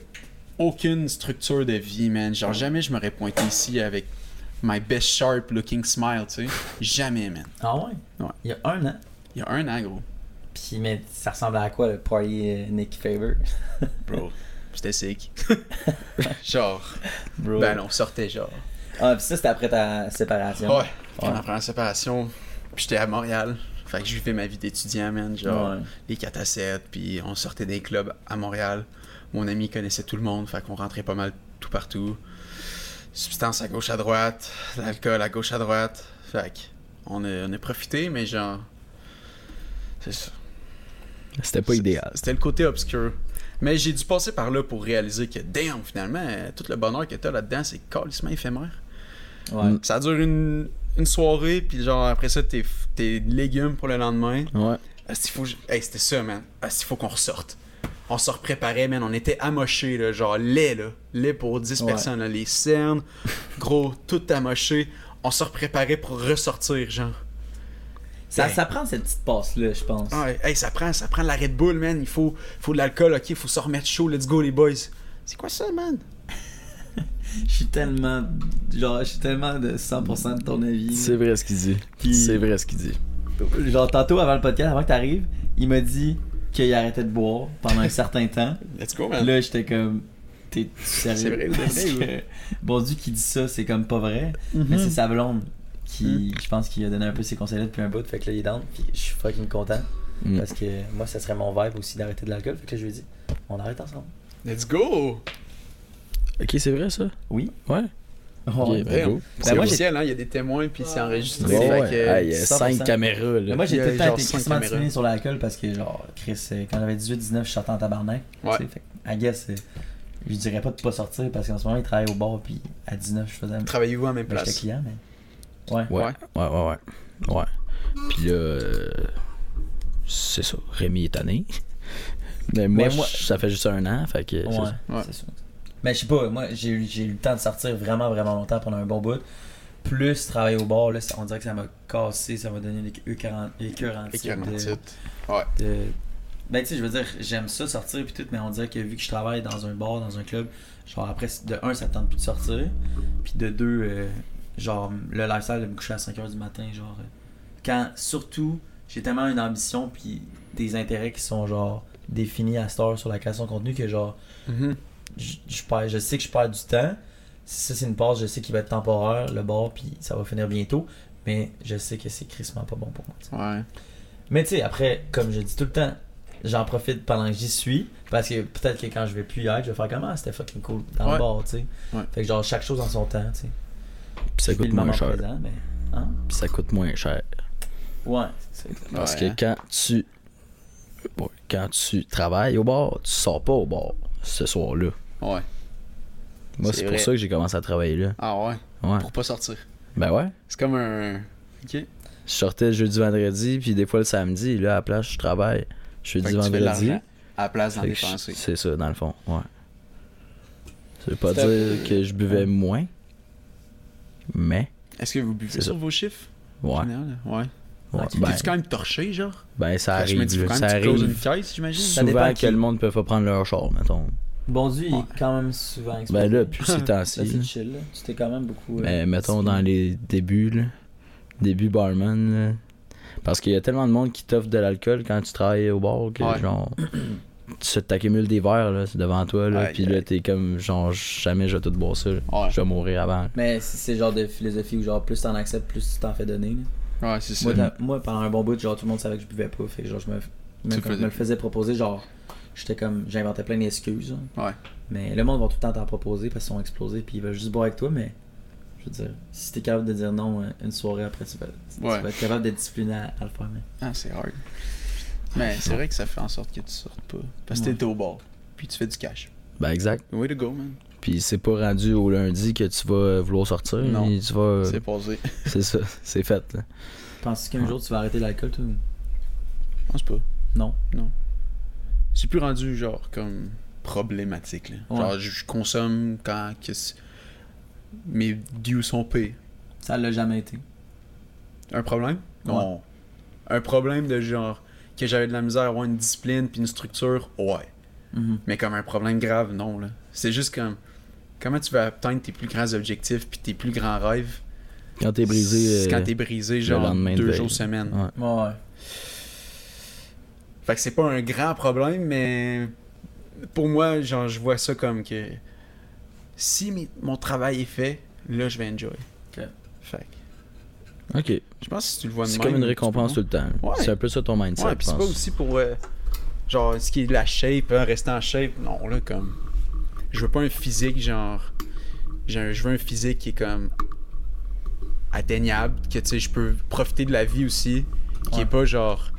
Speaker 1: aucune structure de vie, man. Genre jamais je m'aurais pointé ici avec my best sharp looking smile, tu sais. Jamais, man.
Speaker 3: Ah ouais?
Speaker 1: Ouais.
Speaker 3: Il y a un an.
Speaker 1: Il y a un an, gros.
Speaker 3: Puis, mais ça ressemblait à quoi le party euh, Nick Favor?
Speaker 1: Bro, c'était sick. genre,
Speaker 3: Bro.
Speaker 1: ben on sortait genre.
Speaker 3: Ah, puis ça, c'était après ta séparation.
Speaker 1: Ouais, on a pris la séparation, puis j'étais à Montréal. Fait que je vivais ma vie d'étudiant, man, genre.
Speaker 3: Ouais.
Speaker 1: les 4 à 7, puis on sortait des clubs à Montréal. Mon ami connaissait tout le monde, fait qu'on rentrait pas mal tout partout. Substance à gauche à droite, l'alcool à gauche à droite. Fait que on a, on a profité, mais genre. C'est ça.
Speaker 5: C'était pas idéal.
Speaker 1: C'était le côté obscur. Mais j'ai dû passer par là pour réaliser que, damn, finalement, euh, tout le bonheur que t'as là-dedans, c'est calissement éphémère.
Speaker 3: Ouais.
Speaker 1: Ça dure une, une soirée, puis genre, après ça, t'es t'es légumes pour le lendemain.
Speaker 5: Ouais.
Speaker 1: Ah, s'il faut. que je- Hey, c'était ça, man. Ah, s'il faut qu'on ressorte. on se repréparait, man. On était amochés, là, genre laid, là. Laid pour 10
Speaker 3: Ouais.
Speaker 1: personnes, là. Les cernes, gros, tout amoché. On se repréparait pour ressortir, genre.
Speaker 3: Ça,
Speaker 1: Ben.
Speaker 3: ça prend cette petite passe-là, je pense.
Speaker 1: Ah, hey, ça prend, ça prend de la Red Bull, man. Il faut, faut de l'alcool, ok. Faut se remettre chaud. Let's go, les boys. C'est quoi ça, man?
Speaker 3: Je suis tellement. Genre, je suis tellement de 100% de ton avis.
Speaker 5: C'est vrai ce qu'il dit.
Speaker 3: Puis-
Speaker 5: C'est vrai ce qu'il dit.
Speaker 3: Genre, tantôt avant le podcast, avant que t'arrives, il m'a dit qu'il arrêtait de boire pendant un certain temps.
Speaker 1: Let's go,
Speaker 3: Là, j'étais comme. T'es sérieux?
Speaker 1: C'est vrai,
Speaker 3: Parce
Speaker 1: c'est vrai,
Speaker 3: que, Bon Dieu, qui dit ça, c'est comme pas vrai.
Speaker 5: Mhm.
Speaker 3: Mais c'est sa blonde qui,
Speaker 1: Mhm.
Speaker 3: je pense, qu'il a donné un peu ses conseils-là depuis un bout. Fait que là, il est down. Puis je suis fucking content.
Speaker 5: Mm.
Speaker 3: Parce que moi, ça serait mon vibe aussi d'arrêter de l'alcool. Fait que là, je lui ai dit, on arrête ensemble.
Speaker 1: Let's go!
Speaker 5: Ok, c'est vrai ça?
Speaker 3: Oui.
Speaker 5: Ouais. Ok,
Speaker 3: Ouais.
Speaker 5: ben, go.
Speaker 1: C'est
Speaker 3: moi,
Speaker 1: officiel, hein. Il y a des témoins, puis c'est enregistré.
Speaker 5: Bon,
Speaker 1: fait
Speaker 5: ouais.
Speaker 1: que-
Speaker 5: Hey, euh,
Speaker 3: 100%.
Speaker 5: cinq caméras
Speaker 3: Mais
Speaker 5: là.
Speaker 3: moi, j'ai
Speaker 1: Il y
Speaker 3: tout
Speaker 1: a
Speaker 3: le temps
Speaker 1: genre
Speaker 3: été
Speaker 1: cinq
Speaker 3: crissement
Speaker 1: caméras.
Speaker 3: discipliné sur l'alcool parce que, genre, Chris, euh, quand j'avais 18-19, je sortais en tabarnak. tu sais.
Speaker 1: Ouais.
Speaker 3: Fait que, I guess, euh, je dirais pas de pas sortir parce qu'en ce moment, il travaille au bar. Puis à 19, je faisais un
Speaker 1: Travaillez-vous en même
Speaker 3: ben, j'étais
Speaker 1: place?
Speaker 3: client, mais. Ouais.
Speaker 5: Ouais,
Speaker 1: Ouais.
Speaker 5: ouais, ouais, ouais. Ouais. Puis là, euh, c'est ça. Rémi est tanné. Mais moi,
Speaker 3: Mais moi-
Speaker 5: je- ça fait juste un an, fait que. c'est
Speaker 3: Ouais,
Speaker 5: ça.
Speaker 1: Ouais.
Speaker 3: c'est ça. Mais je sais pas, moi j'ai eu j'ai eu le temps de sortir vraiment vraiment longtemps pendant un bon bout. Plus travailler au bord, là, ça- on dirait que ça m'a cassé, ça m'a donné des
Speaker 1: Fait que,
Speaker 3: écœurantines.
Speaker 1: titre.
Speaker 3: De, de... Ben tu sais, je veux dire, j'aime ça sortir puis tout, mais on dirait que vu que je travaille dans un bar, dans un club, genre après, de un, ça me tente plus de sortir, puis de deux, euh, genre le lifestyle de me coucher à 5h du matin, genre. euh, quand surtout, j'ai tellement une ambition puis des intérêts qui sont genre définis à cette heure sur la création de contenu que genre
Speaker 1: Mhm.
Speaker 3: je, je perds- je sais que je perds du temps. Si ça, c'est une pause, je sais qu'il va être temporaire, le bord, puis ça va finir bientôt. Mais je sais que c'est crissement pas bon pour moi. tu sais.
Speaker 1: Ouais.
Speaker 3: Mais tu sais, après, comme je dis tout le temps, j'en profite pendant que j'y suis. Parce que peut-être que quand je vais plus y être, je vais faire comment c'était fucking cool dans
Speaker 1: Ouais.
Speaker 3: le bord, tu sais.
Speaker 1: Ouais.
Speaker 3: Fait que genre, chaque chose en son temps, tu sais.
Speaker 5: Puis ça
Speaker 3: Puis
Speaker 5: coûte
Speaker 3: le moment
Speaker 5: moins cher.
Speaker 3: présent, mais- hein?
Speaker 5: Puis ça coûte moins cher.
Speaker 3: Ouais.
Speaker 5: Parce
Speaker 1: Ouais. hein.
Speaker 5: que quand tu. Ouais, quand tu travailles au bar, tu sors pas au bar ce soir-là.
Speaker 1: Ouais.
Speaker 5: Moi,
Speaker 1: C'est
Speaker 5: c'est pour
Speaker 1: vrai.
Speaker 5: ça que j'ai commencé à travailler là.
Speaker 1: Ah ouais.
Speaker 5: Ouais.
Speaker 1: Pour pas sortir.
Speaker 5: Ben ouais.
Speaker 1: C'est comme un. Ok.
Speaker 5: Je sortais jeudi, vendredi, puis des fois le samedi, là, à la place, je travaille. Je suis
Speaker 1: Fait
Speaker 5: du
Speaker 1: que tu fais de
Speaker 5: vendredi.
Speaker 1: l'argent à la place d'en
Speaker 5: Fait que je-
Speaker 1: dépenser.
Speaker 5: C'est ça, dans le fond, ouais. Ça veut pas
Speaker 1: C'est un
Speaker 5: dire que je buvais moins, mais,
Speaker 1: Est-ce que vous buvez
Speaker 5: C'est
Speaker 1: sur
Speaker 5: ça.
Speaker 1: vos chiffres?
Speaker 5: ouais.
Speaker 1: en général, Ouais.
Speaker 5: ouais,
Speaker 3: Ok.
Speaker 5: ben,
Speaker 1: T'es-tu quand même torché, genre?
Speaker 5: ben, ça
Speaker 1: Fait que je me dis,
Speaker 5: arrive.
Speaker 1: faut quand
Speaker 5: Ça
Speaker 1: même que tu closes
Speaker 5: arrive
Speaker 1: une caisse, j'imagine.
Speaker 3: Ça dépend
Speaker 5: souvent
Speaker 3: qui.
Speaker 5: que le monde peut pas prendre leur char, mettons.
Speaker 3: Bon Dieu, il
Speaker 1: Ouais.
Speaker 3: est quand même souvent
Speaker 5: Ben là,
Speaker 3: explosé.
Speaker 5: puis ces
Speaker 3: Là, c'est
Speaker 5: temps-ci.
Speaker 3: chill, là. Tu t'es quand même beaucoup. euh,
Speaker 5: Mais mettons
Speaker 3: discipliné.
Speaker 5: dans les débuts, là. Début barman, là. Parce qu'il y a tellement de monde qui t'offre de l'alcool quand tu travailles au bar que
Speaker 1: Ouais.
Speaker 5: genre. Tu t'accumules des verres là, devant toi, là,
Speaker 1: Aïe,
Speaker 5: puis là,
Speaker 1: aïe.
Speaker 5: t'es comme genre, jamais je vais tout boire ça, là.
Speaker 1: Ouais.
Speaker 5: je vais mourir avant.
Speaker 3: Mais c'est c'est le genre de philosophie où genre plus t'en acceptes, plus tu t'en fais donner. là.
Speaker 1: Ouais, c'est ça.
Speaker 3: Moi, dans- moi, pendant un bon bout, genre tout le monde savait que je buvais pas. Fait que genre je me, même
Speaker 1: le
Speaker 3: quand je
Speaker 1: faisais.
Speaker 3: me le faisais proposer, genre j'étais comme j'inventais plein d'excuses. hein.
Speaker 1: Ouais.
Speaker 3: Mais le monde va tout le temps t'en proposer parce qu'ils sont explosés puis ils veulent juste boire avec toi, mais je veux dire, si t'es capable de dire non euh, une soirée après, tu vas, tu
Speaker 1: Ouais.
Speaker 3: vas être capable d'être discipliné à, à le faire. mais-
Speaker 1: Ah, c'est hard. Mais c'est vrai que ça fait en sorte que tu sortes pas. Parce que
Speaker 3: Ouais.
Speaker 1: t'es au bord. Puis tu fais du cash.
Speaker 5: Ben exact.
Speaker 1: Way to go, man.
Speaker 5: Puis c'est pas rendu au lundi que tu vas vouloir sortir.
Speaker 1: Non.
Speaker 5: et Tu vas...
Speaker 1: C'est posé.
Speaker 5: C'est ça, c'est fait. là.
Speaker 3: Penses-tu qu'un jour tu vas arrêter l'alcool, toi ou-
Speaker 1: Je pense pas.
Speaker 3: Non.
Speaker 1: C'est plus rendu, genre, comme problématique, là.
Speaker 3: Ouais.
Speaker 1: Genre, je- je consomme quand que c- mes dues sont payés.
Speaker 3: Ça l'a jamais été.
Speaker 1: Un problème?
Speaker 3: Ouais.
Speaker 1: Non. Un problème de genre que j'avais de la misère à avoir une discipline puis une structure, ouais.
Speaker 3: Mhm.
Speaker 1: Mais comme un problème grave, non. là. C'est juste comme comment tu vas atteindre tes plus grands objectifs puis tes plus grands rêves
Speaker 5: Quand t'es brisé.
Speaker 1: C'est
Speaker 5: euh,
Speaker 1: quand t'es brisé genre
Speaker 5: lendemain de
Speaker 1: deux
Speaker 5: veille.
Speaker 1: jours semaine.
Speaker 5: Ouais.
Speaker 3: Ouais, ouais.
Speaker 1: Fait que c'est pas un grand problème, mais pour moi, genre je vois ça comme que si mes- mon travail est fait, là je vais enjoy.
Speaker 3: Ok.
Speaker 1: Fait que
Speaker 5: Ok.
Speaker 1: je pense que si tu le vois de
Speaker 5: C'est
Speaker 1: même,
Speaker 5: comme une
Speaker 1: tu
Speaker 5: récompense
Speaker 1: peux-
Speaker 5: tout le temps.
Speaker 1: Ouais.
Speaker 5: C'est un peu ça ton mindset.
Speaker 1: Ouais, puis
Speaker 5: je
Speaker 1: c'est pas
Speaker 5: pense.
Speaker 1: aussi pour euh, genre ce qui est de la shape, hein, rester en shape. Non, là, comme. Je veux pas un physique, genre. j'ai un- Je veux un physique qui est comme. atteignable, que tu sais, je peux profiter de la vie aussi, qui
Speaker 3: Ouais.
Speaker 1: est pas genre.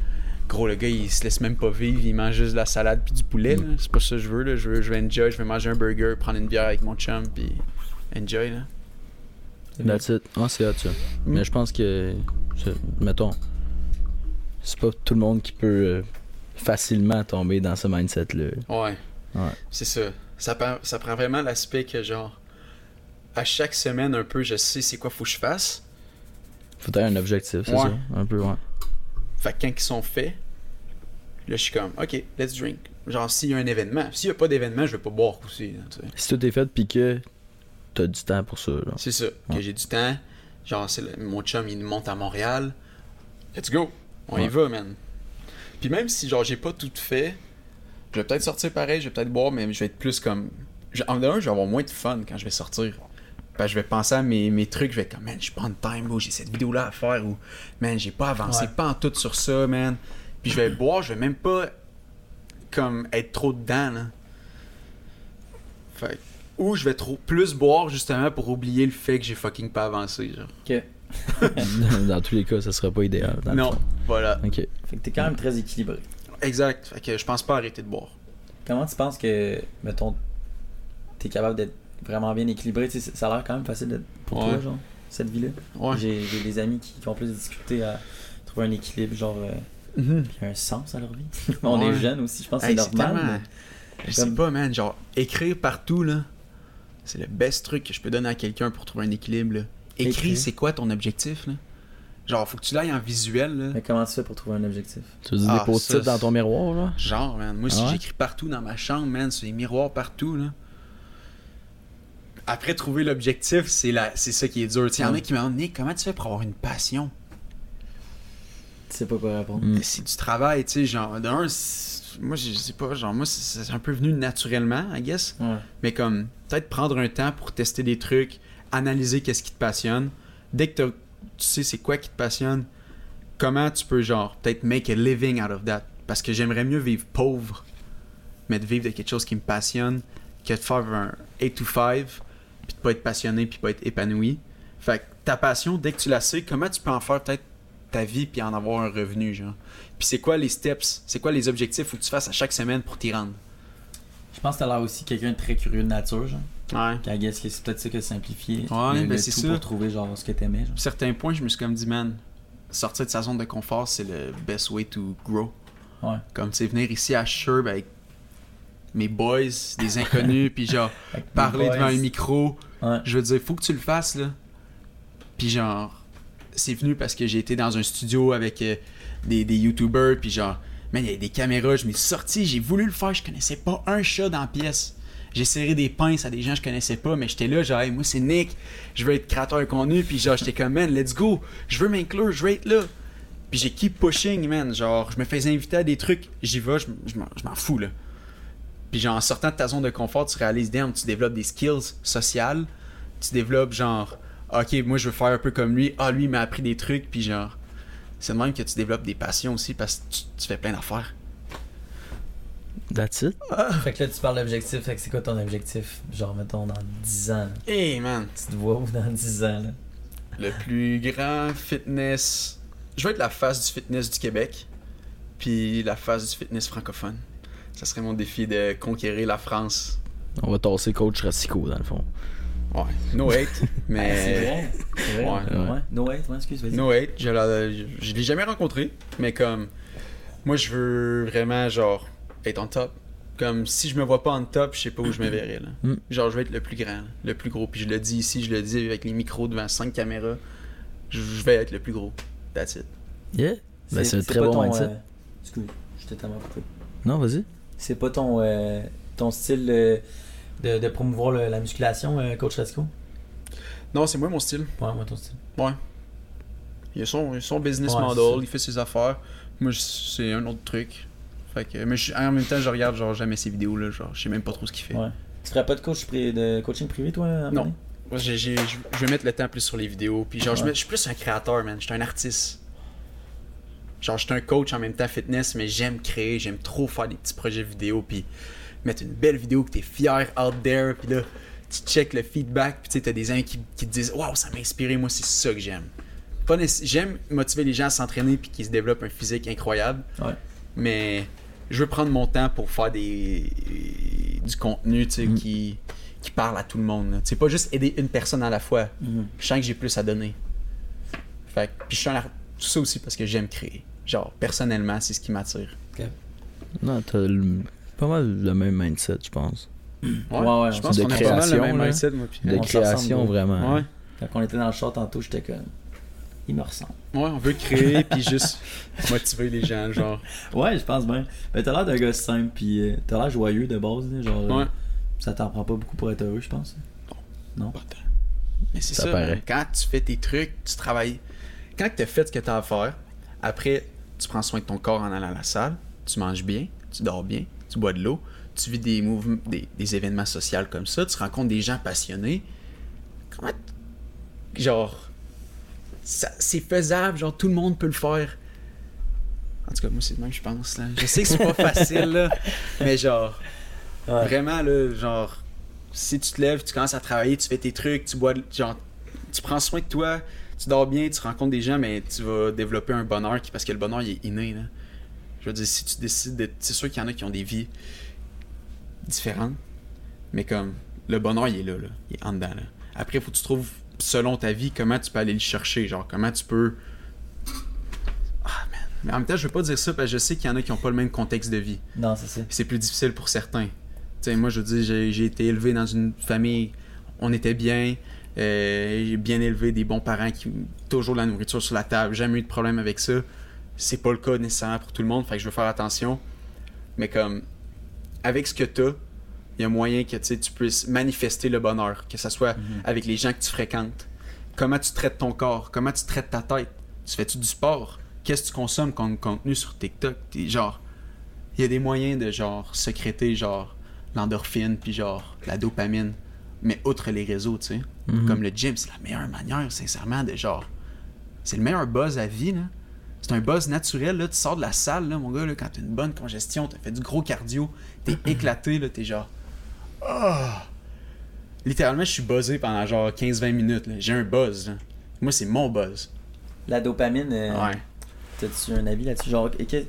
Speaker 1: Gros, le gars, il se laisse même pas vivre, il mange juste de la salade puis du poulet. là. C'est pas ça que je veux, là. Je veux, je veux enjoy, je veux manger un burger, prendre une bière avec mon chum, puis enjoy, là.
Speaker 5: That's it. Ah, c'est hot,
Speaker 1: Mm.
Speaker 5: ça. Mais je pense que. c'est- Mettons. C'est pas tout le monde qui peut euh, facilement tomber dans ce mindset-là.
Speaker 1: Ouais.
Speaker 5: Ouais.
Speaker 1: C'est ça. Ça, par- ça prend vraiment l'aspect que, genre, à chaque semaine, un peu, je sais c'est quoi faut que je fasse.
Speaker 5: Faut avoir un objectif, c'est
Speaker 1: Ouais.
Speaker 5: ça? Un peu, ouais.
Speaker 1: Fait que quand ils sont faits, là, je suis comme, OK, let's drink. Genre, s'il y a un événement. S'il y a pas d'événement, je vais pas boire aussi. là, tu sais.
Speaker 5: Si tout est fait puis que t'as du temps pour ça, là.
Speaker 1: C'est ça. Que j'ai du temps. Genre, c'est le- mon chum, il monte à Montréal. Let's go. On y
Speaker 5: Ouais.
Speaker 1: va, man. Puis même si, genre, j'ai pas tout fait, je vais peut-être sortir pareil, je vais peut-être boire, mais je vais être plus comme. je- En d'un, je vais avoir moins de fun quand je vais sortir. Ben, je vais penser à mes, mes trucs, je vais être comme, man, je suis pas en time, bro, j'ai cette vidéo-là à faire, ou, man, j'ai pas avancé pas en tout sur ça, man. Puis je vais boire, je vais même pas, comme, être trop dedans, là. Fait que- ou je vais trop plus boire justement pour oublier le fait que j'ai fucking pas avancé genre.
Speaker 5: dans tous les cas, ça serait pas idéal. dans le
Speaker 1: Non,
Speaker 5: fond.
Speaker 1: voilà.
Speaker 5: Ok.
Speaker 3: Fait que t'es
Speaker 1: Mm.
Speaker 3: quand même très équilibré.
Speaker 1: Exact. Fait que je pense pas arrêter de boire.
Speaker 3: Comment tu penses que, mettons, t'es capable d'être vraiment bien équilibré? Tu sais, ça a l'air quand même facile d'être pour
Speaker 1: Ouais.
Speaker 3: toi, genre, cette vie-là.
Speaker 1: Ouais.
Speaker 3: J'ai j'ai des amis qui, qui ont plus de difficultés à trouver un équilibre, genre, euh,
Speaker 1: Mhm.
Speaker 3: puis un sens à leur vie. On
Speaker 1: Ouais.
Speaker 3: est jeunes aussi, je pense que
Speaker 1: Hey,
Speaker 3: c'est normal.
Speaker 1: tellement-
Speaker 3: mais-
Speaker 1: Je sais
Speaker 3: Comme-
Speaker 1: pas man, genre écrire partout là, c'est le best truc que je peux donner à quelqu'un pour trouver un équilibre là. Écris,
Speaker 3: Écrire.
Speaker 1: c'est quoi ton objectif là Genre faut que tu l'ailles en visuel là.
Speaker 3: Mais comment tu fais pour trouver un objectif?
Speaker 5: Tu veux dire
Speaker 1: Ah,
Speaker 5: des post-it
Speaker 1: ça,
Speaker 5: dans ton
Speaker 1: c'est-
Speaker 5: miroir, là?
Speaker 1: Genre man, moi si
Speaker 5: Ah ouais?
Speaker 1: j'écris partout dans ma chambre man, sur les miroirs partout là. Après trouver l'objectif, c'est la c'est ça qui est dur. Tu sais, y en a qui m'ont dit comment tu fais pour avoir une passion
Speaker 3: Tu sais pas quoi répondre.
Speaker 5: Mm.
Speaker 1: c'est du travail, tu sais, genre, d'un, c'est- moi, je sais pas, genre, moi, c'est c'est un peu venu naturellement, I guess,
Speaker 3: Ouais.
Speaker 1: mais comme, peut-être prendre un temps pour tester des trucs, analyser qu'est-ce qui te passionne, dès que t'as- tu sais c'est quoi qui te passionne, comment tu peux, genre, peut-être make a living out of that, parce que j'aimerais mieux vivre pauvre, mais de vivre de quelque chose qui me passionne, que de faire un 8 to 5, puis de pas être passionné, puis pas être épanoui. Fait que ta passion, dès que tu la sais, comment tu peux en faire peut-être ta vie, puis en avoir un revenu, genre? Puis c'est quoi les steps? C'est quoi les objectifs faut que tu fasses à chaque semaine pour t'y rendre?
Speaker 3: Je pense que t'as l'air aussi quelqu'un de très curieux de nature, genre.
Speaker 1: Ouais.
Speaker 3: Puis I guess que c'est peut-être ça que simplifier
Speaker 1: Ouais,
Speaker 3: le,
Speaker 1: ben
Speaker 3: le
Speaker 1: c'est
Speaker 3: tout
Speaker 1: ça.
Speaker 3: pour trouver genre ce que t'aimais. Genre.
Speaker 1: Certains points, je me suis comme dit, man, sortir de sa zone de confort, c'est le best way to grow.
Speaker 3: Ouais.
Speaker 1: Comme, tu sais, venir ici à Sherb avec mes boys, des inconnus, puis genre,
Speaker 3: Avec mes
Speaker 1: parler
Speaker 3: boys.
Speaker 1: devant un micro.
Speaker 3: Ouais.
Speaker 1: Je veux dire, faut que tu le fasses, là. Puis genre, c'est venu parce que j'ai été dans un studio avec euh, des, des YouTubers, puis genre, man, il y a des caméras, je m'ai sorti, j'ai voulu le faire, je connaissais pas un chat dans la pièce. J'ai serré des pinces à des gens que je connaissais pas, mais j'étais là, genre, Hey, moi c'est Nick, je veux être créateur de contenu, puis genre, j'étais comme, man, let's go, je veux m'inclure, je veux être là. Puis j'ai keep pushing, man, genre, je me faisais inviter à des trucs, j'y vais, je m- je m'en- je m'en fous, là. Puis genre, en sortant de ta zone de confort, tu réalises, damn, tu développes des skills sociales, tu développes genre ok moi je veux faire un peu comme lui ah lui il m'a appris des trucs puis genre c'est de même que tu développes des passions aussi parce que tu, tu fais plein d'affaires
Speaker 5: That's it.
Speaker 3: Fait que là tu parles d'objectif, fait que c'est quoi ton objectif? Genre mettons dans 10 ans, là.
Speaker 1: hey man
Speaker 3: tu te vois où dans 10 ans là?
Speaker 1: le plus grand fitness je veux être la face du fitness du Québec puis la face du fitness francophone ça serait mon défi de conquérir la France
Speaker 5: On va tasser coach Ratico, dans le fond.
Speaker 1: ouais no hate
Speaker 3: Ah, c'est
Speaker 1: mais
Speaker 3: vrai, c'est vrai. hein?
Speaker 1: Ouais,
Speaker 3: Ouais,
Speaker 5: ouais.
Speaker 3: No wait, ouais, excuse, vas-y.
Speaker 1: no hate je, la- je- je l'ai jamais rencontré mais comme moi je veux vraiment genre être en top comme si je me vois pas en top, je sais pas où je me verrais. Là.
Speaker 5: Mm.
Speaker 1: Genre, je vais être le plus grand, le plus gros. Puis je le dis ici, je le dis avec les micros devant 5 caméras. Je, je vais être le plus gros. That's it.
Speaker 5: Yeah. Ben, c'est un très
Speaker 3: pas
Speaker 5: bon
Speaker 3: ton,
Speaker 5: mindset.
Speaker 3: euh, Excuse, je t'ai tellement coupé.
Speaker 5: Non, vas-y.
Speaker 3: C'est pas ton, euh, ton style euh, de, de promouvoir le- la musculation, euh, coach Rasco?
Speaker 1: Non, c'est moi mon style.
Speaker 3: Ouais, moi ton style.
Speaker 1: Il a son, il a son business
Speaker 3: Ouais, c'est ça.
Speaker 1: model, il fait ses affaires. Moi, je- c'est un autre truc. Fait que, mais je- en même temps, je regarde genre jamais ses vidéos là, genre je sais même pas trop ce qu'il fait.
Speaker 3: Ouais. Tu ferais pas de coach pri- de coaching privé toi? à un moment donné?
Speaker 1: Moi, j'ai- j'ai- je je vais mettre le temps plus sur les vidéos. Puis genre, je,
Speaker 3: Ouais.
Speaker 1: me- je suis plus un créateur, man. Je suis un artiste. Genre, je suis un coach en même temps fitness, mais j'aime créer, j'aime trop faire des petits projets vidéo. Puis mettre une belle vidéo que t'es fier out there. Puis là, tu check le feedback. Puis tu sais, t'as des gens qui, qui te disent Waouh, ça m'a inspiré. Moi, c'est ça que j'aime. Pas nécess- J'aime motiver les gens à s'entraîner puis qu'ils se développent un physique incroyable.
Speaker 3: Ouais.
Speaker 1: Mais je veux prendre mon temps pour faire des du contenu tu sais, qui, qui parle à tout le monde. là. Tu sais, pas juste aider une personne à la fois.
Speaker 3: Mhm.
Speaker 1: Je sens que j'ai plus à donner. Fait que- puis je suis un art- tout ça aussi parce que j'aime créer. Genre, personnellement, c'est ce qui m'attire.
Speaker 5: Non, t'as le- pas mal le même mindset, je pense.
Speaker 1: Ouais,
Speaker 3: Ouais, ouais,
Speaker 1: je
Speaker 3: on
Speaker 1: pense
Speaker 5: s'est-
Speaker 1: qu'on
Speaker 5: de
Speaker 1: a pas mal le
Speaker 5: création,
Speaker 1: même
Speaker 5: là.
Speaker 1: mindset, moi. Puis... euh,
Speaker 5: De
Speaker 3: On se
Speaker 5: création,
Speaker 3: ressemble,
Speaker 5: vraiment. hein.
Speaker 1: Ouais.
Speaker 3: Quand on était dans le chat tantôt, j'étais comme. Il me ressemble.
Speaker 1: Ouais, on veut créer puis juste motiver les gens, genre.
Speaker 3: Ouais, je pense bien. Mais t'as l'air d'un gars simple, pis euh, t'as l'air joyeux de base, là, genre. euh,
Speaker 1: Ouais.
Speaker 3: Ça t'en prend pas beaucoup pour être heureux, je pense.
Speaker 1: Mais c'est
Speaker 5: Ça
Speaker 1: ça,
Speaker 5: paraît.
Speaker 1: man. quand tu fais tes trucs, tu travailles. Quand tu as fait ce que tu as à faire, après, tu prends soin de ton corps en allant à la salle, tu manges bien, tu dors bien, tu bois de l'eau, tu vis des mouvements, des, des événements sociaux comme ça, tu rencontres des gens passionnés. Comment. t- Genre. ça- C'est faisable, genre tout le monde peut le faire. En tout cas, moi, c'est de même, je pense. Là. Je sais que c'est pas facile, là, mais genre.
Speaker 3: Ouais.
Speaker 1: Vraiment, là, genre si tu te lèves, tu commences à travailler, tu fais tes trucs, tu bois, de- genre, tu prends soin de toi, tu dors bien, tu rencontres des gens, mais tu vas développer un bonheur qui, parce que le bonheur, il est inné. là. Je veux dire, si tu décides de. C'est sûr qu'il y en a qui ont des vies différentes, mais comme le bonheur, il est là, là. il est en dedans. Là. Après, faut que tu trouves, selon ta vie, comment tu peux aller le chercher, genre, comment tu peux. Ah, man. Mais en même temps, je veux pas dire ça parce que je sais qu'il y en a qui ont pas le même contexte de vie.
Speaker 3: Non, c'est ça.
Speaker 1: Puis c'est plus difficile pour certains. Tu sais, moi, je veux dire, j'ai, j'ai été élevé dans une famille, on était bien, euh, j'ai bien élevé des bons parents qui toujours de la nourriture sur la table, jamais eu de problème avec ça. C'est pas le cas nécessairement pour tout le monde, fait que je veux faire attention. Mais comme, avec ce que t'as, il y a moyen que tu sais, tu puisses manifester le bonheur, que ce soit avec les gens que tu fréquentes. Comment tu traites ton corps, comment tu traites ta tête, tu fais-tu du sport, qu'est-ce que tu consommes comme contenu sur TikTok, T'es genre, il y a des moyens de genre sécréter genre l'endorphine puis genre la dopamine mais outre les réseaux tu sais comme le gym c'est la meilleure manière sincèrement de genre c'est le meilleur buzz à vie là c'est un buzz naturel là tu sors de la salle là mon gars là quand t'as une bonne congestion t'as fait du gros cardio t'es éclaté là t'es genre Ah! littéralement je suis buzzé pendant genre 15-20 minutes là. j'ai un buzz là. moi c'est mon buzz
Speaker 3: La dopamine, euh,
Speaker 1: ouais
Speaker 3: t'as-tu un avis là-dessus? Genre, et que-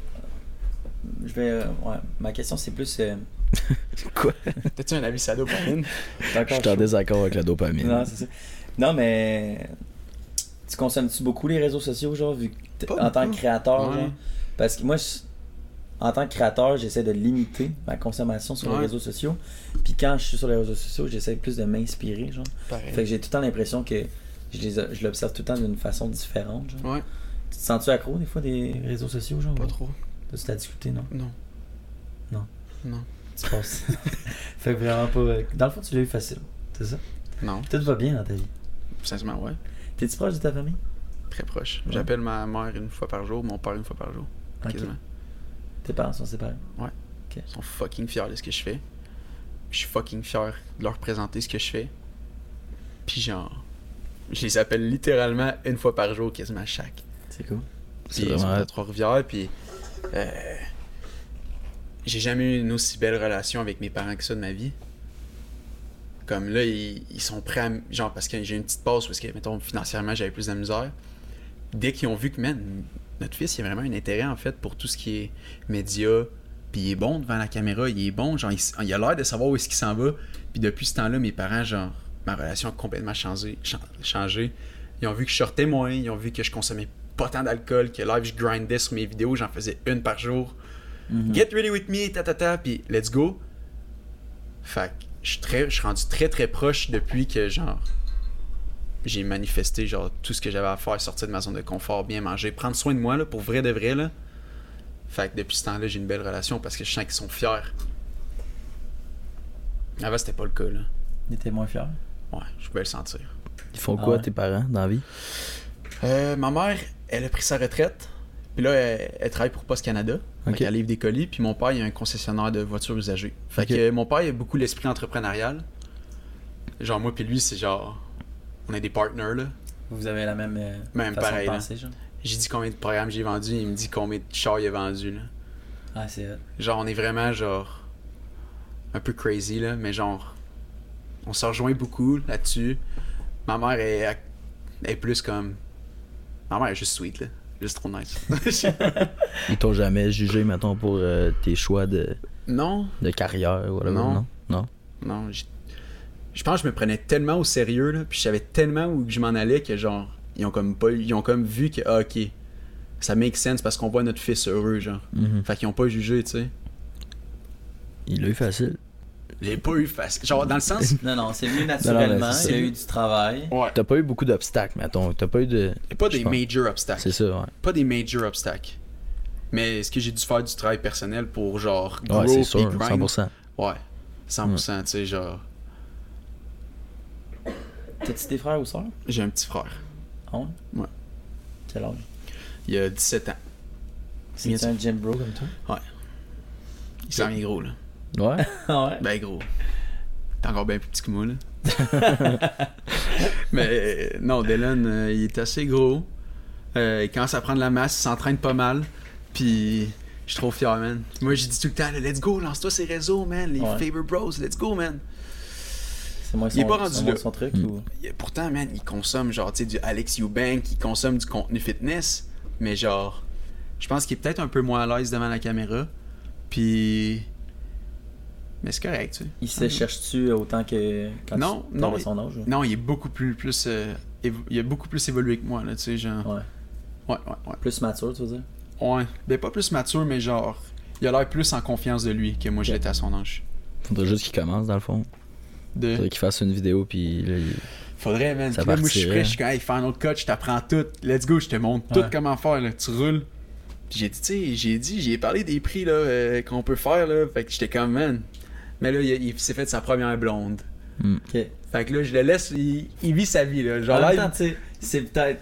Speaker 3: je vais. euh, ouais, ma question, c'est plus. euh,
Speaker 1: t'as-tu un avis sado
Speaker 3: t'es
Speaker 5: Je
Speaker 3: encore
Speaker 5: suis en
Speaker 3: chaud.
Speaker 5: désaccord avec la dopamine.
Speaker 3: Non, c'est ça. Non, mais. Tu consommes-tu beaucoup les réseaux sociaux, genre, vu que t'es-
Speaker 1: Pas
Speaker 3: en tant que
Speaker 1: beaucoup.
Speaker 3: créateur,
Speaker 1: Ouais.
Speaker 3: genre? Parce que moi, je- en tant que créateur, j'essaie de limiter ma consommation sur les
Speaker 1: Ouais.
Speaker 3: réseaux sociaux. Puis quand je suis sur les réseaux sociaux, j'essaie plus de m'inspirer, genre. Fait que j'ai tout le temps l'impression que je les- je l'observe tout le temps d'une façon différente, genre.
Speaker 1: ouais
Speaker 3: Tu te sens-tu accro des fois des réseaux sociaux, genre?
Speaker 1: pas trop
Speaker 3: Tu t'as discuté, non?
Speaker 1: non
Speaker 3: Non.
Speaker 1: non
Speaker 3: Tu penses. fait que vraiment pas. euh, Dans le fond, tu l'as eu facile. C'est ça?
Speaker 1: non
Speaker 3: Tout va bien dans ta vie.
Speaker 1: sincèrement ouais
Speaker 3: T'es-tu proche de ta famille?
Speaker 1: Très proche. J'appelle ma mère une fois par jour, mon père une fois par jour.
Speaker 3: Ok.
Speaker 1: Quasiment.
Speaker 3: Tes parents sont séparés.
Speaker 1: Ils sont fucking fiers de ce que je fais. Je suis fucking fier de leur présenter ce que je fais. Puis genre, je les appelle littéralement une fois par jour, quasiment chaque.
Speaker 3: C'est cool.
Speaker 5: C'est
Speaker 1: Puis ils sont
Speaker 5: vraiment-
Speaker 1: à Trois-Rivières, puis euh, j'ai jamais eu une aussi belle relation avec mes parents que ça de ma vie. Comme là, ils, ils sont prêts à. m- Genre, parce que j'ai une petite pause, parce que, mettons, financièrement, j'avais plus de misère. Dès qu'ils ont vu que, man, notre fils, il a vraiment un intérêt, en fait, pour tout ce qui est médias, puis il est bon devant la caméra, il est bon, genre, il, s- il a l'air de savoir où est-ce qu'il s'en va. Puis depuis ce temps-là, mes parents, genre, ma relation a complètement changé. chan- changé. Ils ont vu que je sortais moins, ils ont vu que je consommais pas tant d'alcool, que live, je grindais sur mes vidéos, j'en faisais une par jour. Get ready with me, ta ta ta, puis let's go. Fait que je suis très- je suis rendu très très proche depuis que, genre, j'ai manifesté, genre, tout ce que j'avais à faire, sortir de ma zone de confort, bien manger, prendre soin de moi, là, pour vrai de vrai, là. Fait que depuis ce temps-là, j'ai une belle relation parce que je sens qu'ils sont fiers. Avant, c'était pas le cas, là.
Speaker 3: Ils étaient moins fiers.
Speaker 1: Ouais, je peux le sentir.
Speaker 5: Ils font
Speaker 3: Ah
Speaker 5: quoi
Speaker 3: ouais.
Speaker 5: tes parents dans la vie
Speaker 1: Euh, ma mère, elle a pris sa retraite. Puis là, elle, elle travaille pour Post Canada. Fait
Speaker 5: Ok.
Speaker 1: qu'elle livre des colis. Puis mon père, il a un concessionnaire de voitures usagées. Fait
Speaker 5: Ok.
Speaker 1: que euh, mon père, il a beaucoup l'esprit entrepreneurial. Genre, moi, puis lui, c'est genre. On est des partners, là.
Speaker 3: Vous avez la même, euh,
Speaker 1: Même
Speaker 3: façon
Speaker 1: pareil,
Speaker 3: de
Speaker 1: là.
Speaker 3: penser, genre.
Speaker 1: J'ai dit combien de programmes j'ai vendu. Il me dit combien de chars il a vendu, là.
Speaker 3: Ah, c'est hot.
Speaker 1: Genre, on est vraiment, genre. Un peu crazy, là. Mais genre. On se rejoint beaucoup là-dessus. Ma mère est, est plus comme. Ma mère est juste sweet, là. Juste trop nice. Je sais pas.
Speaker 5: Ils t'ont jamais jugé, mettons, pour euh, tes choix de,
Speaker 1: non,
Speaker 5: de carrière ou whatever,
Speaker 1: Non.
Speaker 5: non? Non.
Speaker 1: Non, j- je pense que je me prenais tellement au sérieux là, puis je savais tellement où que je m'en allais que genre ils ont comme pas ils ont comme vu que ah, OK. Ça make sense parce qu'on voit notre fils heureux genre.
Speaker 5: Mhm.
Speaker 1: Fait qu'ils ont pas jugé, tu sais.
Speaker 5: Il l'a eu facile.
Speaker 2: J'ai pas eu face. Genre, dans le sens,
Speaker 3: Non, non, c'est venu
Speaker 5: Non,
Speaker 3: naturellement.
Speaker 5: non, mais c'est-
Speaker 3: il y a eu du travail.
Speaker 2: ouais.
Speaker 5: T'as pas eu beaucoup d'obstacles, mettons. T'as pas eu de.
Speaker 2: Pas
Speaker 5: Je
Speaker 2: des
Speaker 5: pense.
Speaker 2: major obstacles.
Speaker 5: C'est ça, ouais.
Speaker 2: pas des major obstacles. Mais est-ce que j'ai dû faire du travail personnel pour genre grow
Speaker 5: Ouais, c'est sûr,
Speaker 2: pis grind?
Speaker 5: 100%.
Speaker 2: Ouais, 100%, tu sais, genre.
Speaker 3: T'as-tu des frères ou sœurs
Speaker 1: J'ai un petit frère.
Speaker 3: Ah ouais?
Speaker 1: Ouais.
Speaker 3: Quel âge
Speaker 1: Il a 17 ans.
Speaker 3: C'est un gym bro comme toi
Speaker 1: Il s'en vient gros, là.
Speaker 5: Ouais.
Speaker 3: Ah ouais
Speaker 1: Ben gros. T'es encore bien plus petit que moi, là. Mais euh, non, Dylan, euh, il est assez gros. Euh, il commence à prendre la masse, il s'entraîne pas mal. Puis je suis trop fier, man. Moi, j'ai dit tout le temps, là, let's go, lance-toi ces réseaux, man. Les
Speaker 3: Ouais.
Speaker 1: Faber Bros, let's go, man.
Speaker 3: C'est moi
Speaker 1: Il est
Speaker 3: son-
Speaker 1: pas rendu
Speaker 3: c'est moi
Speaker 1: là. Mm.
Speaker 3: son truc ou.
Speaker 1: Et pourtant, man, il consomme, genre, tu sais, du Alex Eubank, il consomme du contenu fitness. Mais genre, je pense qu'il est peut-être un peu moins à l'aise devant la caméra. Puis. Mais c'est correct, tu sais.
Speaker 3: Il se cherche-tu autant que quand
Speaker 1: Mm. Non,
Speaker 3: tu
Speaker 1: non,
Speaker 3: t'avais
Speaker 1: il-
Speaker 3: son âge? ou?
Speaker 1: Non, il est beaucoup plus, plus euh, évo- il a beaucoup plus évolué que moi là, tu sais genre.
Speaker 3: Ouais.
Speaker 1: Ouais, ouais,
Speaker 3: Plus mature, tu veux dire?
Speaker 1: ouais. Ouais, ben pas plus mature mais genre il a l'air plus en confiance de lui que moi je
Speaker 3: Ok.
Speaker 1: l'étais à son âge.
Speaker 5: Faudrait juste qu'il commence, dans le fond.
Speaker 1: De
Speaker 5: Faudrait qu'il fasse une vidéo, puis là, il-
Speaker 1: faudrait man,
Speaker 5: Ça
Speaker 1: Puis là, moi je suis
Speaker 5: partirait.
Speaker 1: prêt, je suis comme hey, fais un autre coach, je t'apprends tout. Let's go, je te montre tout
Speaker 3: Ouais.
Speaker 1: comment faire là, tu roules. Puis j'ai dit tu sais, j'ai dit, j'ai parlé des prix là euh, qu'on peut faire là, fait que j'étais comme man. Mais là il, il s'est fait sa première blonde.
Speaker 3: Ok.
Speaker 1: Fait que là je le laisse, il, il vit sa vie là, genre
Speaker 3: en
Speaker 1: là,
Speaker 3: même
Speaker 1: il-
Speaker 3: temps, tu sais, c'est peut-être.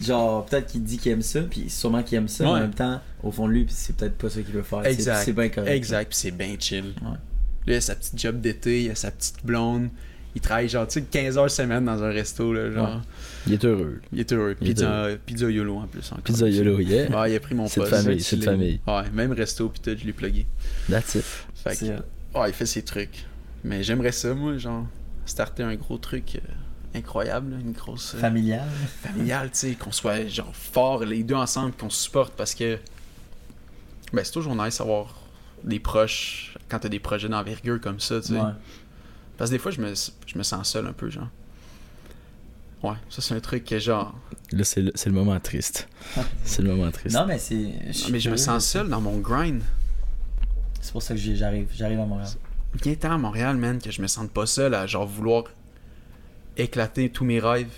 Speaker 3: Genre, peut-être qu'il dit qu'il aime ça, puis sûrement qu'il aime ça, mais en
Speaker 1: Ouais.
Speaker 3: même temps, au fond de lui, puis c'est peut-être pas ça qu'il veut faire. tu sais,
Speaker 1: Exact.
Speaker 3: puis C'est bien correct.
Speaker 1: Exact, puis c'est bien chill.
Speaker 3: Ouais.
Speaker 1: Là, il a sa petite job d'été, il a sa petite blonde. Il travaille genre, tu sais, 15 heures semaine dans un resto, là, genre.
Speaker 5: il est heureux.
Speaker 1: Il est heureux.
Speaker 5: Il est
Speaker 1: Pizza, pizza YOLO en plus. encore.
Speaker 5: Pizza Yolo, yeah.
Speaker 1: Ouais, il a pris mon
Speaker 5: C'est de
Speaker 1: poste.
Speaker 5: famille, c'est de
Speaker 1: Il est-
Speaker 5: famille.
Speaker 1: Ouais, même resto, pis tout, je l'ai plugué.
Speaker 5: That's it.
Speaker 1: Fait que,
Speaker 3: C'est-
Speaker 1: ouais, il fait ses trucs. Mais j'aimerais ça, moi, genre, starter un gros truc euh, incroyable, là, une grosse. euh,
Speaker 3: Familial.
Speaker 1: familial, tu sais, qu'on soit genre fort les deux ensemble, qu'on se supporte parce que ben c'est toujours nice d'avoir des proches quand t'as des projets d'envergure comme ça, tu sais.
Speaker 3: Ouais.
Speaker 1: Parce que des fois je me, je me sens seul un peu, genre. Ouais, ça c'est un truc que genre.
Speaker 5: Là, c'est le, c'est le moment triste. C'est le moment triste.
Speaker 3: Non, mais c'est.
Speaker 1: Non, Ah, mais je me sens seul dans mon grind.
Speaker 3: C'est pour ça que j'y- j'arrive. J'arrive à Montréal.
Speaker 1: Bien temps à Montréal, man, que je me sente pas seul à genre vouloir éclater tous mes rêves.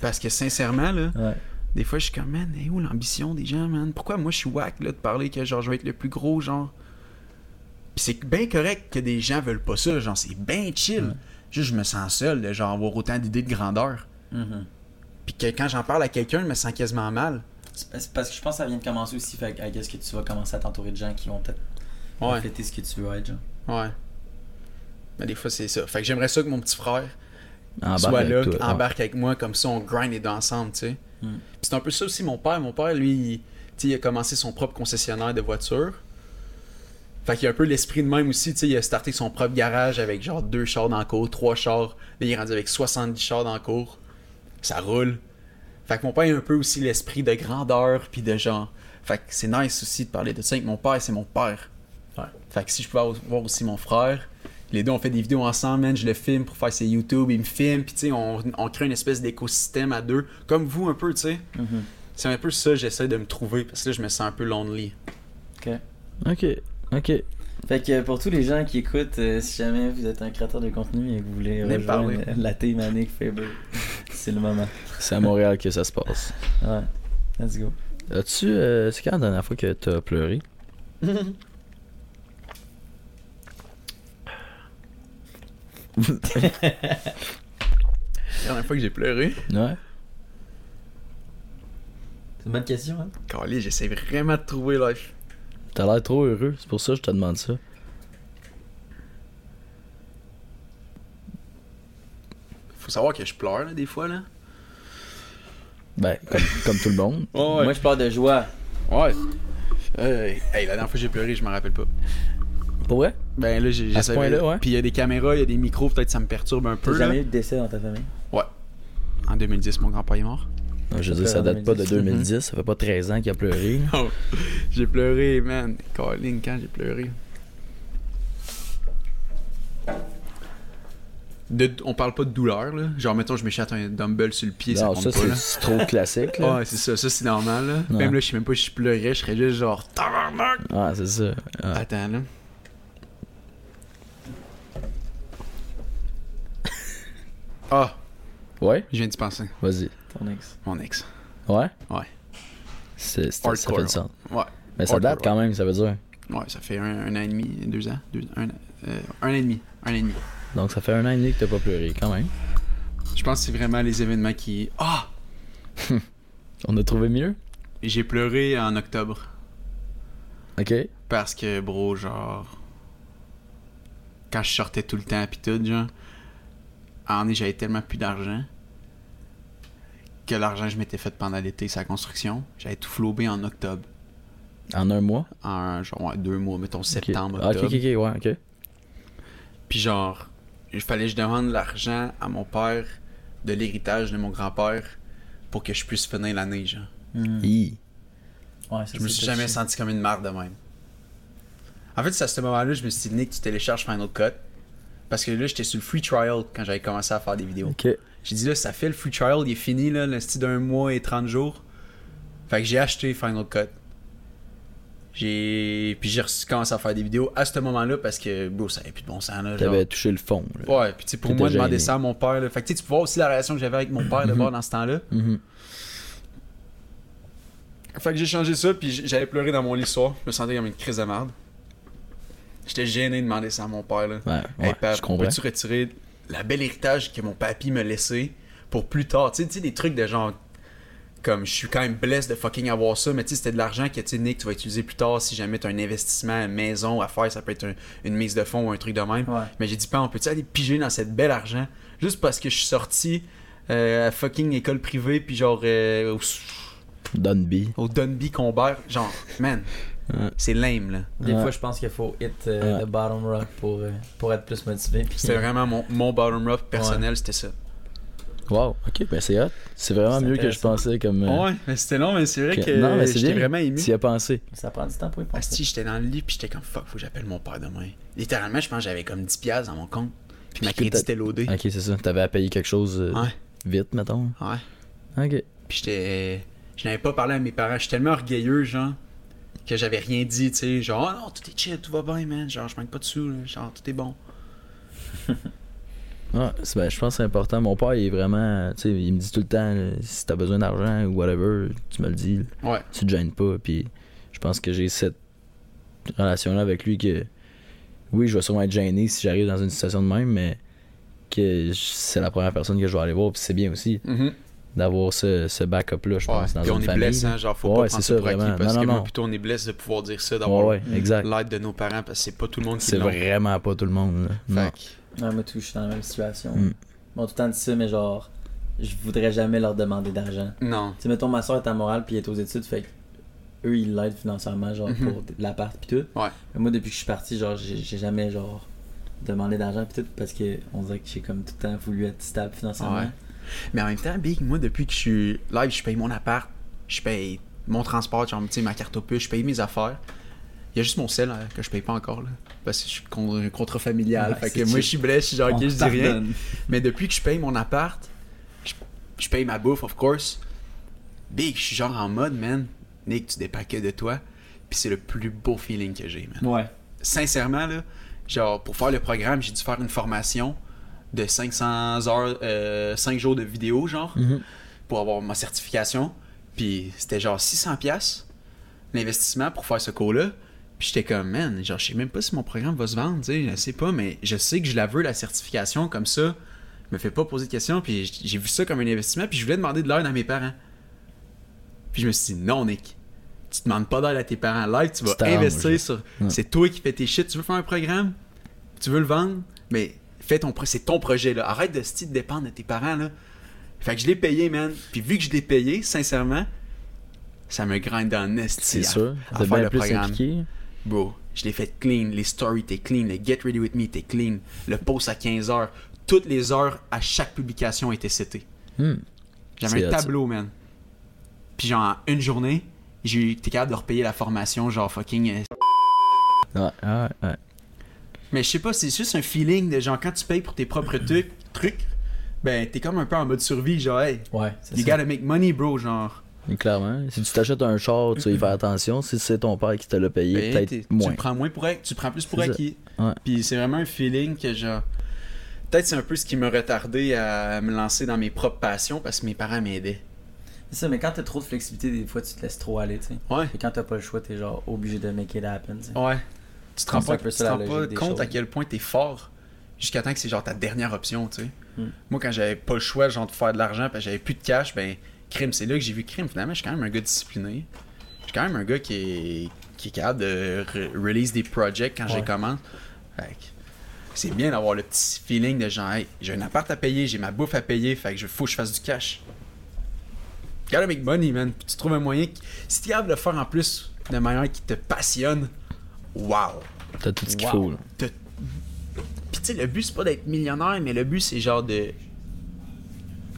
Speaker 1: Parce que sincèrement, là,
Speaker 3: Ouais.
Speaker 1: Des fois, je suis comme, man, hey, où l'ambition des gens, man? Pourquoi moi, je suis whack, là, de parler que, genre, je vais être le plus gros, genre? Puis c'est bien correct que des gens veulent pas ça, genre, c'est bien chill. Juste, je me sens seul de, genre, avoir autant d'idées de grandeur.
Speaker 3: Mhm.
Speaker 1: Puis que quand j'en parle à quelqu'un, je me sens quasiment mal.
Speaker 3: C'est c'est parce que je pense que ça vient de commencer aussi, fait que I guess que tu vas commencer à t'entourer de gens qui vont peut-être refléter ce que tu veux être, genre.
Speaker 1: ouais. Mais des fois, c'est ça. Fait que j'aimerais ça que mon petit frère
Speaker 5: Embarque
Speaker 1: soit
Speaker 5: avec
Speaker 1: là,
Speaker 5: toi, ouais. Hmm.
Speaker 1: embarque avec moi, comme ça, on grind les deux ensemble, tu sais.
Speaker 3: Mm.
Speaker 1: Puis c'est un peu ça aussi, mon père. Mon père, lui, il, tu sais, il a commencé son propre concessionnaire de voitures. Fait qu'il a un peu l'esprit de même aussi, tu sais, il a starté son propre garage avec genre deux chars dans la cour, trois chars. Là, il est rendu avec 70 chars dans la cour. Ça roule. Fait que mon père a un peu aussi l'esprit de grandeur, puis de genre... Fait que c'est nice aussi de parler de ça avec mon père, c'est mon père.
Speaker 3: Ouais.
Speaker 1: Fait que si je pouvais voir aussi mon frère, les deux on fait des vidéos ensemble, man, je le filme pour faire ses YouTube, il me filme, puis tu sais, on, on crée une espèce d'écosystème à deux, comme vous un peu, tu sais.
Speaker 3: Mhm.
Speaker 1: C'est un peu ça, j'essaie de me trouver, parce que là, je me sens un peu lonely.
Speaker 5: Ok, ok.
Speaker 3: Fait que pour tous les gens qui écoutent, euh, si jamais vous êtes un créateur de contenu et que vous voulez
Speaker 1: Venez me
Speaker 3: rejoindre
Speaker 1: parler.
Speaker 3: la team Annick Faber, c'est le moment.
Speaker 5: C'est à Montréal que ça se passe.
Speaker 3: Ouais, let's go.
Speaker 5: As-tu. euh, c'est quand la dernière fois que t'as pleuré
Speaker 1: La dernière fois que j'ai pleuré,
Speaker 5: Ouais.
Speaker 3: C'est une bonne question, hein?
Speaker 1: calé, j'essaie vraiment de trouver life.
Speaker 5: T'as l'air trop heureux, c'est pour ça que je te demande ça.
Speaker 1: Faut savoir que je pleure, là, des fois, là.
Speaker 5: Ben, comme, comme tout le monde.
Speaker 3: Moi, je parle de joie.
Speaker 1: Ouais. Euh, hey, la dernière fois que j'ai pleuré, je m'en rappelle pas.
Speaker 5: Pour vrai
Speaker 1: Ben là, j'ai
Speaker 5: À ce
Speaker 1: j'essaie-
Speaker 5: point-là, ouais.
Speaker 1: Puis il y a des caméras, il y a des micros, peut-être ça me perturbe un
Speaker 3: T'as
Speaker 1: peu. là.
Speaker 3: jamais eu de décès dans ta famille?
Speaker 1: En 2010, mon grand-père est mort.
Speaker 5: Non, Je veux dire, ça date pas de 2010, ça fait pas 13 ans qu'il a pleuré.
Speaker 1: J'ai pleuré, man. Colin, quand j'ai pleuré. De- on parle pas de douleur, là. Genre, mettons, je m'échappe un dumbbell sur le pied,
Speaker 5: Non,
Speaker 1: ça
Speaker 5: ça,
Speaker 1: compte pas,
Speaker 5: c'est
Speaker 1: là.
Speaker 5: c'est trop classique, là.
Speaker 1: Ouais, c'est ça, ça c'est normal, là.
Speaker 5: Ouais.
Speaker 1: Même là, je sais même pas
Speaker 5: Ah,
Speaker 1: si je pleurais, je serais juste genre. Tabarnak!
Speaker 5: Ouais, c'est ça. Ouais.
Speaker 1: Attends, là. Ah,
Speaker 5: Ouais,
Speaker 1: je viens d'y penser.
Speaker 5: vas-y.
Speaker 3: Ton ex.
Speaker 1: Mon ex.
Speaker 5: Ouais?
Speaker 1: Ouais.
Speaker 5: C'est, c'est- ça
Speaker 1: Hardcore,
Speaker 5: fait du sens.
Speaker 1: Ouais.
Speaker 5: Mais ça
Speaker 1: Hardcore,
Speaker 5: date quand même, ça veut dire.
Speaker 1: Ouais, ça fait un, un an et demi, deux ans, deux, un, euh, un an et demi, un an et demi.
Speaker 5: Donc ça fait un an et demi que t'as pas pleuré, quand même.
Speaker 1: Je pense que c'est vraiment les événements qui... Ah!
Speaker 5: On a trouvé mieux?
Speaker 1: J'ai pleuré en octobre
Speaker 5: Ok.
Speaker 1: parce que, bro, genre... Quand je sortais tout le temps pis tout, genre... En année, j'avais tellement plus d'argent que l'argent que je m'étais fait pendant l'été, sa construction, j'avais tout flobé en octobre.
Speaker 5: En un mois?
Speaker 1: En un, genre, ouais, deux mois, mettons
Speaker 5: Ok.
Speaker 1: septembre,
Speaker 5: Ah,
Speaker 1: octobre.
Speaker 5: Ok, ok, ok, ouais, ok.
Speaker 1: Puis genre, il fallait que je demande l'argent à mon père de l'héritage de mon grand-père pour que je puisse finir l'année, genre. Mm.
Speaker 5: Hi.
Speaker 3: Ouais, ça,
Speaker 1: Je me
Speaker 3: c'est
Speaker 1: suis
Speaker 3: touché.
Speaker 1: jamais senti comme une marde de même. En fait, c'est à ce moment-là je me suis dit, Nick, tu télécharges Final Cut. Parce que là, j'étais sur le free trial quand j'avais commencé à faire des vidéos.
Speaker 5: Ok.
Speaker 1: J'ai dit, là, ça fait le free trial, il est fini, là, le style d'un mois et 30 jours. Fait que j'ai acheté Final Cut. J'ai. Puis j'ai reçu- commencé à faire des vidéos à ce moment-là parce que, bro, ça avait plus de bon sens, là. genre.
Speaker 5: T'avais touché le fond. là.
Speaker 1: Ouais, puis tu sais, pour
Speaker 5: T'étais
Speaker 1: moi, demander
Speaker 5: gêné.
Speaker 1: ça à mon père, là. Fait que tu sais, tu peux voir aussi la relation que j'avais avec mon père de bord dans ce temps-là.
Speaker 5: Mhm.
Speaker 1: Fait que j'ai changé ça, puis j- j'avais pleuré dans mon lit le soir. Je me sentais comme une crise de merde. J'étais gêné de demander ça à mon père, là.
Speaker 5: Ouais,
Speaker 1: Hey,
Speaker 5: ouais,
Speaker 1: pap,
Speaker 5: je comprends.
Speaker 1: peux-tu retirer la belle héritage que mon papy me laissait pour plus tard? Tu sais, tu sais, des trucs de genre. Comme je suis quand même blessé de fucking avoir ça, mais tu sais, c'était de l'argent que tu sais, Nick, tu vas utiliser plus tard si jamais tu as un investissement, une maison à faire, ça peut être un- une mise de fonds ou un truc de même.
Speaker 3: Ouais.
Speaker 1: Mais j'ai dit, pas, on peut-tu aller piger dans cette belle argent juste parce que je suis sorti euh, à fucking école privée, puis genre euh, au,
Speaker 5: Dunby.
Speaker 1: au Dunby Combert, genre, man,
Speaker 5: Ouais.
Speaker 1: c'est lame là.
Speaker 3: Des
Speaker 5: Ouais.
Speaker 3: fois, je pense qu'il faut hit euh,
Speaker 5: Ouais.
Speaker 3: the bottom rock pour, euh, pour être plus motivé. puis-
Speaker 1: C'était vraiment mon, mon bottom rock personnel, c'était ça.
Speaker 5: Wow, ok, ben c'est hot. C'est vraiment
Speaker 3: C'est
Speaker 5: mieux que je
Speaker 3: intéressant.
Speaker 5: pensais comme. euh,
Speaker 1: Ouais, mais c'était long, mais c'est vrai
Speaker 5: que-
Speaker 1: que
Speaker 5: Non, mais c'est
Speaker 1: j'étais
Speaker 5: bien.
Speaker 1: vraiment ému.
Speaker 5: T'y as pensé.
Speaker 3: Ça prend du temps pour y penser.
Speaker 1: Asti, j'étais dans le lit, puis j'étais comme fuck, faut que j'appelle mon père demain. Littéralement, je pense que j'avais comme 10 piastres dans mon compte, puis ma
Speaker 5: Puis que
Speaker 1: crédit était loadée.
Speaker 5: Ok, c'est ça. T'avais à payer quelque chose euh,
Speaker 1: Ouais,
Speaker 5: vite, mettons.
Speaker 1: ouais.
Speaker 5: Ok.
Speaker 1: Puis j'étais. Je n'avais pas parlé à mes parents, je suis tellement orgueilleux, genre, que j'avais rien dit, tu sais. Genre, oh non, tout est chill, tout va bien, man. Genre, je manque pas de sous, là. Genre, tout est bon.
Speaker 5: Ouais, c'est- ben, je pense que c'est important. Mon père, il est vraiment. Tu sais, il me dit tout le temps là, si t'as besoin d'argent ou whatever, tu me le dis.
Speaker 1: Ouais.
Speaker 5: Tu te gênes pas. Puis je pense que j'ai cette relation-là avec lui que. Oui, je vais sûrement être gêné si j'arrive dans une situation de même, mais que je- c'est la première personne que je vais aller voir. Puis c'est bien aussi d'avoir ce, ce backup-là, je
Speaker 1: Mm-hmm. Ouais,
Speaker 5: pense, dans
Speaker 1: puis
Speaker 5: une
Speaker 1: on est
Speaker 5: famille.
Speaker 1: blessé,
Speaker 5: là.
Speaker 1: hein, genre, faut
Speaker 5: Ouais,
Speaker 1: pas
Speaker 5: c'est
Speaker 1: prendre
Speaker 5: ça,
Speaker 1: ça pour acquis,
Speaker 5: vraiment.
Speaker 1: parce que
Speaker 5: Non, non,
Speaker 1: moi,
Speaker 5: non.
Speaker 1: plutôt, on est blessé de pouvoir dire ça,
Speaker 5: Ouais,
Speaker 1: d'avoir
Speaker 5: ouais, exact.
Speaker 1: l'aide de nos parents, parce que c'est pas tout le monde qui
Speaker 5: C'est
Speaker 1: l'a.
Speaker 5: vraiment pas tout le monde. là. Non.
Speaker 1: Fait que-
Speaker 3: Ouais, moi, tout, je suis dans la même situation.
Speaker 5: Mm.
Speaker 3: Bon, tout le temps dit ça, mais genre, je voudrais jamais leur demander d'argent.
Speaker 1: Non.
Speaker 3: Tu sais, mettons, ma soeur est à morale puis elle est aux études, fait que eux, ils l'aident financièrement, genre,
Speaker 1: Mhm.
Speaker 3: pour l'appart puis tout.
Speaker 1: Ouais.
Speaker 3: Mais moi, depuis que je suis parti, genre, j'ai j'ai jamais, genre, demandé d'argent puis tout, parce que on dirait que j'ai comme tout le temps voulu être stable financièrement.
Speaker 1: Ouais. Mais en même temps, Big, moi, depuis que je suis live, je paye mon appart, je paye mon transport, genre, tu sais, ma carte au puce, je paye mes affaires. Il y a juste mon sel hein, que je paye pas encore, là. Parce que je suis con- un contrat familial.
Speaker 3: Ouais,
Speaker 1: fait
Speaker 3: c'est
Speaker 1: que moi,
Speaker 3: chill.
Speaker 1: je suis blessé, je suis genre,
Speaker 3: On
Speaker 1: ok, je dis rien.
Speaker 3: pardonne.
Speaker 1: Mais depuis que je paye mon appart, je, je paye ma bouffe, of course. Big, je suis genre en mode, man. Nick, tu dépaquets de toi. Puis c'est le plus beau feeling que j'ai, man.
Speaker 3: Ouais.
Speaker 1: sincèrement, là, genre, pour faire le programme, j'ai dû faire une formation de 500 heures, 5 jours de vidéo, genre, pour avoir ma certification. Puis c'était genre 600 pièces l'investissement pour faire ce cours-là. Puis j'étais comme, man, genre, je sais même pas si mon programme va se vendre, tu sais, je sais pas, mais je sais que je la veux, la certification, comme ça, je me fais pas poser de questions. Puis j- j'ai vu ça comme un investissement, puis je voulais demander de l'aide à mes parents. Puis je me suis dit, non, Nick, tu demandes pas d'aide à tes parents live, tu vas
Speaker 5: t'arranges,
Speaker 1: investir
Speaker 5: là.
Speaker 1: sur.
Speaker 5: Ouais.
Speaker 1: C'est toi qui fais tes shit, tu veux faire un programme, tu veux le vendre, mais fais ton pro- c'est ton projet, là. Arrête de se dépendre de tes parents, là. Fait que je l'ai payé, man. Puis vu que je l'ai payé, sincèrement, ça me grind en esti.
Speaker 5: C'est
Speaker 1: à-
Speaker 5: sûr.
Speaker 1: à
Speaker 5: T'es
Speaker 1: faire
Speaker 5: bien
Speaker 1: le
Speaker 5: plus
Speaker 1: programme.
Speaker 5: impliqué.
Speaker 1: Bro, je l'ai fait clean. Les stories étaient clean. Le Get Ready With Me était clean. Le post à 15 heures. Toutes les heures à chaque publication étaient citées.
Speaker 5: Hmm.
Speaker 1: J'avais
Speaker 5: C'est
Speaker 1: un
Speaker 5: hot, ça.
Speaker 1: tableau, man. Puis genre, en une journée, j'ai été capable de repayer la formation, genre fucking. euh,
Speaker 5: Ouais, ouais, ouais.
Speaker 1: Mais je sais pas, c'est juste un feeling de genre, quand tu payes pour tes propres trucs, trucs ben t'es comme un peu en mode survie, genre, hey,
Speaker 3: Ouais, c'est
Speaker 1: you
Speaker 3: ça.
Speaker 1: gotta make money, bro, genre.
Speaker 5: Et Clairement. Si tu t'achètes un char, tu vas y faire attention. Si c'est ton père qui te l'a payé,
Speaker 1: Ben, t'es-
Speaker 5: peut-être
Speaker 1: Tu
Speaker 5: moins.
Speaker 1: le prends moins pour acquis, tu le prends plus pour
Speaker 5: C'est ça.
Speaker 1: acquis.
Speaker 5: Ouais.
Speaker 1: Puis c'est vraiment un feeling que genre. t'as- peut-être c'est un peu ce qui m'a retardé à me lancer dans mes propres passions parce que mes parents m'aidaient.
Speaker 3: C'est ça, mais quand t'as trop de flexibilité, des fois, tu te laisses trop aller, tu sais.
Speaker 1: Ouais.
Speaker 3: Et quand t'as pas le choix, t'es genre obligé de make it happen, tu sais.
Speaker 1: Ouais. Tu te rends
Speaker 3: C'est un
Speaker 1: pas,
Speaker 3: peu
Speaker 1: tu
Speaker 3: ça,
Speaker 1: te
Speaker 3: la
Speaker 1: rends
Speaker 3: logique
Speaker 1: pas
Speaker 3: des
Speaker 1: compte
Speaker 3: choses.
Speaker 1: à quel point t'es fort jusqu'à temps que c'est genre ta dernière option, tu sais.
Speaker 3: Hmm.
Speaker 1: Moi, quand j'avais pas le choix, genre de faire de l'argent parce que j'avais plus de cash, ben, crime, c'est là que j'ai vu crime. Finalement, je suis quand même un gars discipliné. Je suis quand même un gars qui est, qui est capable de re- release des projects quand j'ai
Speaker 3: Ouais.
Speaker 1: commence. Fait que c'est bien d'avoir le petit feeling de genre, hey, j'ai un appart à payer, j'ai ma bouffe à payer, fait que je faut que je fasse du cash. Gotta make money, man. Puis tu trouves un moyen. qui- Si t'es capable de le faire en plus de manière qui te passionne, wow.
Speaker 5: T'as tout ce qu'il
Speaker 1: Wow.
Speaker 5: faut. là.
Speaker 1: Puis tu sais, le but, c'est pas d'être millionnaire, mais le but, c'est genre de.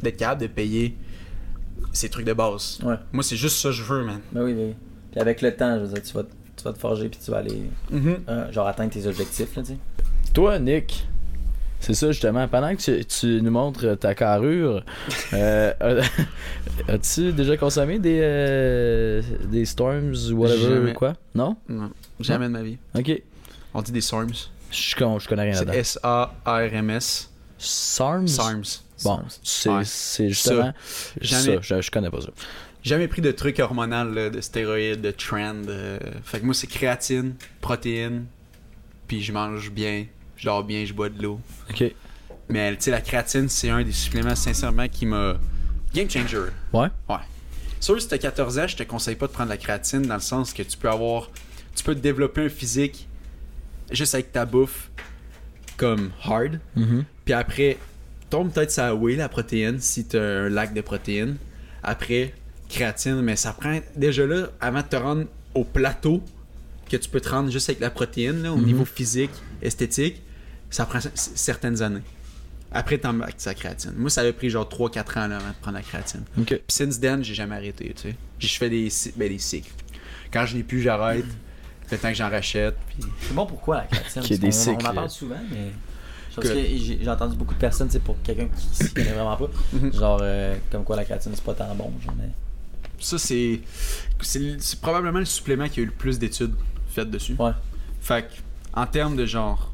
Speaker 1: d'être capable de payer ces trucs de base.
Speaker 3: Ouais.
Speaker 1: Moi, c'est juste ça que je veux, man.
Speaker 3: Ben oui, ben oui. Puis avec le temps, je veux dire, tu vas, te- tu vas te forger, puis tu vas aller,
Speaker 1: Mm-hmm.
Speaker 3: euh, genre, atteindre tes objectifs, là, tu sais.
Speaker 5: Toi, Nick, c'est ça justement. Pendant que tu, tu nous montres ta carrure, euh, as- as-tu déjà consommé des, euh, des Storms ou whatever
Speaker 1: Jamais.
Speaker 5: ou quoi Non
Speaker 1: Non, jamais de ma vie.
Speaker 5: Ok.
Speaker 1: On dit des SARMS.
Speaker 5: Je con- je connais rien
Speaker 1: C'est
Speaker 5: là-dedans.
Speaker 1: S-A-R-M-s.
Speaker 5: SARMS
Speaker 1: SARMS.
Speaker 5: Bon, c'est
Speaker 1: Ouais.
Speaker 5: c'est justement.
Speaker 1: Jamais.
Speaker 5: Ça, je, je connais pas ça.
Speaker 1: Jamais pris de trucs hormonal, là, de stéroïdes, de trend. euh, Fait que moi, c'est créatine, protéines, puis je mange bien, je dors bien, je bois de l'eau.
Speaker 5: Ok.
Speaker 1: Mais tu sais, la créatine, c'est un des suppléments, sincèrement, qui m'a. Game changer.
Speaker 5: Ouais.
Speaker 1: Ouais. Sur si t'as 14 ans, je te conseille pas de prendre la créatine dans le sens que tu peux avoir. Tu peux développer un physique juste avec ta bouffe comme hard.
Speaker 5: Mhm.
Speaker 1: Puis après, tombe peut-être ça whey, la protéine, si t'as un lac de protéines. Après, créatine, mais ça prend déjà là, avant de te rendre au plateau que tu peux te rendre juste avec la protéine, là, au niveau physique, esthétique, ça prend c- certaines années. Après, t'en avec sa créatine. Moi, ça avait pris genre 3-4 ans là, avant de prendre la créatine.
Speaker 5: Ok.
Speaker 1: Puis since then, j'ai jamais arrêté, tu sais. Je fais des, cy- ben, des cycles. Quand je n'ai plus, j'arrête. Le temps que j'en rachète. Puis...
Speaker 3: C'est bon pourquoi la créatine
Speaker 5: Qu'il y ait des
Speaker 3: parce qu'on- On en
Speaker 5: cycles.
Speaker 3: parle souvent, mais. Parce
Speaker 1: Que-
Speaker 3: que j'ai j'ai entendu beaucoup de personnes, c'est pour quelqu'un qui s'y connaît vraiment pas.
Speaker 5: Mhm.
Speaker 3: genre, euh, comme quoi la créatine, c'est pas tant bon. Genre, mais...
Speaker 1: Ça, c'est, c'est, le- c'est probablement le supplément qui a eu le plus d'études faites dessus.
Speaker 3: Ouais.
Speaker 1: Fait que, en termes de genre,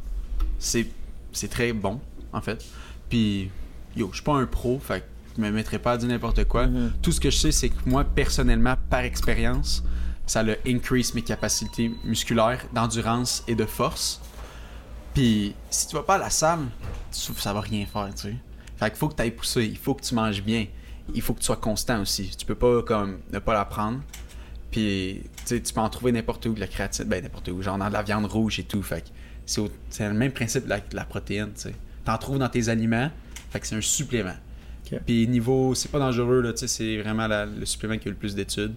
Speaker 1: c'est, c'est très bon, en fait. Puis, yo, je suis pas un pro, fait que je me mettrais pas à dire n'importe quoi.
Speaker 3: Mhm.
Speaker 1: Tout ce que je sais, c'est que moi, personnellement, par expérience, ça a increase mes capacités musculaires, d'endurance et de force. Puis, si tu vas pas à la salle, tu- ça va rien faire, tu sais. Fait qu'il faut que tu ailles pousser, il faut que tu manges bien, il faut que tu sois constant aussi. Tu peux pas, comme, ne pas la prendre. Puis, tu sais, tu peux en trouver n'importe où de la créatine, ben n'importe où, genre dans de la viande rouge et tout. Fait que c'est au- c'est le même principe de la, de la protéine, tu sais. T'en trouves dans tes aliments, fait que c'est un supplément.
Speaker 3: Ok.
Speaker 1: Puis niveau, c'est pas dangereux, là, tu sais, c'est vraiment la- le supplément qui a eu le plus d'études.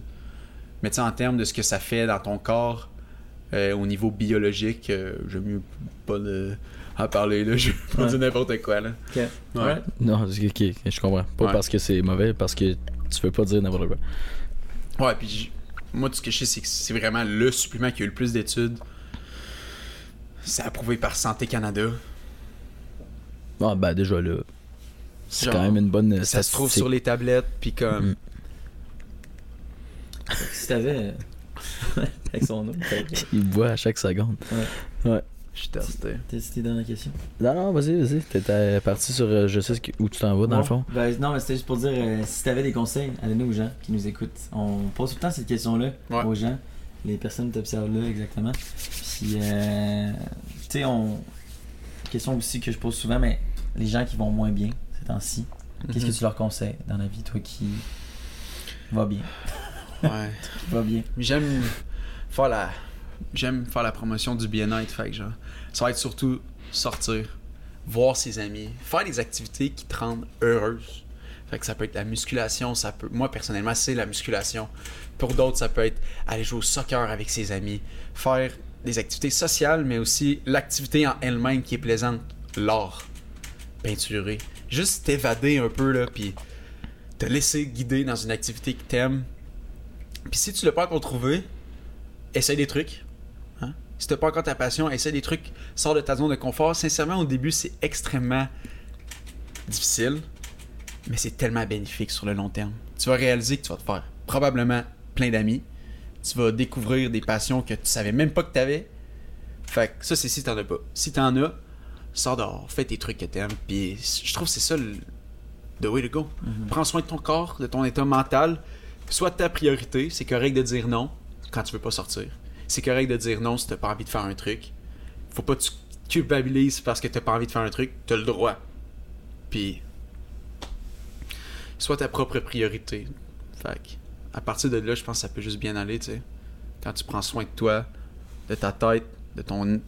Speaker 1: Mais tu sais, en termes de ce que ça fait dans ton corps, euh, au niveau biologique, euh, je mieux pas de- en parler, là, je vais pas
Speaker 3: Ouais.
Speaker 1: dire n'importe quoi, là.
Speaker 3: Ok.
Speaker 1: Ouais.
Speaker 3: Alright.
Speaker 5: Non, c'est- ok, ok, je comprends. Pas
Speaker 1: Ouais.
Speaker 5: parce que c'est mauvais, parce que tu veux pas dire n'importe quoi.
Speaker 1: Ouais, puis j- moi, tout ce que je sais, c'est que c'est vraiment le supplément qui a eu le plus d'études. C'est approuvé par Santé Canada.
Speaker 5: Ah, ben déjà là, c'est
Speaker 1: Genre,
Speaker 5: quand même une bonne.
Speaker 1: Ça se trouve sur les tablettes, puis comme.
Speaker 5: Mhm.
Speaker 3: Si t'avais. euh, avec son nom, t'as-
Speaker 5: Il boit à chaque seconde.
Speaker 1: Je suis testé.
Speaker 3: t'as cité dans la question.
Speaker 5: Non, non, vas-y, vas-y. T'étais parti sur euh, je sais ce que- où tu t'en vas dans le
Speaker 3: Bon,
Speaker 5: fond.
Speaker 3: ben, non, mais c'était juste pour dire, euh, si t'avais des conseils, allez-nous aux gens qui nous écoutent. On pose tout le temps cette question-là
Speaker 1: Ouais.
Speaker 3: aux gens. Les personnes t'observent là, exactement. Puis, euh, tu sais, on... Question aussi que je pose souvent, mais les gens qui vont moins bien ces temps-ci, qu'est-ce
Speaker 1: Mhm.
Speaker 3: que tu leur conseilles dans la vie, toi qui va bien,
Speaker 1: Ouais.
Speaker 3: qui va bien?
Speaker 1: J'aime faire la. J'aime faire la promotion du bien-être, fait que genre. Ça va être surtout sortir, voir ses amis, faire des activités qui te rendent heureuse. Fait que ça peut être la musculation, ça peut. Moi personnellement, c'est la musculation. Pour d'autres, ça peut être aller jouer au soccer avec ses amis, faire des activités sociales, mais aussi l'activité en elle-même qui est plaisante, l'art, peinturer, juste t'évader un peu là, puis te laisser guider dans une activité que t'aimes. Puis si tu l'as pas encore trouvé, essaye des trucs. Hein? Si t'as pas encore ta passion, essaye des trucs, sors de ta zone de confort. Sincèrement, au début, c'est extrêmement difficile, mais c'est tellement bénéfique sur le long terme. Tu vas réaliser que tu vas te faire probablement plein d'amis. Tu vas découvrir des passions que tu savais même pas que tu avais. Fait que ça, c'est si t'en as pas. Si t'en as, sors dehors, fais tes trucs que t'aimes. Puis je trouve que c'est ça le the way to go. Prends soin de ton corps, de ton état mental. Soit ta priorité, c'est correct de dire non quand tu veux pas sortir. C'est correct de dire non si t'as pas envie de faire un truc. Faut pas que tu culpabilises parce que t'as pas envie de faire un truc. T'as le droit. Puis soit ta propre priorité. Fait que, à partir de là, je pense que ça peut juste bien aller, tu sais. Quand tu prends soin de toi, de ta tête, de ton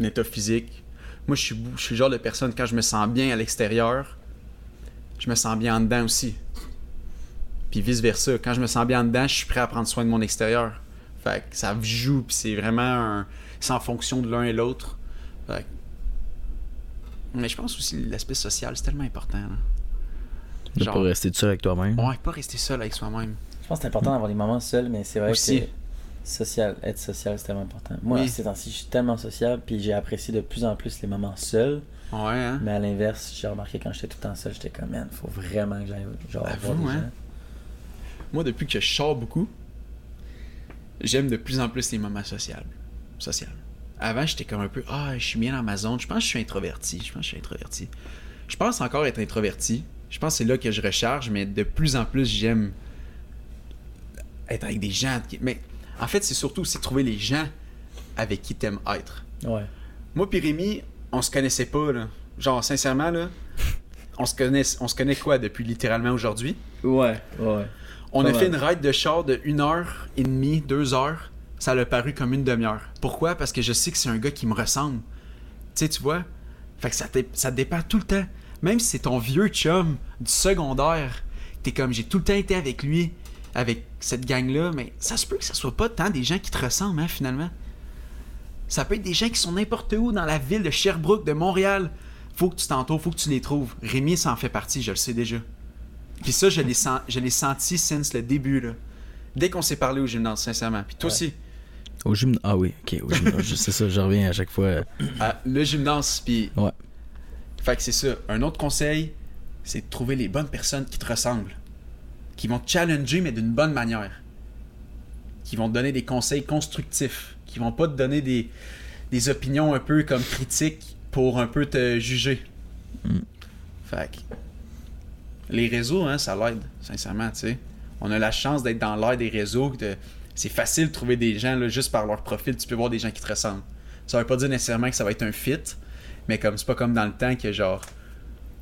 Speaker 1: état physique. Moi, je suis, bou- je suis le genre de personne, quand je me sens bien à l'extérieur, je me sens bien en dedans aussi. Puis vice-versa, quand je me sens bien en dedans, je suis prêt à prendre soin de mon extérieur. Fait que ça joue, puis c'est vraiment un... c'est en fonction de l'un et l'autre. Fait que- Mais je pense aussi l'aspect social, c'est tellement important. Là.
Speaker 5: De pas rester tout seul avec toi-même.
Speaker 1: Ouais, pas rester seul avec soi-même.
Speaker 3: Je pense que c'est important d'avoir des moments seuls, mais c'est vrai
Speaker 1: Aussi.
Speaker 3: que social, être social, c'est tellement important. Moi,
Speaker 1: Oui.
Speaker 3: ces temps-ci, je suis tellement sociable, puis j'ai apprécié de plus en plus les moments seuls.
Speaker 1: Ouais, hein?
Speaker 3: Mais à l'inverse, j'ai remarqué quand j'étais tout le temps seul, j'étais comme, man, faut vraiment que j'aille genre,
Speaker 1: Ben,
Speaker 3: voir
Speaker 1: vous,
Speaker 3: des
Speaker 1: hein. Moi, depuis que je sors beaucoup, j'aime de plus en plus les moments sociables. Sociales. Avant, j'étais comme un peu, ah, je suis bien dans ma zone. Je pense que je suis introverti. Je pense que je suis introverti. Je pense encore être introverti. Je pense que c'est là que je recharge, mais de plus en plus, j'aime être avec des gens. Mais en fait, c'est surtout aussi trouver les gens avec qui t'aimes être.
Speaker 3: gens. Ouais.
Speaker 1: Moi pis Rémi, on se connaissait pas, là. Genre, sincèrement, là, on se connaît, on se connaît quoi depuis littéralement aujourd'hui?
Speaker 6: Ouais.
Speaker 3: Ouais.
Speaker 1: On
Speaker 3: Pas
Speaker 1: a fait
Speaker 3: mal.
Speaker 1: une ride de char de une heure et demie, deux heures. Ça l'a paru comme une demi-heure. Pourquoi? Parce que je sais que c'est un gars qui me ressemble. Tu sais, tu vois? Fait que ça, te- ça te dépend tout le temps. Même si c'est ton vieux chum du secondaire, t'es comme j'ai tout le temps été avec lui, avec cette gang-là, mais ça se peut que ça soit pas tant des gens qui te ressemblent, hein, finalement. Ça peut être des gens qui sont n'importe où dans la ville de Sherbrooke, de Montréal. Faut que tu t'entoures, faut que tu les trouves. Rémi, ça en fait partie, je le sais déjà. Puis ça, je l'ai, sen- je l'ai senti since le début, là. Dès qu'on s'est parlé au gymnase, sincèrement. Puis toi aussi,
Speaker 5: Au gym. Ah oui, ok, au gym. Je sais ça, je reviens à chaque fois.
Speaker 1: à le gymnase, puis...
Speaker 5: Ouais.
Speaker 1: Fait que c'est ça. Un autre conseil, c'est de trouver les bonnes personnes qui te ressemblent. Qui vont te challenger, mais d'une bonne manière. Qui vont te donner des conseils constructifs. Qui vont pas te donner des, des opinions un peu comme critiques pour un peu te juger. Fait que... Les réseaux, hein, ça l'aide, sincèrement, tu sais. On a la chance d'être dans l'ère des réseaux. de- C'est facile de trouver des gens, là, juste par leur profil, tu peux voir des gens qui te ressemblent. Ça veut pas dire nécessairement que ça va être un fit, mais comme c'est pas comme dans le temps que genre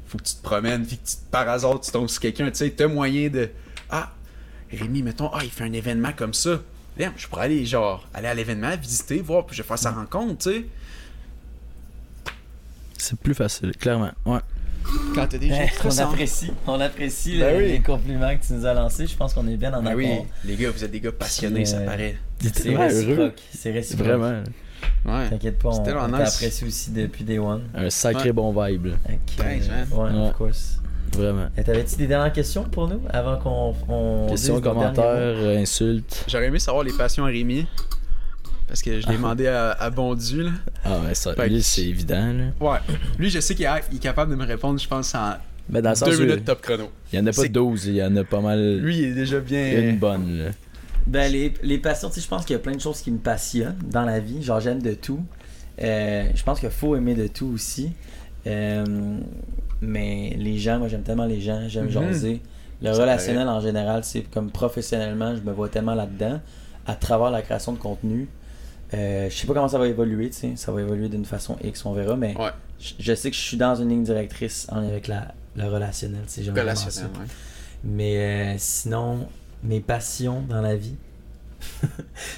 Speaker 1: faut que tu te promènes, puis que tu- par hasard tu tombes sur quelqu'un, tu sais, t'as moyen de ah Rémi mettons ah il fait un événement comme ça, Damn, je pourrais aller genre aller à l'événement visiter voir puis je vais faire sa rencontre, tu sais.
Speaker 5: C'est plus facile, clairement. Ouais.
Speaker 1: Quand t'as des gens qui te
Speaker 3: Eh, on
Speaker 1: ressemblent.
Speaker 3: apprécie, on apprécie
Speaker 1: Ben
Speaker 3: les,
Speaker 1: oui.
Speaker 3: les compliments que tu nous as lancés. Je pense qu'on est bien en
Speaker 1: Ben
Speaker 3: accord.
Speaker 1: oui, les gars, vous êtes des gars passionnés, ça
Speaker 3: Euh,
Speaker 1: paraît.
Speaker 3: C'est
Speaker 5: Ouais, heureux.
Speaker 3: réciproque. C'est réciproque.
Speaker 5: Vraiment.
Speaker 1: Ouais.
Speaker 3: T'inquiète pas, on,
Speaker 1: C'était
Speaker 3: on
Speaker 1: vraiment nice.
Speaker 3: t'apprécie aussi depuis day one.
Speaker 5: Un sacré
Speaker 1: Ouais.
Speaker 5: bon vibe, là.
Speaker 3: Fait que,
Speaker 1: Thanks, man.
Speaker 3: ouais,
Speaker 5: Ouais.
Speaker 3: of course.
Speaker 5: Vraiment.
Speaker 3: Et T'avais-tu des dernières questions pour nous avant qu'on. on
Speaker 5: Questions,
Speaker 3: dise nos derniers
Speaker 5: commentaires,
Speaker 3: mots?
Speaker 5: euh, insultes.
Speaker 1: J'aurais aimé savoir les passions à Rémi parce que
Speaker 3: Ah.
Speaker 1: je l'ai demandé à, à Bondu là.
Speaker 5: Ah ouais, ça,
Speaker 1: Fait que-
Speaker 5: lui, c'est évident, là.
Speaker 1: Ouais. Lui, je sais qu'il est il est capable de me répondre, je pense en
Speaker 5: Mais
Speaker 3: Ah,
Speaker 5: dans le sens
Speaker 1: deux
Speaker 5: où,
Speaker 1: minutes top chrono.
Speaker 5: il y en a pas
Speaker 1: C'est-
Speaker 5: 12, il y en a pas mal.
Speaker 1: Lui, il est déjà bien
Speaker 5: Une bonne, là.
Speaker 3: Ben, les, les passions, tu sais, je pense qu'il y a plein de choses qui me passionnent dans la vie. Genre, j'aime de tout. Euh, je pense qu'il faut aimer de tout aussi. Euh, mais les gens, moi, j'aime tellement les gens. J'aime
Speaker 1: Mhm.
Speaker 3: jaser. Le
Speaker 1: Ça
Speaker 3: relationnel en général, c'est comme professionnellement, je me vois tellement là-dedans. À travers la création de contenu, euh, je sais pas comment ça va évoluer, tu sais. Ça va évoluer d'une façon X, on verra. Mais
Speaker 1: Ouais.
Speaker 3: je, je sais que je suis dans une ligne directrice en lien avec la, le relationnel, tu sais. j'aime vraiment ça.
Speaker 1: relationnel. ouais.
Speaker 3: Mais euh, sinon, mes passions dans la vie.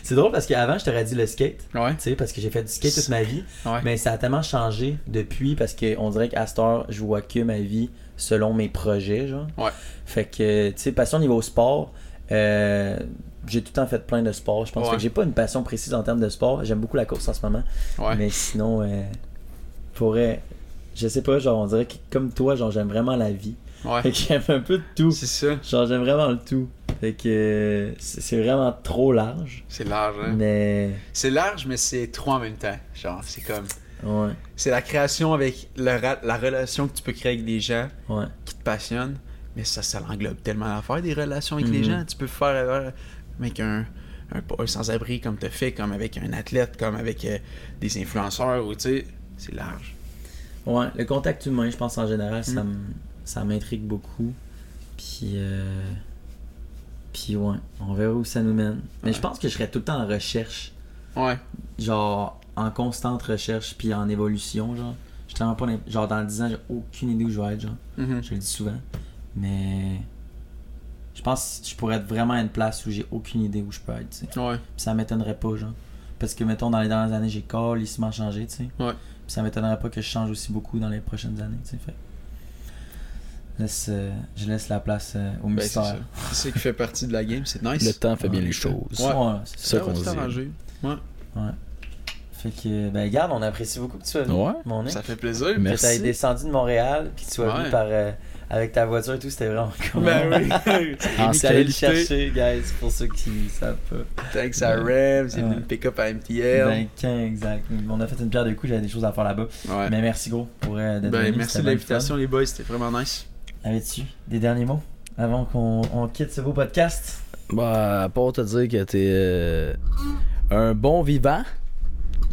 Speaker 3: c'est drôle parce qu'avant, je t'aurais dit le skate,
Speaker 1: Ouais.
Speaker 3: tu sais, parce que j'ai fait du skate toute ma vie.
Speaker 1: Ouais.
Speaker 3: Mais ça a tellement changé depuis parce qu'on dirait qu'à cette heure, je vois que ma vie selon mes projets, genre.
Speaker 1: Ouais.
Speaker 3: Fait que, tu sais, passion niveau sport, euh, j'ai tout le temps fait plein de sports, je pense.
Speaker 1: Ouais.
Speaker 3: Fait que j'ai pas une passion précise en termes de sport. J'aime beaucoup la course en ce moment.
Speaker 1: Ouais.
Speaker 3: Mais sinon, euh, pourrais. Je sais pas, genre, on dirait que comme toi, genre, j'aime vraiment la vie. Fait
Speaker 1: Ouais.
Speaker 3: que j'aime un peu de tout.
Speaker 1: C'est ça.
Speaker 3: Genre, j'aime vraiment le tout. Fait que euh, c'est c'est vraiment trop large.
Speaker 1: C'est large. hein.
Speaker 3: Mais.
Speaker 1: C'est large, mais c'est trop en même temps. Genre, c'est comme.
Speaker 3: Ouais,
Speaker 1: C'est la création avec le ra- la relation que tu peux créer avec des gens
Speaker 3: ouais.
Speaker 1: qui te passionnent. Mais ça, ça l'englobe tellement d'affaires, des relations avec les
Speaker 3: Mhm.
Speaker 1: gens. Tu peux faire euh, avec un, un, un sans-abri comme tu fait, comme avec un athlète, comme avec euh, des influenceurs, ou tu sais. C'est large.
Speaker 3: Ouais, le contact humain, je pense en général, ça m- ça m'intrigue beaucoup. Puis, euh, puis ouais, on verra où ça nous mène. Mais je pense que je serais tout le temps en recherche,
Speaker 1: Ouais.
Speaker 3: genre en constante recherche, puis en évolution, genre. Je suis vraiment pas, n'im- genre dans 10 ans, j'ai aucune idée où je vais être, genre.
Speaker 1: Mhm.
Speaker 3: Je le dis souvent, mais je pense que je pourrais être vraiment à une place où j'ai aucune idée où je peux être. tu sais.
Speaker 1: Ouais.
Speaker 3: Puis ça m'étonnerait pas, genre. Parce que, mettons, dans les dernières années, j'ai calissement changé, tu sais.
Speaker 1: Ouais.
Speaker 3: Puis ça m'étonnerait pas que je change aussi beaucoup dans les prochaines années, tu sais. Fait. Laisse, euh, je laisse la place euh, au
Speaker 1: Ben, c'est ça.
Speaker 3: mystère.
Speaker 1: C'est ça qui fait partie de la game, c'est nice.
Speaker 5: Le temps fait bien
Speaker 3: Ouais.
Speaker 5: les choses.
Speaker 1: Ouais.
Speaker 3: Ouais, c'est ça.
Speaker 5: C'est ça
Speaker 1: Ouais,
Speaker 5: qu'on
Speaker 1: tu
Speaker 5: se
Speaker 1: t'es
Speaker 5: dit.
Speaker 1: arrangé.
Speaker 3: euh, Fait que, ben, garde, on apprécie beaucoup que tu sois venu.
Speaker 5: Ouais.
Speaker 3: Mon nez.
Speaker 1: Ça fait plaisir.
Speaker 5: Mais-
Speaker 3: Que t'aies
Speaker 5: Merci.
Speaker 3: descendu de Montréal, puis que tu sois
Speaker 1: Ouais.
Speaker 3: venu par, euh, avec ta voiture et tout, c'était vraiment cool.
Speaker 1: Ben oui.
Speaker 5: En
Speaker 3: Vous allez
Speaker 5: qualité.
Speaker 3: le chercher, guys, pour ceux qui savent pas.
Speaker 1: Thanks à Rev, c'est venu
Speaker 3: Ouais.
Speaker 1: le pick-up à MTL.
Speaker 3: Ben, exact. On a fait une pierre de coups, j'avais des choses à faire là-bas.
Speaker 5: Ben,
Speaker 1: Ouais.
Speaker 3: Mais merci, gros, pour euh, d'être
Speaker 1: Ben,
Speaker 3: venu,
Speaker 1: merci
Speaker 3: c'était
Speaker 1: de
Speaker 3: bien
Speaker 1: l'invitation, les boys, c'était vraiment nice.
Speaker 3: le fun. Avais-tu des derniers mots avant qu'on on quitte ce beau podcast?
Speaker 5: Bah, à part te dire que t'es euh, un bon vivant,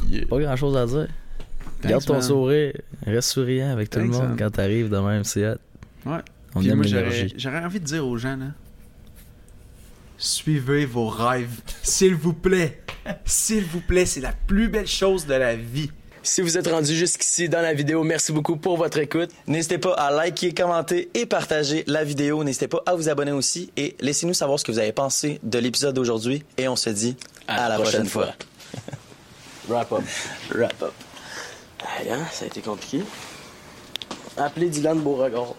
Speaker 1: Yeah.
Speaker 5: pas grand chose à dire.
Speaker 1: Thanks,
Speaker 5: Garde ton
Speaker 1: man.
Speaker 5: sourire, reste souriant avec tout
Speaker 1: Thanks,
Speaker 5: le monde
Speaker 1: man.
Speaker 5: quand t'arrives de même, c'est hot.
Speaker 1: Ouais.
Speaker 5: On
Speaker 1: Puis
Speaker 5: aime
Speaker 1: moi, j'aurais
Speaker 5: l'énergie.
Speaker 1: j'aurais envie de dire aux gens, là, suivez vos rêves, s'il vous plaît. S'il vous plaît, c'est la plus belle chose de la vie.
Speaker 4: Si vous êtes rendu jusqu'ici dans la vidéo, merci beaucoup pour votre écoute.
Speaker 7: N'hésitez pas à liker, commenter et partager la vidéo. N'hésitez pas à vous abonner aussi et laissez-nous savoir ce que vous avez pensé de l'épisode d'aujourd'hui. Et on se dit à, la prochaine, fois.
Speaker 4: Wrap up.
Speaker 7: Wrap up.
Speaker 4: Aïe, hein, ça a été compliqué. Appelez Dylan Beauregard.